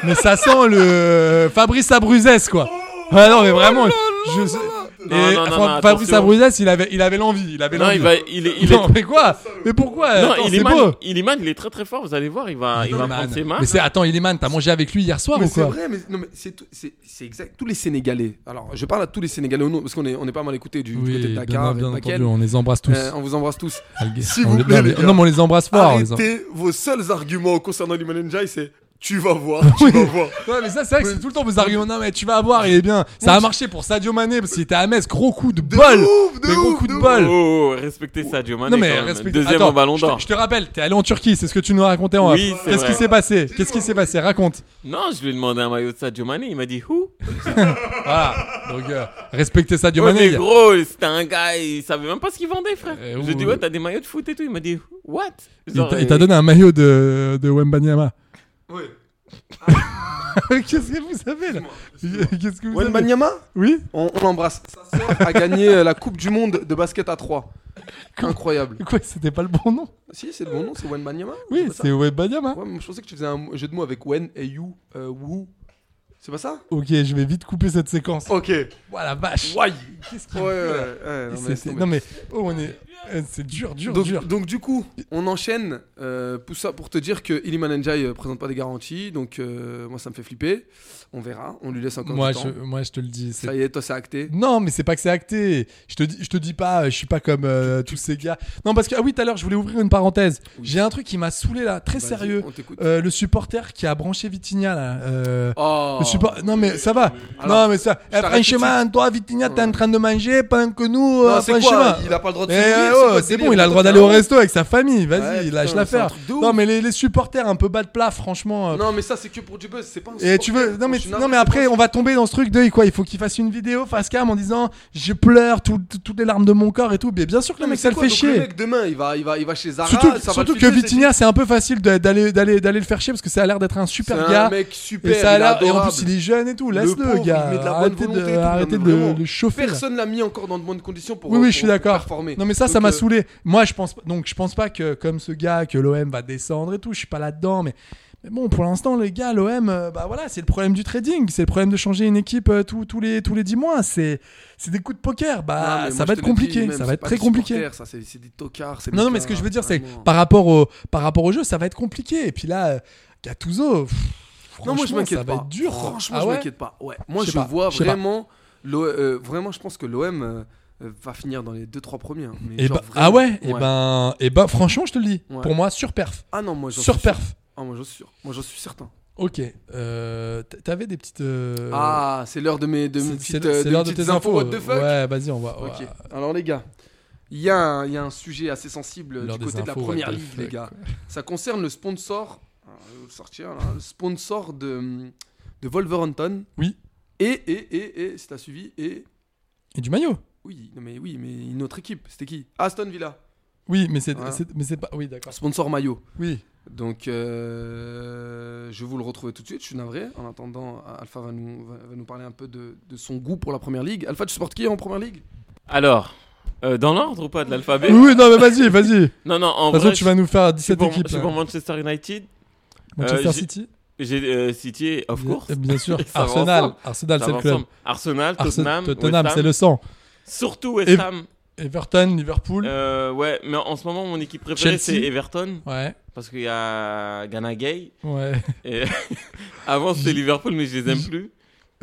Mais ça sent le euh, Fabrice Abruzès quoi. Ah non mais
Oh
vraiment, je sais-
là.
Et
Non, non, non,
Fra-
non,
Fabrice
attention.
Abruzès, il avait il avait l'envie, il avait
non,
l'envie.
il va. Il est. Il est...
Non, mais quoi Mais pourquoi
Non,
Attends,
il,
c'est
est man,
beau.
il est man, il est très très fort. Vous allez voir, il va, il va
Iliman.
prendre ses mains.
Mais c'est attends, Iliman, t'as mangé avec lui hier soir
Mais
ou
c'est
quoi
vrai, mais, non, mais c'est, tout- c'est, c'est exact. Tous les Sénégalais, alors je parle à tous les Sénégalais, au nom, parce qu'on est, on est pas mal écoutés du, du côté de
Oui,
Dakar,
bien,
et
bien
de Bakel.
entendu, on les embrasse tous.
Euh, on vous embrasse tous.
Si
vous plaît, les gars.
Non, mais on les embrasse fort. on les em-
Arrêtez vos seuls arguments concernant Iman Ndiaye, c'est tu vas
<laughs>
voir, tu vas voir.
Ouais, mais ça, c'est vrai que c'est tout le temps vos arguments. Non, mais tu vas avoir, il est bien. Ça a marché pour Sadio Mané parce qu'il était à Metz. Gros coup de bol.
ouf, de
Mais gros
ouf,
coup de
de
bol.
Oh, oh, respectez Sadio Mané.
Non, mais
quand même.
respecte-
Deuxième
Attends,
au Ballon
je te-
d'Or.
Je te rappelle, t'es allé en Turquie, c'est ce que tu nous racontais en
Oui,
off.
c'est
Qu'est-ce
vrai.
qui s'est passé Qu'est-ce qui s'est passé Raconte.
Non, je lui ai demandé un maillot de Sadio Mané. Il m'a dit Who
Voilà. Donc, euh, respectez Sadio
Ouais,
Mané.
mais gros, c'était un gars, il savait même pas ce qu'il vendait, frère.
Euh,
je lui ai dit,
ouais.
ouais, t'as des maillots de foot et tout. Il m'a dit, what
Il t'a- il
euh,
t'a donné un maillot de, de Wembanyama. Ah.
Ouais.
<laughs> Qu'est-ce que vous savez là <laughs> Qu'est-ce que vous
Wen
savez
Banyama,
Oui
on, on l'embrasse. Sa sœur
<laughs>
a gagné euh, la Coupe du Monde de basket à 3. Incroyable.
Quoi, c'était pas le bon nom
Si, c'est le bon nom, c'est Wen Banyama
Oui,
pas ça
c'est Wembanyama.
Ouais, mais je pensais que tu faisais un jeu de mots avec Wen et You, euh, Woo. C'est pas ça
Ok, je vais vite couper cette séquence.
Ok.
Voilà, vache.
Why
Qu'est-ce qu'il
Ouais, ouais, ouais. ouais, non, mais
C'était-
laisse tomber.
Non mais oh on est C'est dur, dur,
donc,
dur.
Donc du coup, on enchaîne euh, pour ça pour te dire que Iliman Njai euh, présente pas des garanties, donc euh, moi ça me fait flipper. On verra, on lui laisse encore
moi,
du temps.
je, moi, je te le dis. c'est-
Ça y est, toi c'est acté.
Non, mais c'est pas que c'est acté. Je te dis, je te dis pas, je suis pas comme euh, tous ces gars. Non, parce que ah oui, tout à l'heure, je voulais ouvrir une parenthèse. J'ai un truc qui m'a saoulé là, très
Vas-y,
sérieux.
on t'écoute.
Euh, le supporter qui a branché Vitinha là. euh,
Oh.
le support- Non mais ça va.
Alors,
non mais ça.
je
Eh,
t'arrête tout de
Franchement, toi Vitinha, t'es en train de manger pendant que nous.
Non,
euh,
c'est quoi
franchement.
Il a pas le droit de
Eh,
finir,
ouais,
c'est quoi ce
c'est bon,
délire
il a le droit d'aller au resto avec sa famille.
Ouais,
Vas-y,
putain,
lâche
c'est un
l'affaire.
truc de ouf.
Non mais les, les supporters un peu bas de plat, franchement. euh,
Non mais ça c'est que pour du buzz, c'est pas un
et Eh, tu veux non
supporter.
mais
Je suis
non
navré,
mais
c'est
après
pas un
on va tomber dans ce truc de quoi il faut qu'il fasse une vidéo face cam en disant je pleure tout- tout- toutes les larmes de mon corps et tout mais bien sûr que le
Non, mais
mec
c'est
ça le
quoi
fait
Donc, Le
chier
mec demain, il va, il va, il va chez Zara.
surtout
ça va
surtout
le
que
filmer,
Vitinha c'est un peu facile de- d'aller d'aller d'aller le faire chier parce que ça a l'air d'être un
c'est-
super
c'est
gars
un mec super.
et ça a
il est
l'air et en
adorable.
plus il est jeune et tout
Le
laisse le
pauvre,
gars
il met de la bonne volonté
arrêtez
et
de
tout, non,
arrêtez
mais
de
vraiment.
le chauffer là.
Personne l'a mis encore dans de bonnes conditions pour. euh,
Oui, oui,
pour-
je suis
pour
d'accord.
performer.
Non, mais ça, ça
Donc,
m'a
euh,
saoulé. Moi, je pense, donc, je pense pas que, comme ce gars, que l'OM va descendre et tout. Je suis pas là-dedans, mais, mais bon, pour l'instant, les gars, l'OM, euh, bah voilà, c'est le problème du trading. C'est le problème de changer une équipe euh, tous- tous les, tous les 10 mois. C'est, c'est des coups de poker.
non,
Bah,
mais moi,
ça va
je
être
te le dis,
compliqué.
même,
Ça va
c'est
être
pas
très
des
compliqué.
supporters, ça, C'est c'est des tocards. c'est
Non,
des
non, mais ce que
gars,
je veux dire, c'est que
vraiment.
par rapport au, par rapport au jeu, ça va être compliqué. Et puis là, euh, Gattuso, pff,
Non, moi je
franchement, ça
m'inquiète
va
pas.
être dur. quoi.
Franchement,
Ah
je
ouais
m'inquiète pas. Ouais. Moi
Je
je,
sais pas,
vois
je sais pas.
vraiment l'O- euh, vraiment je pense que l'OM euh, euh, va finir dans les 2 3 premiers. hein. Mais
Et
genre
ben- ah
vraiment.
ouais, et ben, et ben, franchement, je te le dis.
Ouais.
Pour moi, sur perf.
Ah non, moi j'en
Sur
suis sûr.
perf.
Ah moi j'en suis sûr. Moi j'en suis certain.
Ok. Euh, t- T'avais des petites. euh,
Ah, c'est l'heure de mes de
c'est-
mes
c'est-
petites euh, de
c'est
mes
l'heure
petites infos what
euh,
the fuck.
Ouais, vas-y, on va.
OK.
ouais.
Alors les gars, il y, a un- il y a un sujet assez sensible euh,
L'heure
du
des
côté de la
infos, what
première
the
ligue, les
fuck,
gars. Ça concerne le sponsor, euh, je vais le sortir, là, le sponsor de, de Wolverhampton.
Oui.
Et, et, et, et, si t'as suivi, et.
Et du maillot
Oui, non mais oui, mais une autre équipe, c'était qui Aston Villa,
Oui, mais c'est
Voilà.
c'est- mais c'est pas. Oui, d'accord.
sponsor maillot.
Oui.
Donc, euh, je vais vous le retrouver tout de suite. Je suis navré. En attendant, Alpha va nous, va, va nous parler un peu de, de son goût pour la première ligue. Alpha, tu supportes qui en première ligue
Alors, euh, dans l'ordre ou pas de l'alphabet
Oui, oui, non, mais vas-y, vas-y. De toute
Non, non, <laughs> en
façon,
vrai,
tu vas nous faire
je suis
17
pour,
équipes. hein.
je suis
là.
pour Manchester United.
Manchester
Euh, j'ai-
City
J'ai euh, City, of
Bien-
course. <laughs>
Bien sûr.
Ça va
Arsenal.
ensemble.
Arsenal,
Ça
c'est
va
le club.
ensemble. Arsenal,
Arse-
Tottenham,
Tottenham,
West
c'est
Ham.
le sang.
Surtout West
Et-
Ham.
Everton, Liverpool.
Euh, ouais, mais en ce moment, mon équipe préférée,
Chelsea.
c'est Everton.
Ouais.
Parce qu'il y a Ghana Gay.
Ouais. <laughs>
Et <laughs> avant, c'était Liverpool, mais je les aime plus.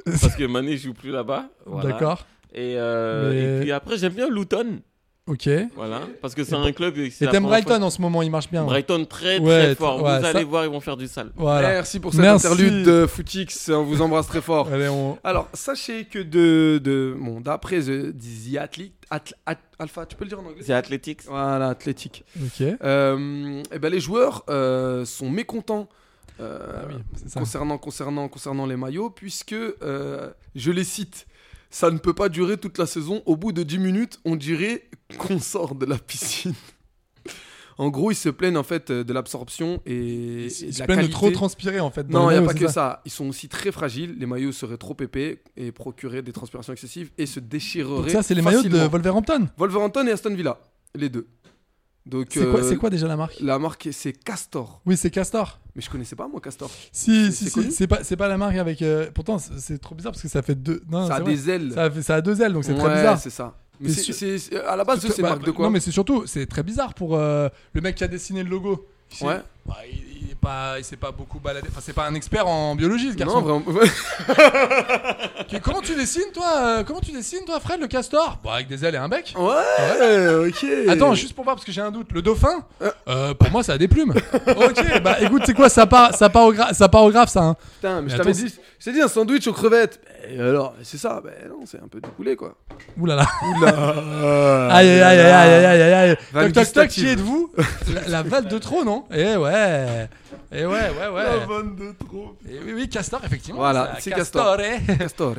Parce que Mané joue plus là-bas. Voilà.
D'accord.
Et, euh,
Mais-
et puis après, j'aime bien Luton.
Ok. Et
Voilà. Parce que c'est
Et
un club. Et c'est la
t'aimes
première
Brighton en ce moment, il marche bien.
fois-
ouais.
Brighton très très
Ouais,
fort.
ouais,
Vous
ça-
allez voir, ils vont faire du sale.
Voilà.
Merci pour cette
Merci.
interlude de Footix. On vous embrasse très
oh.
fort.
Allez, on.
Alors, sachez que de, de bon, d'après The, The Athlete, Ath- Ath- Alpha, tu peux le dire en anglais
C'est Athletics.
Voilà, athlétique.
Ok.
et ben, les joueurs euh, sont mécontents. euh,
Ah oui, c'est ça.
concernant, concernant, concernant les maillots, puisque, euh, je les cite, ça ne peut pas durer toute la saison, au bout de 10 minutes, on dirait qu'on sort de la piscine. <laughs> en gros, ils se plaignent en fait euh, de l'absorption et, et
Ils
de
se
la
plaignent de
qualité.
trop transpirer en fait. dans
Non,
les
il n'y a
maillots,
pas
c'est
que ça. Ils sont aussi très fragiles. Les maillots seraient trop épais et procuraient des transpirations excessives et se déchireraient.
Donc, ça, c'est les maillots de
facilement.
Wolverhampton.
Wolverhampton et Aston Villa, les deux. Donc,
C'est quoi,
euh,
c'est quoi déjà la marque
La marque, c'est Castor.
Oui, c'est Castor.
Mais je connaissais pas moi Castor.
Si,
C'est-
si,
c'est
si.
connu
C'est pas, c'est pas la marque avec. euh, pourtant, c'est c'est trop bizarre parce que ça fait deux. Non,
ça a
Ah, c'est vrai.
des ailes.
Ça, a fait- ça a deux ailes, donc c'est très
Ouais,
bizarre.
C'est ça. Mais
T'es
c'est-
sûr-
c'est- c'est- à la base,
Tout-
c'est une
bah,
marque de quoi
Non, mais c'est surtout, c'est très bizarre pour euh, le mec qui a dessiné le logo. Il-
Ouais.
bah, il, il est pas, il s'est pas beaucoup baladé. Enfin, c'est pas un expert en biologie, ce garçon.
Non, vraiment.
<laughs> Qui- Comment tu dessines, toi euh, Comment tu dessines, toi, Fred, le castor Bah, avec des ailes et un bec.
Ouais, ok.
Attends, juste pour voir, parce que j'ai un doute. Le dauphin Euh, Pour moi, ça a des plumes. ok, bah écoute, c'est quoi Ça part, ça part au, gra- ça part au graphe, ça. hein.
Putain, mais je
Mais
t'avais
attends,
dit, je t'ai dit un sandwich aux crevettes. Et alors, c'est ça, ben non, c'est un peu du poulet
<laughs>
quoi.
Ouh là là.
Oula.
Aïe aïe aïe aïe aïe aïe aïe aïe.
Ah, Vague
Toc toc toc, qui
gustative.
êtes-vous La, la vanne de trop, non Eh ouais. Eh ouais, ouais, ouais.
vanne de trop.
Et oui, oui, Castor, effectivement.
Voilà,
ça,
c'est Castor.
Castor, eh. <laughs>
Castor.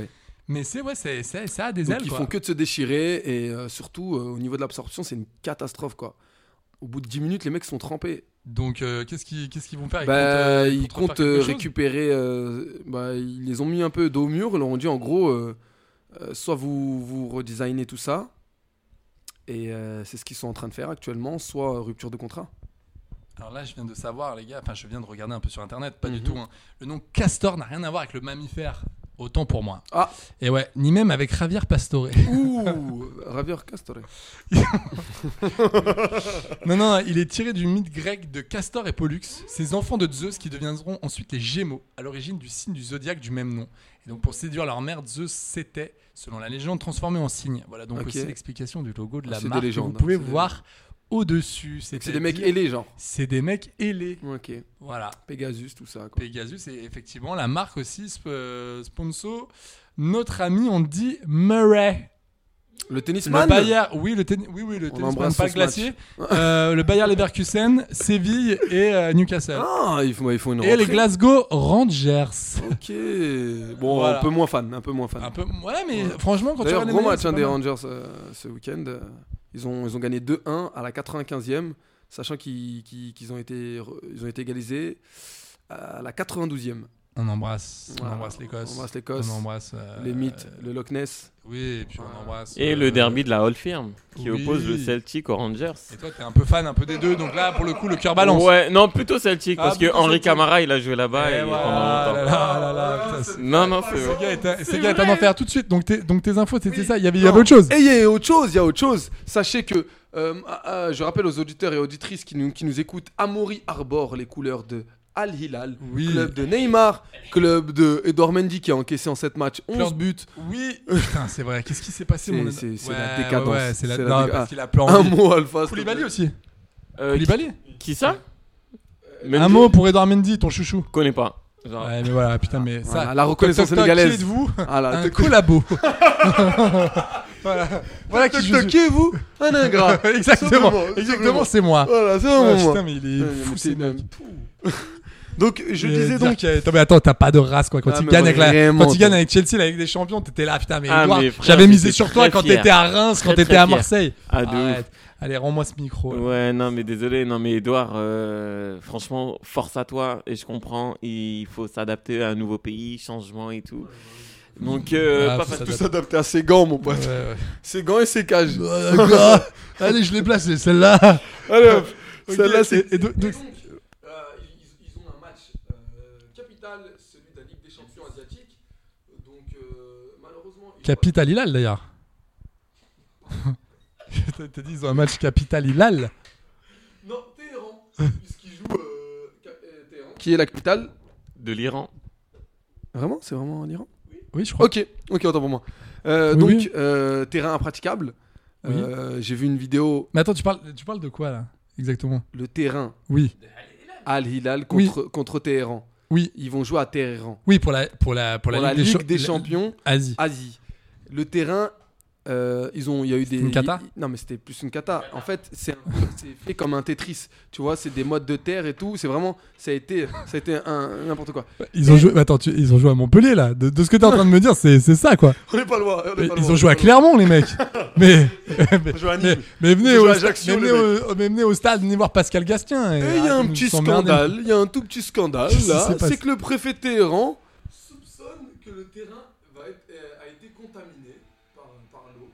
Mais c'est, ouais, c'est, c'est, ça a des
Donc
ailes,
ils
quoi.
font que de se déchirer et euh, surtout euh, au niveau de l'absorption, c'est une catastrophe quoi. Au bout de 10 minutes, les mecs sont trempés.
Donc, euh, qu'est-ce, qu'ils, qu'est-ce qu'ils vont faire
Bah,
comptent, euh,
ils
comptent
comptent
faire
euh,
quelque chose
récupérer. euh, bah, ils les ont mis un peu dos au mur. Ils leur ont dit en gros, euh, euh, soit vous, vous redesignez tout ça, et euh, c'est ce qu'ils sont en train de faire actuellement, soit euh, rupture de contrat.
<laughs> Alors là, je viens de savoir, les gars, enfin, je viens de regarder un peu sur internet, pas du
Mhm.
tout. hein. Le nom Castor n'a rien à voir avec le mammifère Autant pour moi.
Ah.
Et ouais, ni même avec Javier Pastore.
<laughs> Ouh, Ravier Castor.
non, non, il est tiré du mythe grec de Castor et Pollux, ces enfants de Zeus qui deviendront ensuite les Gémeaux, à l'origine du signe du zodiaque du même nom. Et donc pour séduire leur mère, Zeus s'était, selon la légende, transformé en cygne. Voilà donc
Ok. Ah,
aussi l'explication du logo de la
C'est des
marque que vous
légendes, hein,
pouvez
c'est des
voir au-dessus.
C'est des mecs
C'est-à-dire-
ailés, genre.
C'est des mecs ailés.
Ok.
Voilà.
Pegasus, tout ça. Quoi.
Pegasus et effectivement la marque aussi sp- euh, sponsor notre ami Andy Murray.
Le tennisman
Le Bayer, oui le tennis, oui oui le
On
tennisman,
l'embrasse
pas le
sur ce match.
glacier. Euh, le Bayer Leverkusen, Séville et euh, Newcastle.
Ah, il faut, il faut une
et Eh, les
rentrée.
Glasgow Rangers.
Ok. Bon,
Voilà.
un peu moins fan, un peu moins fan.
Un peu, ouais, mais franchement, quand tu
D'ailleurs,
regardes les
gros
meilleurs,
match
c'est
hein,
pas
des
mal.
Rangers euh, ce week-end. Euh, Ils ont, ils ont gagné 2-1 à la 95e, sachant qu'ils qu'ils- qu'ils ont, été re- ils ont été égalisés à la 92e.
On embrasse, on
Voilà.
embrasse l'Écosse.
On embrasse l'Écosse.
On embrasse euh,
Les mythes, le Loch Ness.
Oui, et puis on embrasse.
Et
euh,
le derby de la Hall Firm qui
oui.
oppose le Celtic aux Rangers.
Et toi, t'es un peu fan un peu des deux, donc là, pour le coup, le cœur balance.
Ouais, non, plutôt Celtic
Ah,
parce que
plutôt
Henri
Celtic.
Camara il a joué là-bas
Eh
et
ouais,
pendant
là,
longtemps.
là, là, là, putain, c'est-
Non, non, c'est
Ce
vrai.
gars est un- ce
C'est
gars est un
vrai.
enfer tout de suite. Donc, tes- donc tes infos, c'était ça. Il y avait, il y
Non.
avait autre chose.
Et il y a autre chose, il y a autre chose. Sachez que, euh, euh, je rappelle aux auditeurs et auditrices qui nous, qui nous écoutent, Amaury arbore les couleurs de Al Hilal,
Oui.
club de Neymar, club de Edouard Mendy qui a encaissé en 7 matchs 11
Club-
buts.
Oui. Euh, Putain, c'est vrai. Qu'est-ce qui s'est passé
C'est
mon
c'est- c'est
Ouais,
la décadence.
Ouais, ouais, c'est la,
C'est
non,
déca-
parce qu'il a
Ah,
plein
Un
envie.
mot, Alpha. s'il te
Koulibaly
plaît.
aussi.
Euh, qui-
Koulibaly. Euh,
Qui ça
Un mot pour Edouard Mendy, ton chouchou.
Connais pas. Genre,
Ouais, mais voilà, putain, mais ça.
Ah, Voilà, la reconnaissance
Toc, toc, toc,
sénégalaise.
Qui êtes-vous
Ah là,
Un
toc, toc. <laughs>
collabo. <laughs> voilà. Voilà qui
Toc,
je
toc,
suis.
qui vous Un ingrat.
<laughs> Exactement.
Ah, Simplement,
Exactement,
simplement.
c'est moi.
Voilà, c'est
Ouais,
un moment.
putain, mais il est
Ouais,
fou,
mais
ce
c'est
mec.
même- <laughs> Donc, je
Et
disais
dire
donc.
qu'il y a- euh, Attends, mais attends, t'as pas de race quoi. Quand
Ah,
il
mais
gagne avec la,
vraiment,
quand il gagne
toi.
avec Chelsea, là, avec des champions, t'étais là, putain, mais,
Ah,
Edouard,
mais frère,
j'avais misé
j'étais
sur toi
très
quand
fier.
t'étais à Reims, quand
Très,
t'étais à
très fier.
Marseille.
Ah, de ouf.
Arrête. Allez, rends-moi ce micro. là.
Ouais, non, mais désolé, non, mais Edouard, euh, franchement, force à toi, et je comprends, il faut s'adapter à un nouveau pays, changement et tout. Donc, euh,
Ah,
pas
faut
facile.
s'adapter.
Tout s'adapter à ses gants, mon
Ouais,
pote.
ouais.
Ses gants et ses cages.
<laughs> Ah,
<laughs> Allez, je l'ai placé, celle-là.
Allez, hop. Celle-là,
<laughs> Ok,
c'est.
et- et donc- donc-
euh, ils, ont un match euh, capital, celui de la Ligue des Champions asiatique. Donc, euh, malheureusement.
Capital Hilal d'ailleurs. <laughs> Je t'ai dit, ils ont un match Capital Hilal.
Non, Téhéran. Puisqu'ils jouent euh, Téhéran. Qui est la capitale
De l'Iran.
Vraiment C'est vraiment en Iran
Oui, je crois.
Ok, ok, autant pour moi. Euh,
Oui,
donc,
oui.
euh, terrain impraticable.
Oui.
Euh, J'ai vu une vidéo.
Mais attends, tu parles, tu parles de quoi là Exactement.
Le terrain
Oui.
Al Hilal contre, contre Téhéran.
Oui.
Ils vont jouer à Téhéran.
Oui, pour la, pour la, pour la
Pour la
Ligue,
Ligue
Cha-
des
la-
Champions.
Asie.
Asie. Le terrain, euh, ils ont, il y a eu des.
une cata
Non, mais c'était plus une cata. En fait, c'est un- c'est fait comme un Tetris. Tu vois, c'est des modes de terre et tout. C'est vraiment, ça a été, ça a été un n'importe quoi.
Ils ont joué, attends, tu- ils ont joué à Montpellier là. De, de ce que t'es en train de me dire, c'est c'est ça quoi.
On est pas loin. on est
Mais
pas
ils
loin.
ont joué à Clermont les mecs.
<laughs>
mais, mais,
joué à Nîmes.
mais, mais venez,
Ils ont
au,
joué à
sta-
Ajaccio,
mais
les
venez au- oh, mais venez au stade, venez voir Pascal Gastien.
Et il y a un
arrêtez de
petit
nous emmerder.
scandale. Il y a un tout petit scandale
Qu'est-ce qui
là.
s'est passé
C'est que le préfet Téhéran soupçonne que le terrain va être- euh, a été contaminé par, par l'eau.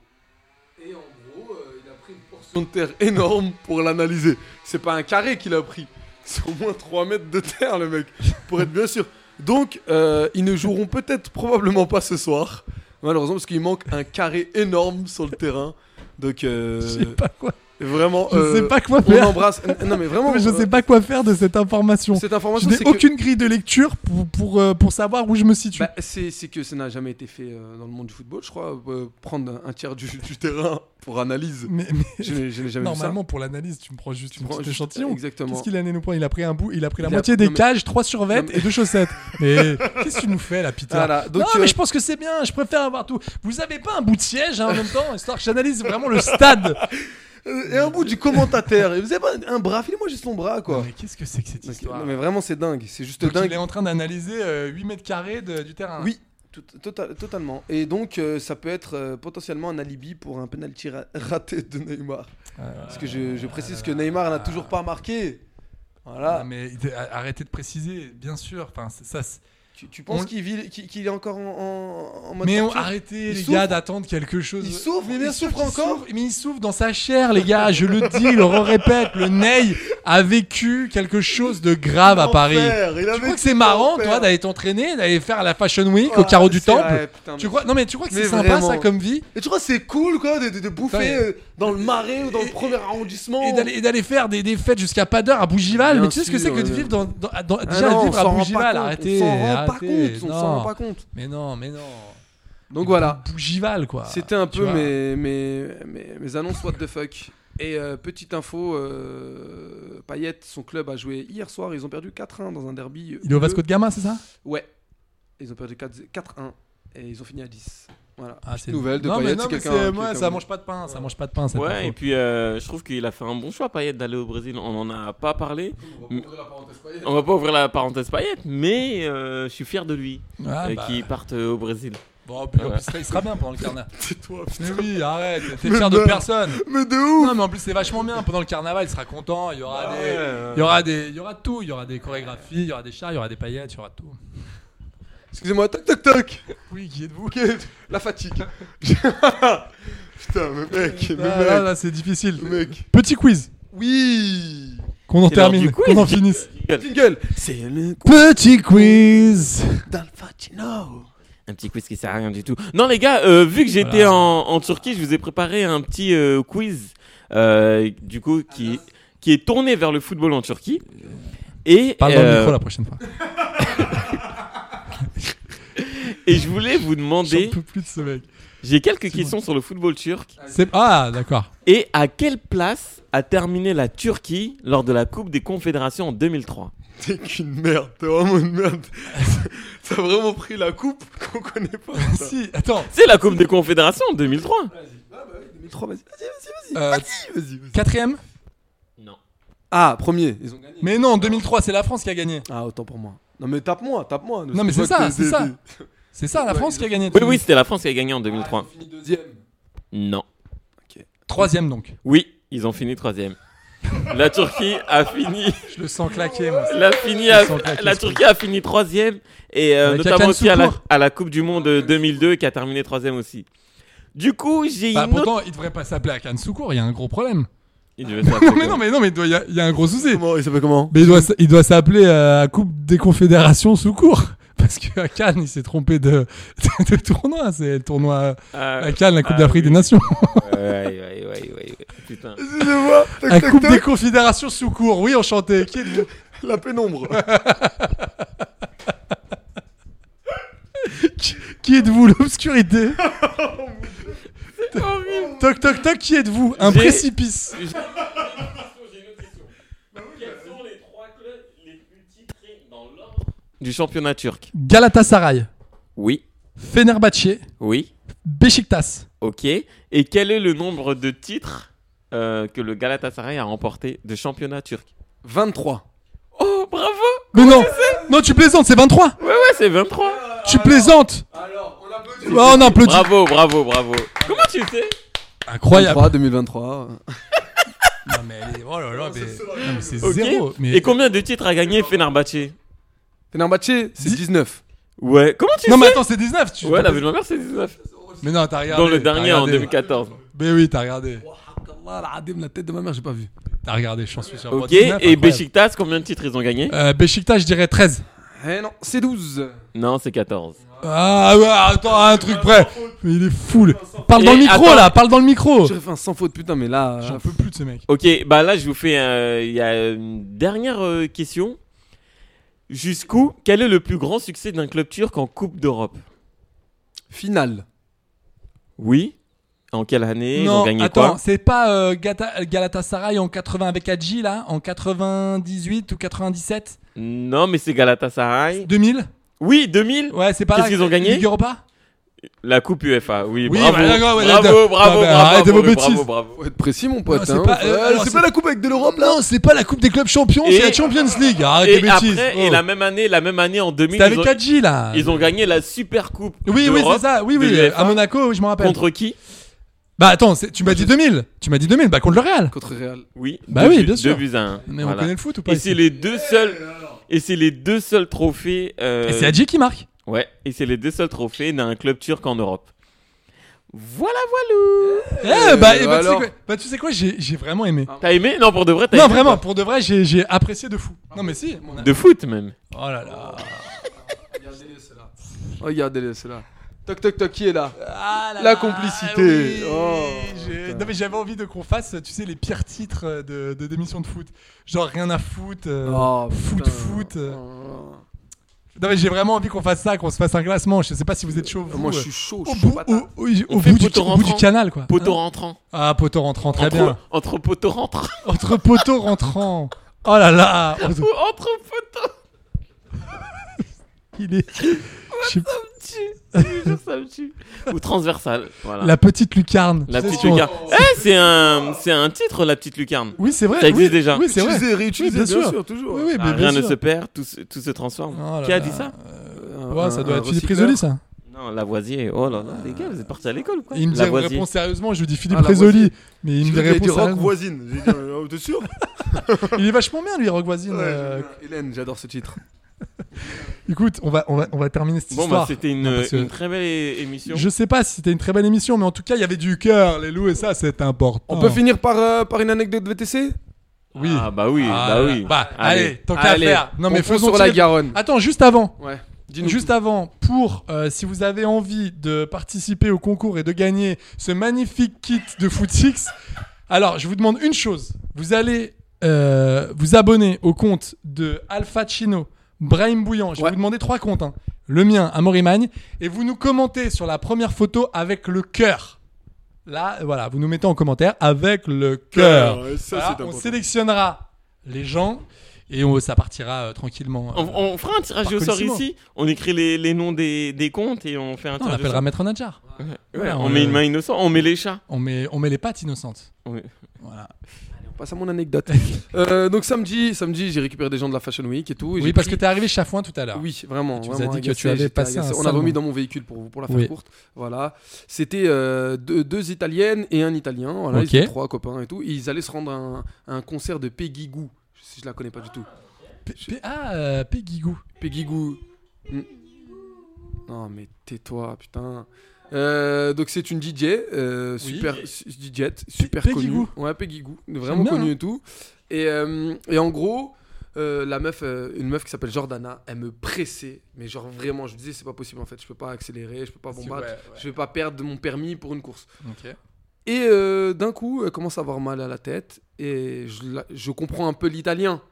Et en gros, euh, il a pris une portion de terre énorme pour l'analyser. C'est pas un carré qu'il a pris. C'est au moins 3 mètres de terre, le mec, pour être bien sûr. Donc, euh, ils ne joueront peut-être probablement pas ce soir, malheureusement, parce qu'il manque un carré énorme sur le terrain. Donc, euh,
Je sais pas quoi.
vraiment,
Je sais
euh,
pas quoi
on
faire.
embrasse. Non, mais vraiment,
Mais je
euh,
sais pas quoi faire de cette information.
cette
Je
information,
n'ai
c'est que-
aucune grille de lecture pour, pour, euh, pour savoir où je me situe.
Bah, c'est c'est que ça n'a jamais été fait euh, dans le monde du football, je crois. euh, prendre un- un tiers du, <laughs> du terrain pour analyse.
mais, mais-
Je n'ai je n'ai jamais
normalement, pour l'analyse, tu me prends
vu ça.
juste
Tu
une
prends
petite
juste-
échantillon.
Exactement.
Qu'est-ce qu'il a allé nous prendre Il a pris un bout, il a pris la
Il a-
moitié des
non, mais-
cages, trois survêtes
Non,
et
<laughs>
deux chaussettes. Mais qu'est-ce que tu nous fais là, Peter
Voilà, donc,
Non, mais
euh,
je pense que c'est bien, je préfère avoir tout. Vous avez pas un bout de siège hein, en même temps, histoire que j'analyse vraiment le stade
Euh, Et un bout du commentateur. Et Vous avez pas un- un bras Filez-moi juste son bras,
Non,
quoi.
Mais qu'est-ce que c'est que cette
Donc,
histoire
non, mais vraiment, c'est dingue. C'est juste
Donc,
dingue.
Il est en train d'analyser euh, 8 mètres carrés de- du terrain.
Oui, tout- tota- totalement. Et donc, euh, ça peut être euh, potentiellement un alibi pour un penalty ra- raté de Neymar. Parce que je, je précise que Neymar n'a toujours pas marqué. Voilà.
Ah, mais il- arrêtez de préciser, bien sûr. Enfin, c'est- ça, c'est-
Tu, tu penses
on-
qu'il vit- qu'il qu'il est encore en, en- en mode
Mais on,
torture
arrêtez
Il
les
souffre.
gars d'attendre quelque chose.
Il souffre,
mais
il
bien
souffre
qu'il
encore.
souffre, mais il souffre dans sa chair les gars, je le dis, le répète, le ney. a vécu quelque chose de grave à Ah bah, Paris.
il a
Tu crois que
vécu
c'est marrant,
l'enfer.
toi, d'aller t'entraîner, d'aller faire la Fashion
Oh,
Week au
Ah,
Ouais,
carreau du
c'est vrai,
Temple
putain,
Tu
mais-
crois Non, mais tu crois que c'est
mais
sympa
vraiment.
ça comme vie
Et tu crois que c'est cool quoi de, de- de bouffer
Putain, et-
euh, dans le marais ou dans le premier arrondissement
et d'aller- et d'aller faire des, des fêtes jusqu'à pas d'heure à Bougival,
Bien
mais tu sais ce que c'est
sûr,
que de
ouais.
vivre dans, dans- dans-
Ah
déjà
non, on
vivre à
s'en rend pas
Bougival,
compte, on
arrêtez,
s'en rend pas
arrêtez,
compte, on
non.
s'en rend pas compte.
Mais non, mais non.
Donc voilà.
Bougival quoi.
C'était un
Tu
peu
vois.
mes, mes, mes, mes annonces what the fuck. Et euh, petite info, euh, Payet, son club a joué hier soir, ils ont perdu 4-1 dans un derby. euh,
Il est au Vasco
bleu.
de Gama, c'est ça
Ouais. Ils ont perdu 4 4-1 et ils ont fini à 10. Voilà.
Ah,
Petite
c'est-
nouvelle de
Non, mais
Payet,
non,
c'est
mais
quelqu'un
c'est-
qui
ouais,
est
ça
comme-
mange pas de pain, ça mange pas de pain, c'est pas
Ouais, et
faux.
puis euh, je trouve qu'il a fait un bon choix, Payet, d'aller au Brésil. On en a pas parlé. mais- On va pas ouvrir la parenthèse Payet, mais euh, je suis fier de lui
Ah,
euh,
bah.
qu'il parte au Brésil.
Bon, puis,
Ouais.
il sera- il sera bien pendant le carnaval.
<laughs> Tais-toi, putain.
Mais oui, arrête, t'es
Mais
fier de
merde.
personne.
Mais de ouf Ah
Non, mais en plus, c'est vachement bien. Pendant le carnaval, il sera content. Il y aura des. Il y aura des. Il y aura tout. Il y aura des chorégraphies, il y aura des chars, il y aura des paillettes, il y aura tout.
Excusez-moi, toc toc toc
Oui, qui êtes-vous
La fatigue. <laughs> Putain, mais mec, mais
Ah, Là,
mec,
là, c'est difficile.
mec.
Petit quiz.
Oui
Qu'on en
C'est l'heure
termine,
du quiz.
qu'on en finisse.
Jingle C'est le
Petit quiz.
Fatino
Un petit quiz qui sert à rien du tout. Non, les gars, euh, vu que j'étais
Voilà.
en, en Turquie, je vous ai préparé un petit euh, quiz, euh, du coup, qui, qui est tourné vers le football en Turquie. Et,
Parle dans le
euh,
micro la prochaine fois.
et je voulais vous
J'en
demander,
peux plus de ce mec.
j'ai quelques
C'est
questions sur le football turc.
C'est- Ah, d'accord.
Et à quelle place a terminé la Turquie lors de la Coupe des Confédérations en 2003
T'es qu'une merde, t'es vraiment une merde. <laughs> T'as vraiment pris la coupe qu'on connaît pas. putain.
Si, attends.
C'est la Coupe des Confédérations en 2003
2003, vas-y, vas-y, vas-y, vas-y.
Euh,
vas-y, vas-y.
Quatrième
Non.
Ah, premier, ils ont gagné.
Mais non, en 2003, c'est la France qui a gagné.
Ah, autant pour moi. Non, mais tape-moi, tape-moi.
Non, mais
Je vois
c'est ça,
que
c'est
t'es-
ça.
t'es-
C'est ça, la France qui a gagné.
Oui, oui, c'était la France qui a gagné en 2003.
Ah,
Ils ont fini deuxième.
Non.
Troisième donc.
Oui, ils ont
<laughs>
fini troisième. La Turquie a fini.
Je le sens claquer, moi.
La, fini
Ils
a-
sont claqués,
la
ce
Turquie a fini troisième et euh,
Avec
notamment
Hakan
aussi à la,
Şükür.
à la Coupe du Monde euh, 2002 qui a terminé troisième aussi. Du coup, j'ai
Bah,
une autre.
pourtant, il devrait pas s'appeler Akan Soukour, il y a un gros problème.
Il devait s'appeler
non, <laughs> mais non, mais non, mais il doit- il y, a- il y a un gros souci.
Comment Il s'appelle comment
Mais il doit, s- il doit s'appeler euh, Coupe des Confédérations Soukour. <laughs> Parce que à Cannes, il s'est trompé de, <laughs> de, tournoi. C'est le tournoi
Ah,
à Cannes, la Coupe
ah
d'Afrique
oui.
des Nations.
ouais, ouais, ouais, ouais, ouais, ouais. Putain.
Excusez-moi,
<laughs> La
tac tac
Coupe des
tac,
Confédérations Soukour. Oui, enchanté. Qui êtes-vous
la pénombre.
Qui- Qui êtes-vous <laughs> L'obscurité. Oh, Toc, toc, toc, qui êtes-vous Un
J'ai-
précipice. Bah
Quels sont les trois clubs les plus titrés dans l'ordre du championnat turc
Galatasaray,
Oui,
Fenerbahçe,
oui,
Besiktas.
ok. Et quel est le nombre de titres euh, que le Galatasaray a remporté de championnat turc
23.
Oh, bravo
Mais non Non, tu plaisantes, c'est 23
Ouais, ouais, c'est 23
Tu plaisantes Alors, on applaudit.
Bravo, bravo, bravo. Comment tu sais
Incroyable.
23, 2023. euh,
Non, mais elle est- oh là là, mais- non, mais c'est
Ok.
zéro. Mais...
Et combien de titres a gagné Fenerbahçe
Fenerbahçe, c'est
Dix-
19.
Ouais, comment tu
non, mais
sais
attends, c'est 19. Tu...
Ouais, la ville de ma mère, c'est 19.
Mais non, t'as regardé.
Dans le
t'as
dernier, en
regardé.
2014.
Mais oui, t'as regardé.
Oh, la tête de ma mère, j'ai pas vu.
T'as regardé, je suis sûr.
Ok,
19,
et
incroyable.
Besiktas, combien de titres ils ont gagné
Euh, Beşiktaş, je dirais 13.
Eh non, c'est 12.
Non, c'est 14.
Ah ouais, attends, un truc près. Mais il est fou. lui. Parle dans
Et
le micro
attends.
là, parle dans le
<laughs>
micro.
J'aurais fait un sans faute, putain, mais là.
J'en
euh,
peux plus de ce mec.
Ok, bah là, je vous fais euh, il y a une dernière euh, question. Jusqu'où Quel est le plus grand succès d'un club turc en Coupe d'Europe
Finale.
Oui. En quelle année Ils ont
Non,
gagné
attends,
quoi
c'est pas euh, Gata- Galatasaray en 80 avec Hadji là, en 98 ou 97,
Non, mais c'est Galatasaray.
2000
Oui, 2000
Ouais, c'est pas
Qu'est-ce
là- euh,
qu'ils ont gagné
Ligue Europa
La Coupe UEFA, oui,
Oui,
bravo.
bah, d'accord, ouais,
bravo, bravo,
d'accord.
bravo,
Ah, bah, arrêtez
bravo,
vos
bravo,
bêtises.
bravo.
Faut être précis, mon pote.
Non, c'est
hein.
pas,
Faut-
euh,
alors,
non,
c'est
c'est-
pas la Coupe avec de l'Europe.
Europe, non, hein, c'est pas la Coupe des clubs champions,
Et-
c'est la Champions League. Arrête les
Et
bêtises.
après,
Oh.
et la même année, la même année en 2000,
C'était avec
ils ont,
Hadji là.
ils ont gagné la Super Coupe
Oui, oui,
d'Europe
c'est ça. Oui,
de
oui,
l'UEFA.
à Monaco, oui, je m'en rappelle.
Contre qui
Bah attends, c'est- tu m'as dit 2000. Tu m'as dit 2000, bah contre le Real.
Contre Real.
Oui.
Bah
deux
oui,
buts-
bien sûr.
Deux buts à un.
Mais
Voilà.
on connaît le foot ou pas
Et c'est
ici
les deux seuls. Et c'est les deux seuls trophées. euh,
Et c'est Hadji qui marque.
Ouais. Et c'est les deux seuls trophées d'un club turc en Europe. Voilà, voilou
Eh,
Euh,
bah, eh, bah, tu sais quoi, bah, tu sais quoi, j'ai j'ai vraiment aimé.
T'as aimé Non, pour de vrai, Ah, t'as
Non,
aimé,
vraiment,
toi
pour de vrai, j'ai j'ai apprécié de fou. Non, mais si. on a-
De foot, même.
Oh là là.
Regardez-le, c'est là. Toc toc toc, qui est là
Ah là
La
là,
complicité.
oui,
Oh,
j'ai-
putain.
non, mais j'avais envie de qu'on fasse, tu sais, les pires titres de, de d'émissions de foot. Genre rien à foot, euh,
Oh,
foot,
putain. Oh.
foot. euh. Non, mais j'ai vraiment envie qu'on fasse ça, qu'on se fasse un classement. Je sais pas si vous êtes chaud. vous,
Ah, Moi, je
euh.
suis chaud.
Au
chaud,
bout,
patate.
au- oui,
On
au
fait
bout du,
poteau
au bout du
rentrant.
canal, quoi.
Poteau
Hein
rentrant.
ah, poteau rentrant, très
entre, <laughs>
bien.
Entre poteau rentrant.
Entre poteau rentrant. Oh là là.
Ou entre poteau.
Il est. je sais pas,
Je te jure, ça me tue. Ou transversal. Voilà.
La petite lucarne.
La
Tu sais,
petite
si on-
lucarne. Eh, c'est un, c'est un titre, la petite lucarne.
Oui, c'est vrai.
Ça existe
oui,
déjà.
Oui, c'est vrai.
Utiliser, réutiliser,
Oui,
bien, sûr. toujours.
Oui, oui, Eh,
Ah,
mais bien
rien ne
sûr.
se perd, tout se, tout se transforme.
Oh là
Qui a
là.
dit ça
Un-
Ouais, ça
Ah, un-
doit
un
être Philippe
Euh, recycleur.
Risoli, ça.
Non, Lavoisier. Oh là là, les gars, vous êtes partis à l'école ou quoi
Il me dit
Lavoisier.
répond sérieusement, je lui dis Philippe
Ah, la
Risoli.
voisine.
Mais il
Il
me
a dit
répond
rock
sérieusement.
voisine. J'ai dit,
oh,
euh, t'es sûr
Il est vachement bien, lui, Rock Voisine.
Ouais,
euh,
j'aime bien. Hélène, j'adore ce titre.
Écoute, on va, on, va, on va terminer cette
Bon, bah,
histoire.
c'était une,
Non, parce que-
une très belle é- émission.
Je sais pas si c'était une très belle émission, mais en tout cas, il y avait du cœur, les loups, et ça, c'est important.
On peut finir par, euh, par une anecdote VTC
Oui.
Ah, bah oui, bah oui.
Bah, allez, tant qu'à
Allez,
faire. Non,
on
mais
prend
faisons
sur
tirer-
la Garonne.
Attends, juste avant.
Ouais. Dis-nous.
Juste avant, pour euh, si vous avez envie de participer au concours et de gagner ce magnifique kit de Footix, alors je vous demande une chose. Vous allez euh, vous abonner au compte de Alpha Chino, Brahim Bouillant. Je vais
Ouais.
vous demander trois comptes. hein. Le mien, à Morimagne. Et vous nous commentez sur la première photo avec le cœur. Là, voilà, vous nous mettez en commentaire avec le
Ah,
cœur.
Cœur, et ça,
Voilà,
c'est
on
important.
sélectionnera les gens et on- ça partira euh, tranquillement.
On, on fera un tirage
Par
au sort
colissimo.
ici. On écrit les, les noms des, des comptes et on fait un
Non, on
tirage
appellera
au
hein, euh.
sort.
Maître Nadjar.
Ouais,
Voilà,
on
on
met
le-
une main innocente, on met les chats.
On met, on met les pattes innocentes.
Oui.
Voilà.
Passe à mon anecdote. Euh, donc samedi, samedi, j'ai récupéré des gens de la Fashion Week et tout. et
Oui,
j'ai
parce que
pris-
t'es arrivé chafouin tout à l'heure.
Oui, vraiment.
Tu nous as
vraiment
dit que
agacé,
tu avais
j'étais
passé
agacé.
un
On a
sale
remis
moment.
dans mon véhicule pour vous, pour la faire
Oui.
courte. Voilà. C'était euh, deux, deux Italiennes et un Italien. Voilà,
Ok.
ils étaient trois copains et tout. Et ils allaient se rendre à un, à un concert de Peggy Goo. Je, sais, je la connais pas du tout.
P- P- ah, euh, Peggy Goo.
Peggy Goo. Hmm. Non, mais tais-toi, putain. Euh, donc c'est une DJ, euh, super su- DJ, super
Peggy
connue.
Goo.
Ouais, Peggy Goo, vraiment
bien,
connue
hein.
et tout. Et, euh, et en gros, euh, la meuf, euh, une meuf qui s'appelle Jordana, elle me pressait, mais genre vraiment, je me disais c'est pas possible en fait, je peux pas accélérer, je peux pas bombarder, je vais pas perdre mon permis pour une course. Et euh, d'un coup, elle commence à avoir mal à la tête et je, la- je comprends un peu l'italien.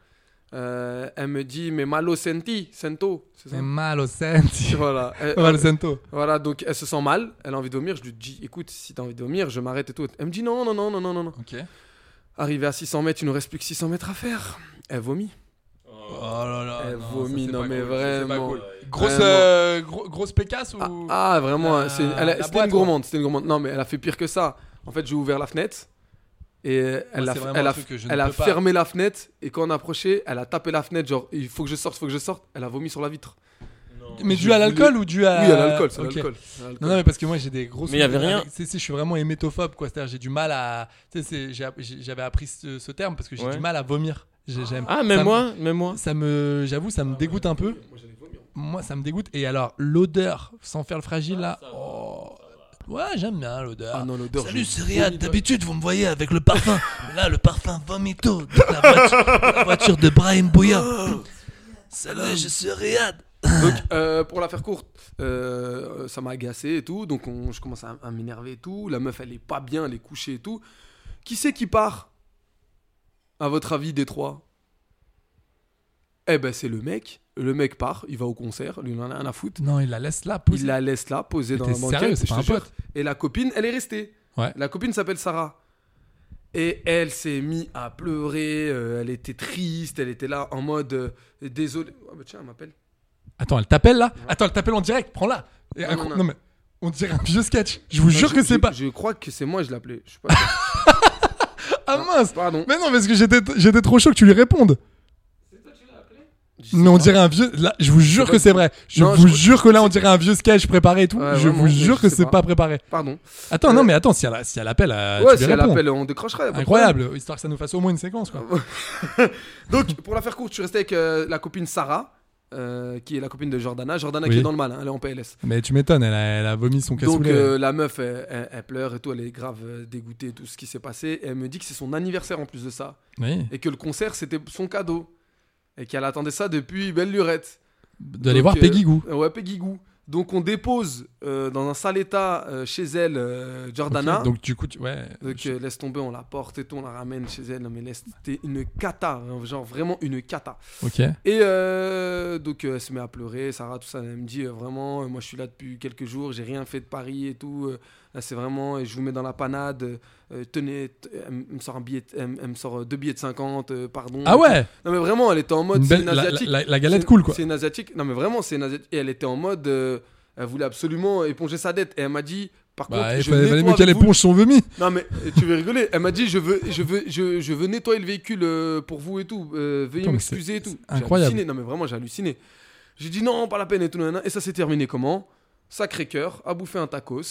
Euh, elle me dit mais malo senti, sento, c'est ça
C'est mal au senti.
voilà. Elle-
<laughs> Mal au
elle-
sento.
voilà, donc elle se sent mal, elle a envie de vomir. Je lui dis, écoute, si t'as envie de vomir, je m'arrête et tout. Elle me dit, non, non, non, non, non, non. non.
Ok.
Arrivé à 600 mètres, il nous reste plus que 600 mètres à faire. Elle vomit.
Oh là là.
Elle
non, ça,
vomit,
c'est
non,
pas
mais
cool, ça, c'est pas
vraiment.
cool. Grosse,
Vraiment.
euh, gro- grosse pécasse ou.
Ah, ah, vraiment,
La-
c'est une- elle
la
a- c'était
boîte,
une gourmande, c'était une gourmande. Non, mais elle a fait pire que ça. En fait, j'ai ouvert la fenêtre et elle,
c'est
a,
vraiment
elle,
un
a,
truc que je ne
elle a
peux pas.
fermé la fenêtre et quand on approchait, elle a tapé la fenêtre, genre il faut que je sorte, faut que je sorte. Elle a vomi sur la vitre.
mais
je
dû à l'alcool ou dû à.
Oui, à l'alcool, c'est à
Euh, Ok.
l'alcool. c'est à l'alcool.
Non, non, mais parce que moi j'ai des grosses.
Mais y avait rien.
Tu sais, si, je suis vraiment hémétophobe, quoi. C'est-à-dire, j'ai du mal à. Tu sais, c'est- j'ai- j'ai- j'avais appris ce, ce terme parce que j'ai
Ouais.
du mal à vomir. J'ai- J'aime.
Ah, même
Ça me-
moi, même moi.
Ça me, j'avoue, ça me dégoûte un peu. Moi, ça me dégoûte. Et alors, l'odeur, sans faire le fragile là. oh. Ouais, j'aime bien l'odeur.
Ah non, l'odeur,
Salut,
je-
c'est Riyad. D'habitude, vous me voyez avec le parfum. <laughs> Mais là, le parfum vomito de la voiture, la voiture de Brian Bouillard. Salut, je suis Riyad.
Donc, euh, pour la faire courte, euh, ça m'a agacé et tout. Donc, on- je commence à, à m'énerver et tout. La meuf, elle est pas bien, elle est couchée et tout. Qui c'est qui part À votre avis, des trois Eh ben, c'est le mec. Le mec part, il va au concert, lui, il en a rien à foutre.
Non, il la laisse là, pousse.
Il la laisse là, posée
Mais
dans
t'es
la banquette.
sérieux, c'est
je
pas
te
un
jure.
pote.
Et la copine, elle est restée.
Ouais.
La copine s'appelle Sarah. Et elle s'est mise à pleurer. euh, elle était triste. Elle était là en mode euh, désolé. Ah bah tiens, elle m'appelle.
Attends, elle t'appelle là Attends, elle t'appelle en direct, prends-la. Et
Non,
un
non,
coup-
non.
non, mais on dirait un vieux sketch. Je vous
Non,
jure
je-
que c'est
je-
pas.
Je crois que c'est moi, je l'appelais. Je sais pas.
Ah mince
Pardon.
Mais non, parce que j'étais j'étais trop chaud que tu lui répondes. <laughs> Mais on dirait un vieux. Là, je vous jure
pas
que
du
c'est
tout.
vrai. Je
Non,
vous
je-
jure que là, on dirait un vieux sketch préparé et tout.
Ouais,
je
vraiment,
vous
mais
jure
je
que
sais
c'est pas.
pas.
préparé.
Pardon.
Attends, non, mais attends, si elle, si elle appelle, euh,
ouais,
tu
si
lui
elle
réponds.
appelle, on décrochera. y a pas de
Incroyable, histoire que ça nous fasse au moins une séquence quoi.
problème. Donc, pour la faire courte, je suis resté avec euh, la copine Sarah. euh, qui est la copine de Jordana. Jordana
Oui.
qui est dans le mal, hein, elle est en PLS.
Mais tu m'étonnes, elle a, elle a vomi son
Donc
cassoulet.
euh, la meuf, elle, elle- elle pleure et tout, elle est grave euh, dégoûtée de tout ce qui s'est passé. Et elle me dit que c'est son anniversaire en plus de ça.
Oui.
Et que le concert, c'était son cadeau. Et qu'elle attendait ça depuis belle lurette.
D'aller
Donc,
voir
euh,
Peggy Gou.
Ouais, Peggy Gou. Donc on dépose euh, dans un sale état euh, chez elle euh, Jordana.
Ok, donc, du coup, tu- ouais,
Donc euh, laisse tomber, on la porte et tout, on la ramène chez elle. Non mais laisse, t'es une cata, hein, genre vraiment une cata.
Ok.
Et euh, donc euh, elle se met à pleurer, Sarah, tout ça, elle me dit euh, vraiment, euh, moi je suis là depuis quelques jours, j'ai rien fait de Paris et tout. euh, là c'est vraiment, euh, je vous mets dans la panade. euh, euh, tenez, t- elle m- elle me sort un billet, de- elle, m- elle me sort euh, deux billets de 50, euh, pardon.
Ah ouais
Non mais vraiment, elle était en mode,
Une
c'est
belle-
une
la-
asiatique.
la- la- la galette
C'est-
cool, quoi.
C'est une asiatique. Non mais vraiment, c'est une asiatique. Et elle était en mode, euh, elle voulait absolument éponger sa dette. Et elle m'a dit, par
Bah,
contre,
il
je
fallait-
nettoie
fallait mieux qu'elle
avec vous-
éponge son vomi.
non mais euh, tu veux rigoler. Elle m'a dit je veux je veux je, je veux nettoyer le véhicule euh, pour vous et tout. Euh, veuillez
Putain, mais
m'excuser et
c'est-
tout.
c'est
J'ai
incroyable.
halluciné. Non mais vraiment j'ai halluciné. J'ai dit non pas la peine et tout nanana. et ça s'est terminé comment Sacré cœur a bouffé un tacos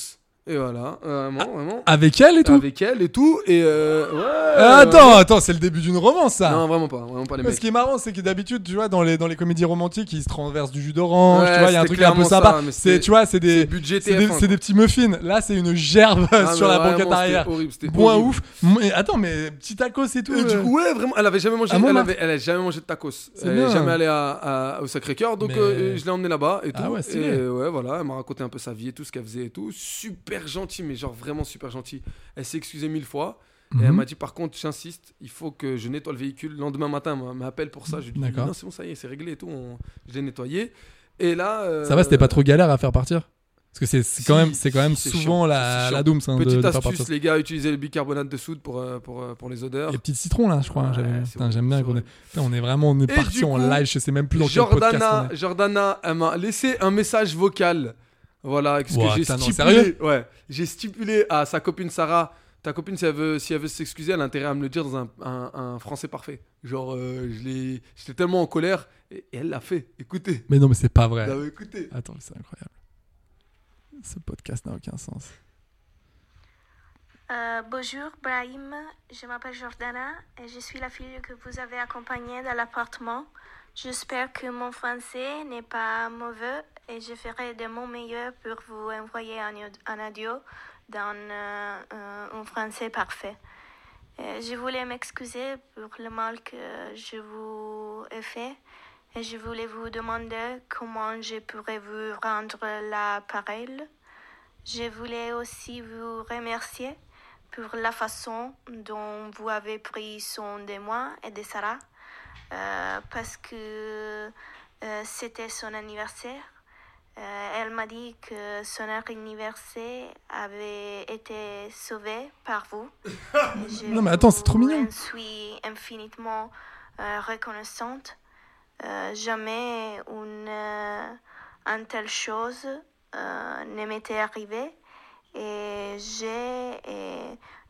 et voilà euh, vraiment vraiment.
Avec elle Ah, et tout
Avec elle et tout et euh, ouais,
Ah, Attends,
ouais.
attends, c'est le début d'une romance, ça.
Non vraiment pas vraiment pas les
Mais
mecs.
ce qui est marrant, c'est que d'habitude, tu vois, dans les, dans les comédies romantiques, ils se transversent du jus d'orange,
Ouais,
tu vois, il y a un
c'était
truc un peu
clairement
sympa.
ça, mais
C'est,
c'était-
tu vois, c'est des,
budget
c'est des,
TF1,
c'est des
quoi.
petits muffins. Là, c'est une gerbe
Ah,
sur
mais
la
vraiment,
banquette
c'était
arrière.
horrible, c'était
Moins
horrible.
ouf. Mais attends, mais petit tacos et tout.
Et du
euh.
coup, ouais, vraiment, elle avait jamais mangé,
Ah,
elle,
Montmartre.
avait, elle a jamais mangé de tacos.
C'est
Elle est
bien.
jamais allée à- à- au Sacré-Cœur, donc
Mais-
euh, je l'ai emmenée là-bas et tout.
Ah ouais,
et
stylé.
euh, ouais, voilà, elle m'a raconté un peu sa vie et tout, ce qu'elle faisait et tout. Super gentille, mais genre vraiment super gentille. Elle s'est excusée mille fois. Et elle
Mhm.
m'a dit par contre j'insiste il faut que je nettoie le véhicule le lendemain matin elle m'appelle pour ça je lui dis
D'accord.
non c'est bon ça y est c'est réglé et tout on- je l'ai nettoyé et là euh,
Ça va, c'était pas trop galère à faire partir. Parce que c'est, c'est quand
si,
même, c'est quand même
si, c'est
souvent
chiant,
la,
c'est
la
chiant.
Dooms hein, de,
Petite
de faire partir.
astuce, les gars, utilisez le bicarbonate de soude pour, euh, pour, euh, pour les odeurs.
Les petits citrons là, je crois. hein,
Ouais,
j'avais-
c'est
Putain,
horrible,
j'aime bien
c'est
qu'on est...
horrible.
Putain, on est vraiment, on est
Et
parti
du
en
coup,
live. Je sais même plus dans quel
Jordana,
podcast. on est.
Jordana, elle m'a laissé un message vocal. Voilà, ce
Ouah,
que j'ai
putain, non,
stipulé.
sérieux
ouais, j'ai stipulé à sa copine Sarah. Ta copine, si elle veut, si elle veut s'excuser, elle a intérêt à me le dire dans un, un- un français parfait. Genre, euh, je l'ai- j'étais tellement en colère et, et elle l'a fait. Écoutez.
Mais non, mais c'est pas vrai.
Non, mais écoutez.
Attends, mais c'est incroyable. Ce podcast n'a aucun sens.
Euh, bonjour Brahim, je m'appelle Jordana et je suis la fille que vous avez accompagnée dans l'appartement. J'espère que mon français n'est pas mauvais et je ferai de mon meilleur pour vous envoyer un, audio- un audio dans euh, euh, un français parfait. Euh, je voulais m'excuser pour le mal que je vous ai fait et je voulais vous demander comment je pourrais vous rendre la parole. Je voulais aussi vous remercier pour la façon dont vous avez pris soin de moi et de Sarah, euh, parce que euh, c'était son anniversaire. Euh, elle m'a dit que son anniversaire avait été sauvé par vous. Et je
Non, mais attends, c'est trop
vous
mignon.
en suis infiniment euh, reconnaissante. Euh, jamais une, euh, une telle chose euh, ne m'était arrivée et j'ai et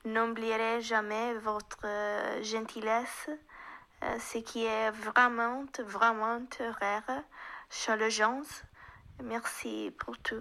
n'oublierai jamais votre euh, gentillesse, euh, ce qui est vraiment, vraiment rare chez les gens. Merci pour tout.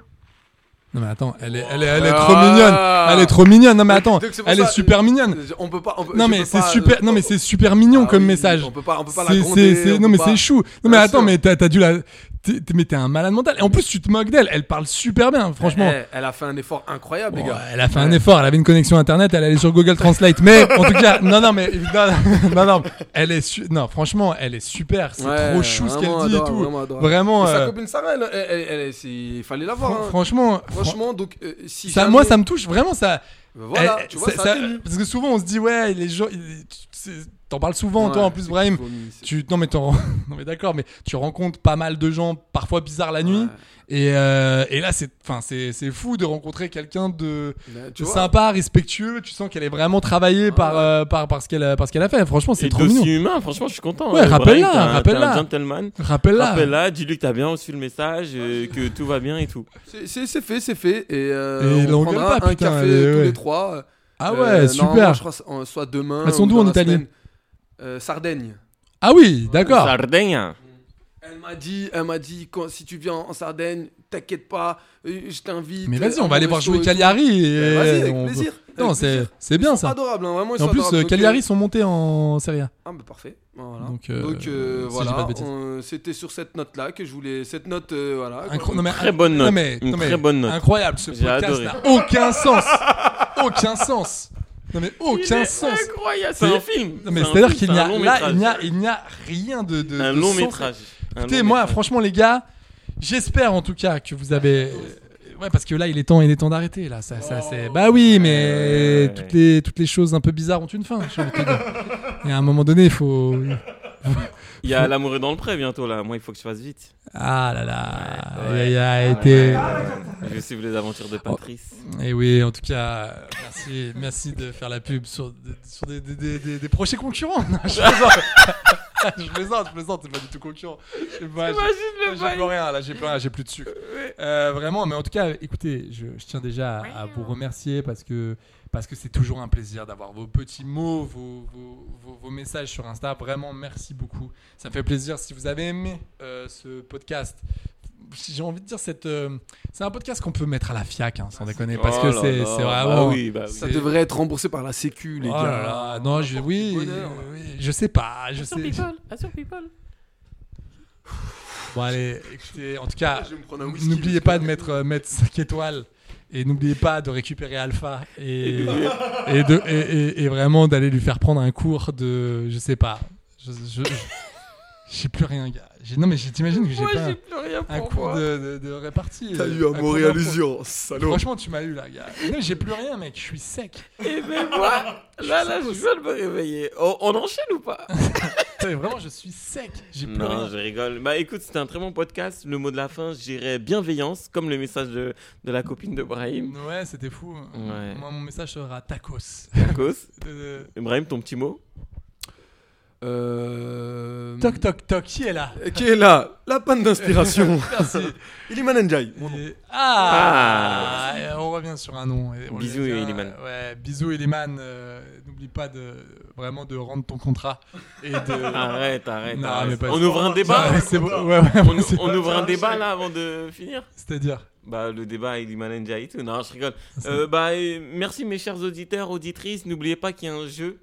Non mais attends, elle est, elle est,
Ah.
elle est trop mignonne. Elle est trop mignonne. Non mais attends,
Donc, c'est pour
elle
ça,
est super mignonne.
On peut pas. on peut-
Non
je
mais
peux
c'est
pas,
super.
euh,
Non mais c'est super mignon
Ah
comme
oui,
message.
on peut pas- on peut pas la
C'est-
gronder,
c'est- c'est-
on
Non
peut
mais
pas- Ah,
c'est chou. Non mais
Bien
attends,
sûr.
mais t'as t'as dû la. t'es- t'es- Mais t'es un malade mental. Et en plus, tu te moques d'elle. Elle parle super bien, franchement.
Eh, elle a fait un effort incroyable, les
Bon,
gars.
elle a fait un effort, elle avait une connexion internet, elle allait sur Google Translate.
<laughs>
Mais en tout cas, non, non, mais non, non, <laughs> non, elle est, su- non, franchement, elle est super, c'est
Ouais,
trop chou ce qu'elle
vraiment
dit et
adorable,
tout.
Vraiment, adorable.
Vraiment,
Et sa
euh,
copine Sarah, elle, elle- elle- elle- c'est- il fallait la voir.
Fran-
hein.
franchement, fran-
franchement, donc euh, si
ça,
jamais-
moi, ça Eh, me touche vraiment. Ça,
Ben voilà,
elle-
tu vois, ça atténue.
parce que souvent, on se dit, ouais, les gens, ils- tu- c'est- t'en parles souvent, toi,
Ouais,
en plus,
c'est
Brahim.
qu'ils vomissent.
Tu, non, mais t'en- <laughs> non, mais d'accord, mais tu rencontres pas mal de gens, parfois bizarres la nuit. Et, euh, et là, c'est, enfin, c'est, c'est fou de rencontrer quelqu'un de,
tu
de
vois.
sympa, respectueux. Tu sens qu'elle est vraiment travaillée par, euh, par, par ce qu'elle, a- par ce qu'elle a fait. Franchement, c'est
Et
trop
de
mignon.
si humain, franchement, je suis content.
Ouais,
Euh,
rappelle-la,
Brian, t'es un-
rappelle-la.
t'es un gentleman.
Rappelle-la.
Rappelle-la, dis-lui que t'as bien reçu le message, euh, que tout va bien et tout.
C'est- C'est c'est fait, c'est fait. Et,
Et
euh,
ils
on
l'engueulent
prendra
pas,
un
putain,
café
mais
tous
ouais.
les trois.
Ah
Euh,
ouais,
normalement,
super.
je crois, en- soit demain.
Elles sont
ou
d'où
dans
en
la
Italie
semaine. Euh, Sardaigne.
Ah oui, d'accord.
Sardaigne.
Elle m'a dit, elle m'a dit, quand, si tu viens en Sardaigne, t'inquiète pas, euh, je t'invite.
Mais vas-y,
euh,
on va aller voir
resto
jouer
et tout.
Cagliari. et
Ben, Vas-y, avec
on-
plaisir.
Non, c'est c'est bien
Ils sont
ça.
adorables, hein, vraiment, ils
Et en
sont
plus,
adorables.
euh,
Donc,
Cagliari
euh,
sont montés en Serie A.
Ah bah parfait. Voilà.
Donc,
Donc,
euh,
euh,
si je dis pas
voilà,
de bêtises.
on- c'était sur cette note-là que je voulais. Cette note, euh, voilà. quoi.
Incro- non, mais
très
inc-
bonne note.
non, mais-
Une
non, mais
très bonne note.
Incroyable, ce
J'ai
podcast
adoré.
n'a aucun sens. aucun sens. Non mais aucun
est
sens.
incroyable, c'est un film.
Non, mais
C'est un
c'est-à-dire
film,
qu'il
c'est
n'y
un
a
long
là,
métrage.
il n'y a il n'y a rien de, de
Un
de
long
sens.
métrage. Un
Écoutez,
long
moi,
métrage.
franchement, les gars, j'espère en tout cas que vous avez. Ouais, parce que là, il est temps, il est temps d'arrêter. Là, ça, ça, c'est. Bah oui, mais toutes les toutes les choses un peu bizarres ont une fin. j'ai envie de te dire. Et à un moment donné, il faut.
Il y a l'amour est dans le pré bientôt là. Moi, il faut que je fasse vite.
Ah là là,
Ouais.
il a été.
Je suis les aventures
Oh,
de Patrice.
Et oui, en tout cas, euh, merci, merci de faire la pub sur, de- sur des, des, des, des- des projets concurrents. <laughs> Non, je plaisante, je plaisante, je plaisante, c'est pas du tout concurrent. Je sais pas,
T'imagines
j'ai-
le
J'ai
bail.
plus rien, là, j'ai plus rien, j'ai plus de sucre. Euh, vraiment, mais en tout cas, écoutez, je, je tiens déjà à, à vous remercier parce que parce que c'est toujours un plaisir d'avoir vos petits mots, vos, vos, vos- vos messages sur Insta. Vraiment, merci beaucoup. Ça me fait plaisir. Si vous avez aimé euh, ce podcast, si j'ai envie de dire, cette, euh, c'est un podcast qu'on peut mettre à la fiac, hein, sans déconner, parce que
là
c'est
là,
c'est
bah
vraiment.
oui, bah oui.
Ça devrait être remboursé par la Sécu, les
Oh
gars.
là là, non, je, oui, euh, oui, je sais pas, je sais.
Assure people.
Bon, allez, écoutez, en tout cas,
Je vais me prendre un whisky,
n'oubliez pas de mettre, euh, mettre 5 étoiles et n'oubliez pas de récupérer Alpha et, et, de, et, et- et vraiment d'aller lui faire prendre un cours de. Je sais pas. Je, je- je- j'ai plus rien, gars. J'ai- Non, mais j'ai- t'imagines que j'ai
Moi,
pas
j'ai plus rien
un
pour
cours
moi.
de, de, de répartie.
T'as
euh,
eu un
cours
mot
d'impro.
oh,
réallusion, salaud.
Franchement, tu m'as eu là, gars. Non, j'ai plus rien, mec. Je suis sec.
Et mais Eh ben, moi, là, là, je viens de me réveiller. On, on enchaîne ou pas
Putain, Vraiment, je suis sec. J'ai plus
Non,
rien.
je rigole. Bah écoute, c'était un très bon podcast. Le mot de la fin, je dirais bienveillance, comme le message de, de la copine de Brahim.
Ouais, c'était fou. hein.
Ouais.
Moi, mon message sera tacos. <laughs>
À cause.
Euh,
Brahim, ton petit mot
Euh...
Toc toc toc, Euh, qui est là
Qui est là La panne d'inspiration.
<laughs> Merci.
Iliman Njai. mon nom.
Et- Ah, Et On revient sur un nom. Et on
Bisous,
le dit,
Eliman.
euh, Ouais, bisous Eliman. euh, N'oublie pas de vraiment de rendre ton contrat et
<laughs>
de.
Arrête, arrête.
Non,
arrête.
mais pas-
on ouvre un débat
Ouais, c'est bon, ouais, ouais,
on,
c'est-
on ouvre un débat là avant de finir
C'est-à-dire.
Bah le débat il manager et tout. Non, je rigole.
Ah,
Euh, bah et merci mes chers auditeurs, auditrices. N'oubliez pas qu'il y a un jeu.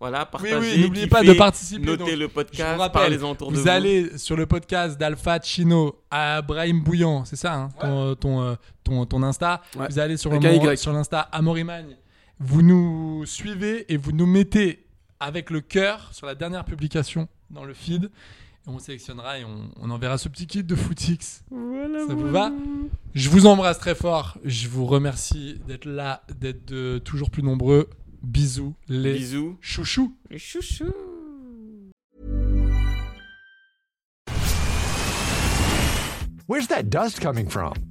Voilà, partagez.
oui, n'oubliez
kiffez,
pas de participer,
Notez
donc.
le
Je
podcast,
vous
parlez
rappelle,
autour
vous,
de vous.
allez sur le podcast d'Alpha Chino à Brahim Bouillant, c'est ça, hein, ton, euh, ton, euh, ton, ton Insta.
Ouais.
Vous allez sur,
Avec
le
un
mon-
Y.
sur l'Insta Amorimagne. Vous nous suivez et vous nous mettez avec le cœur sur la dernière publication dans le feed. Et on sélectionnera et on, on enverra ce petit kit de Footix. ça vous va Je vous embrasse très fort. Je vous remercie d'être là, d'être euh, toujours plus nombreux. Bisous les
Bisous.
chouchous.
Chouchou.
Where's that dust coming from?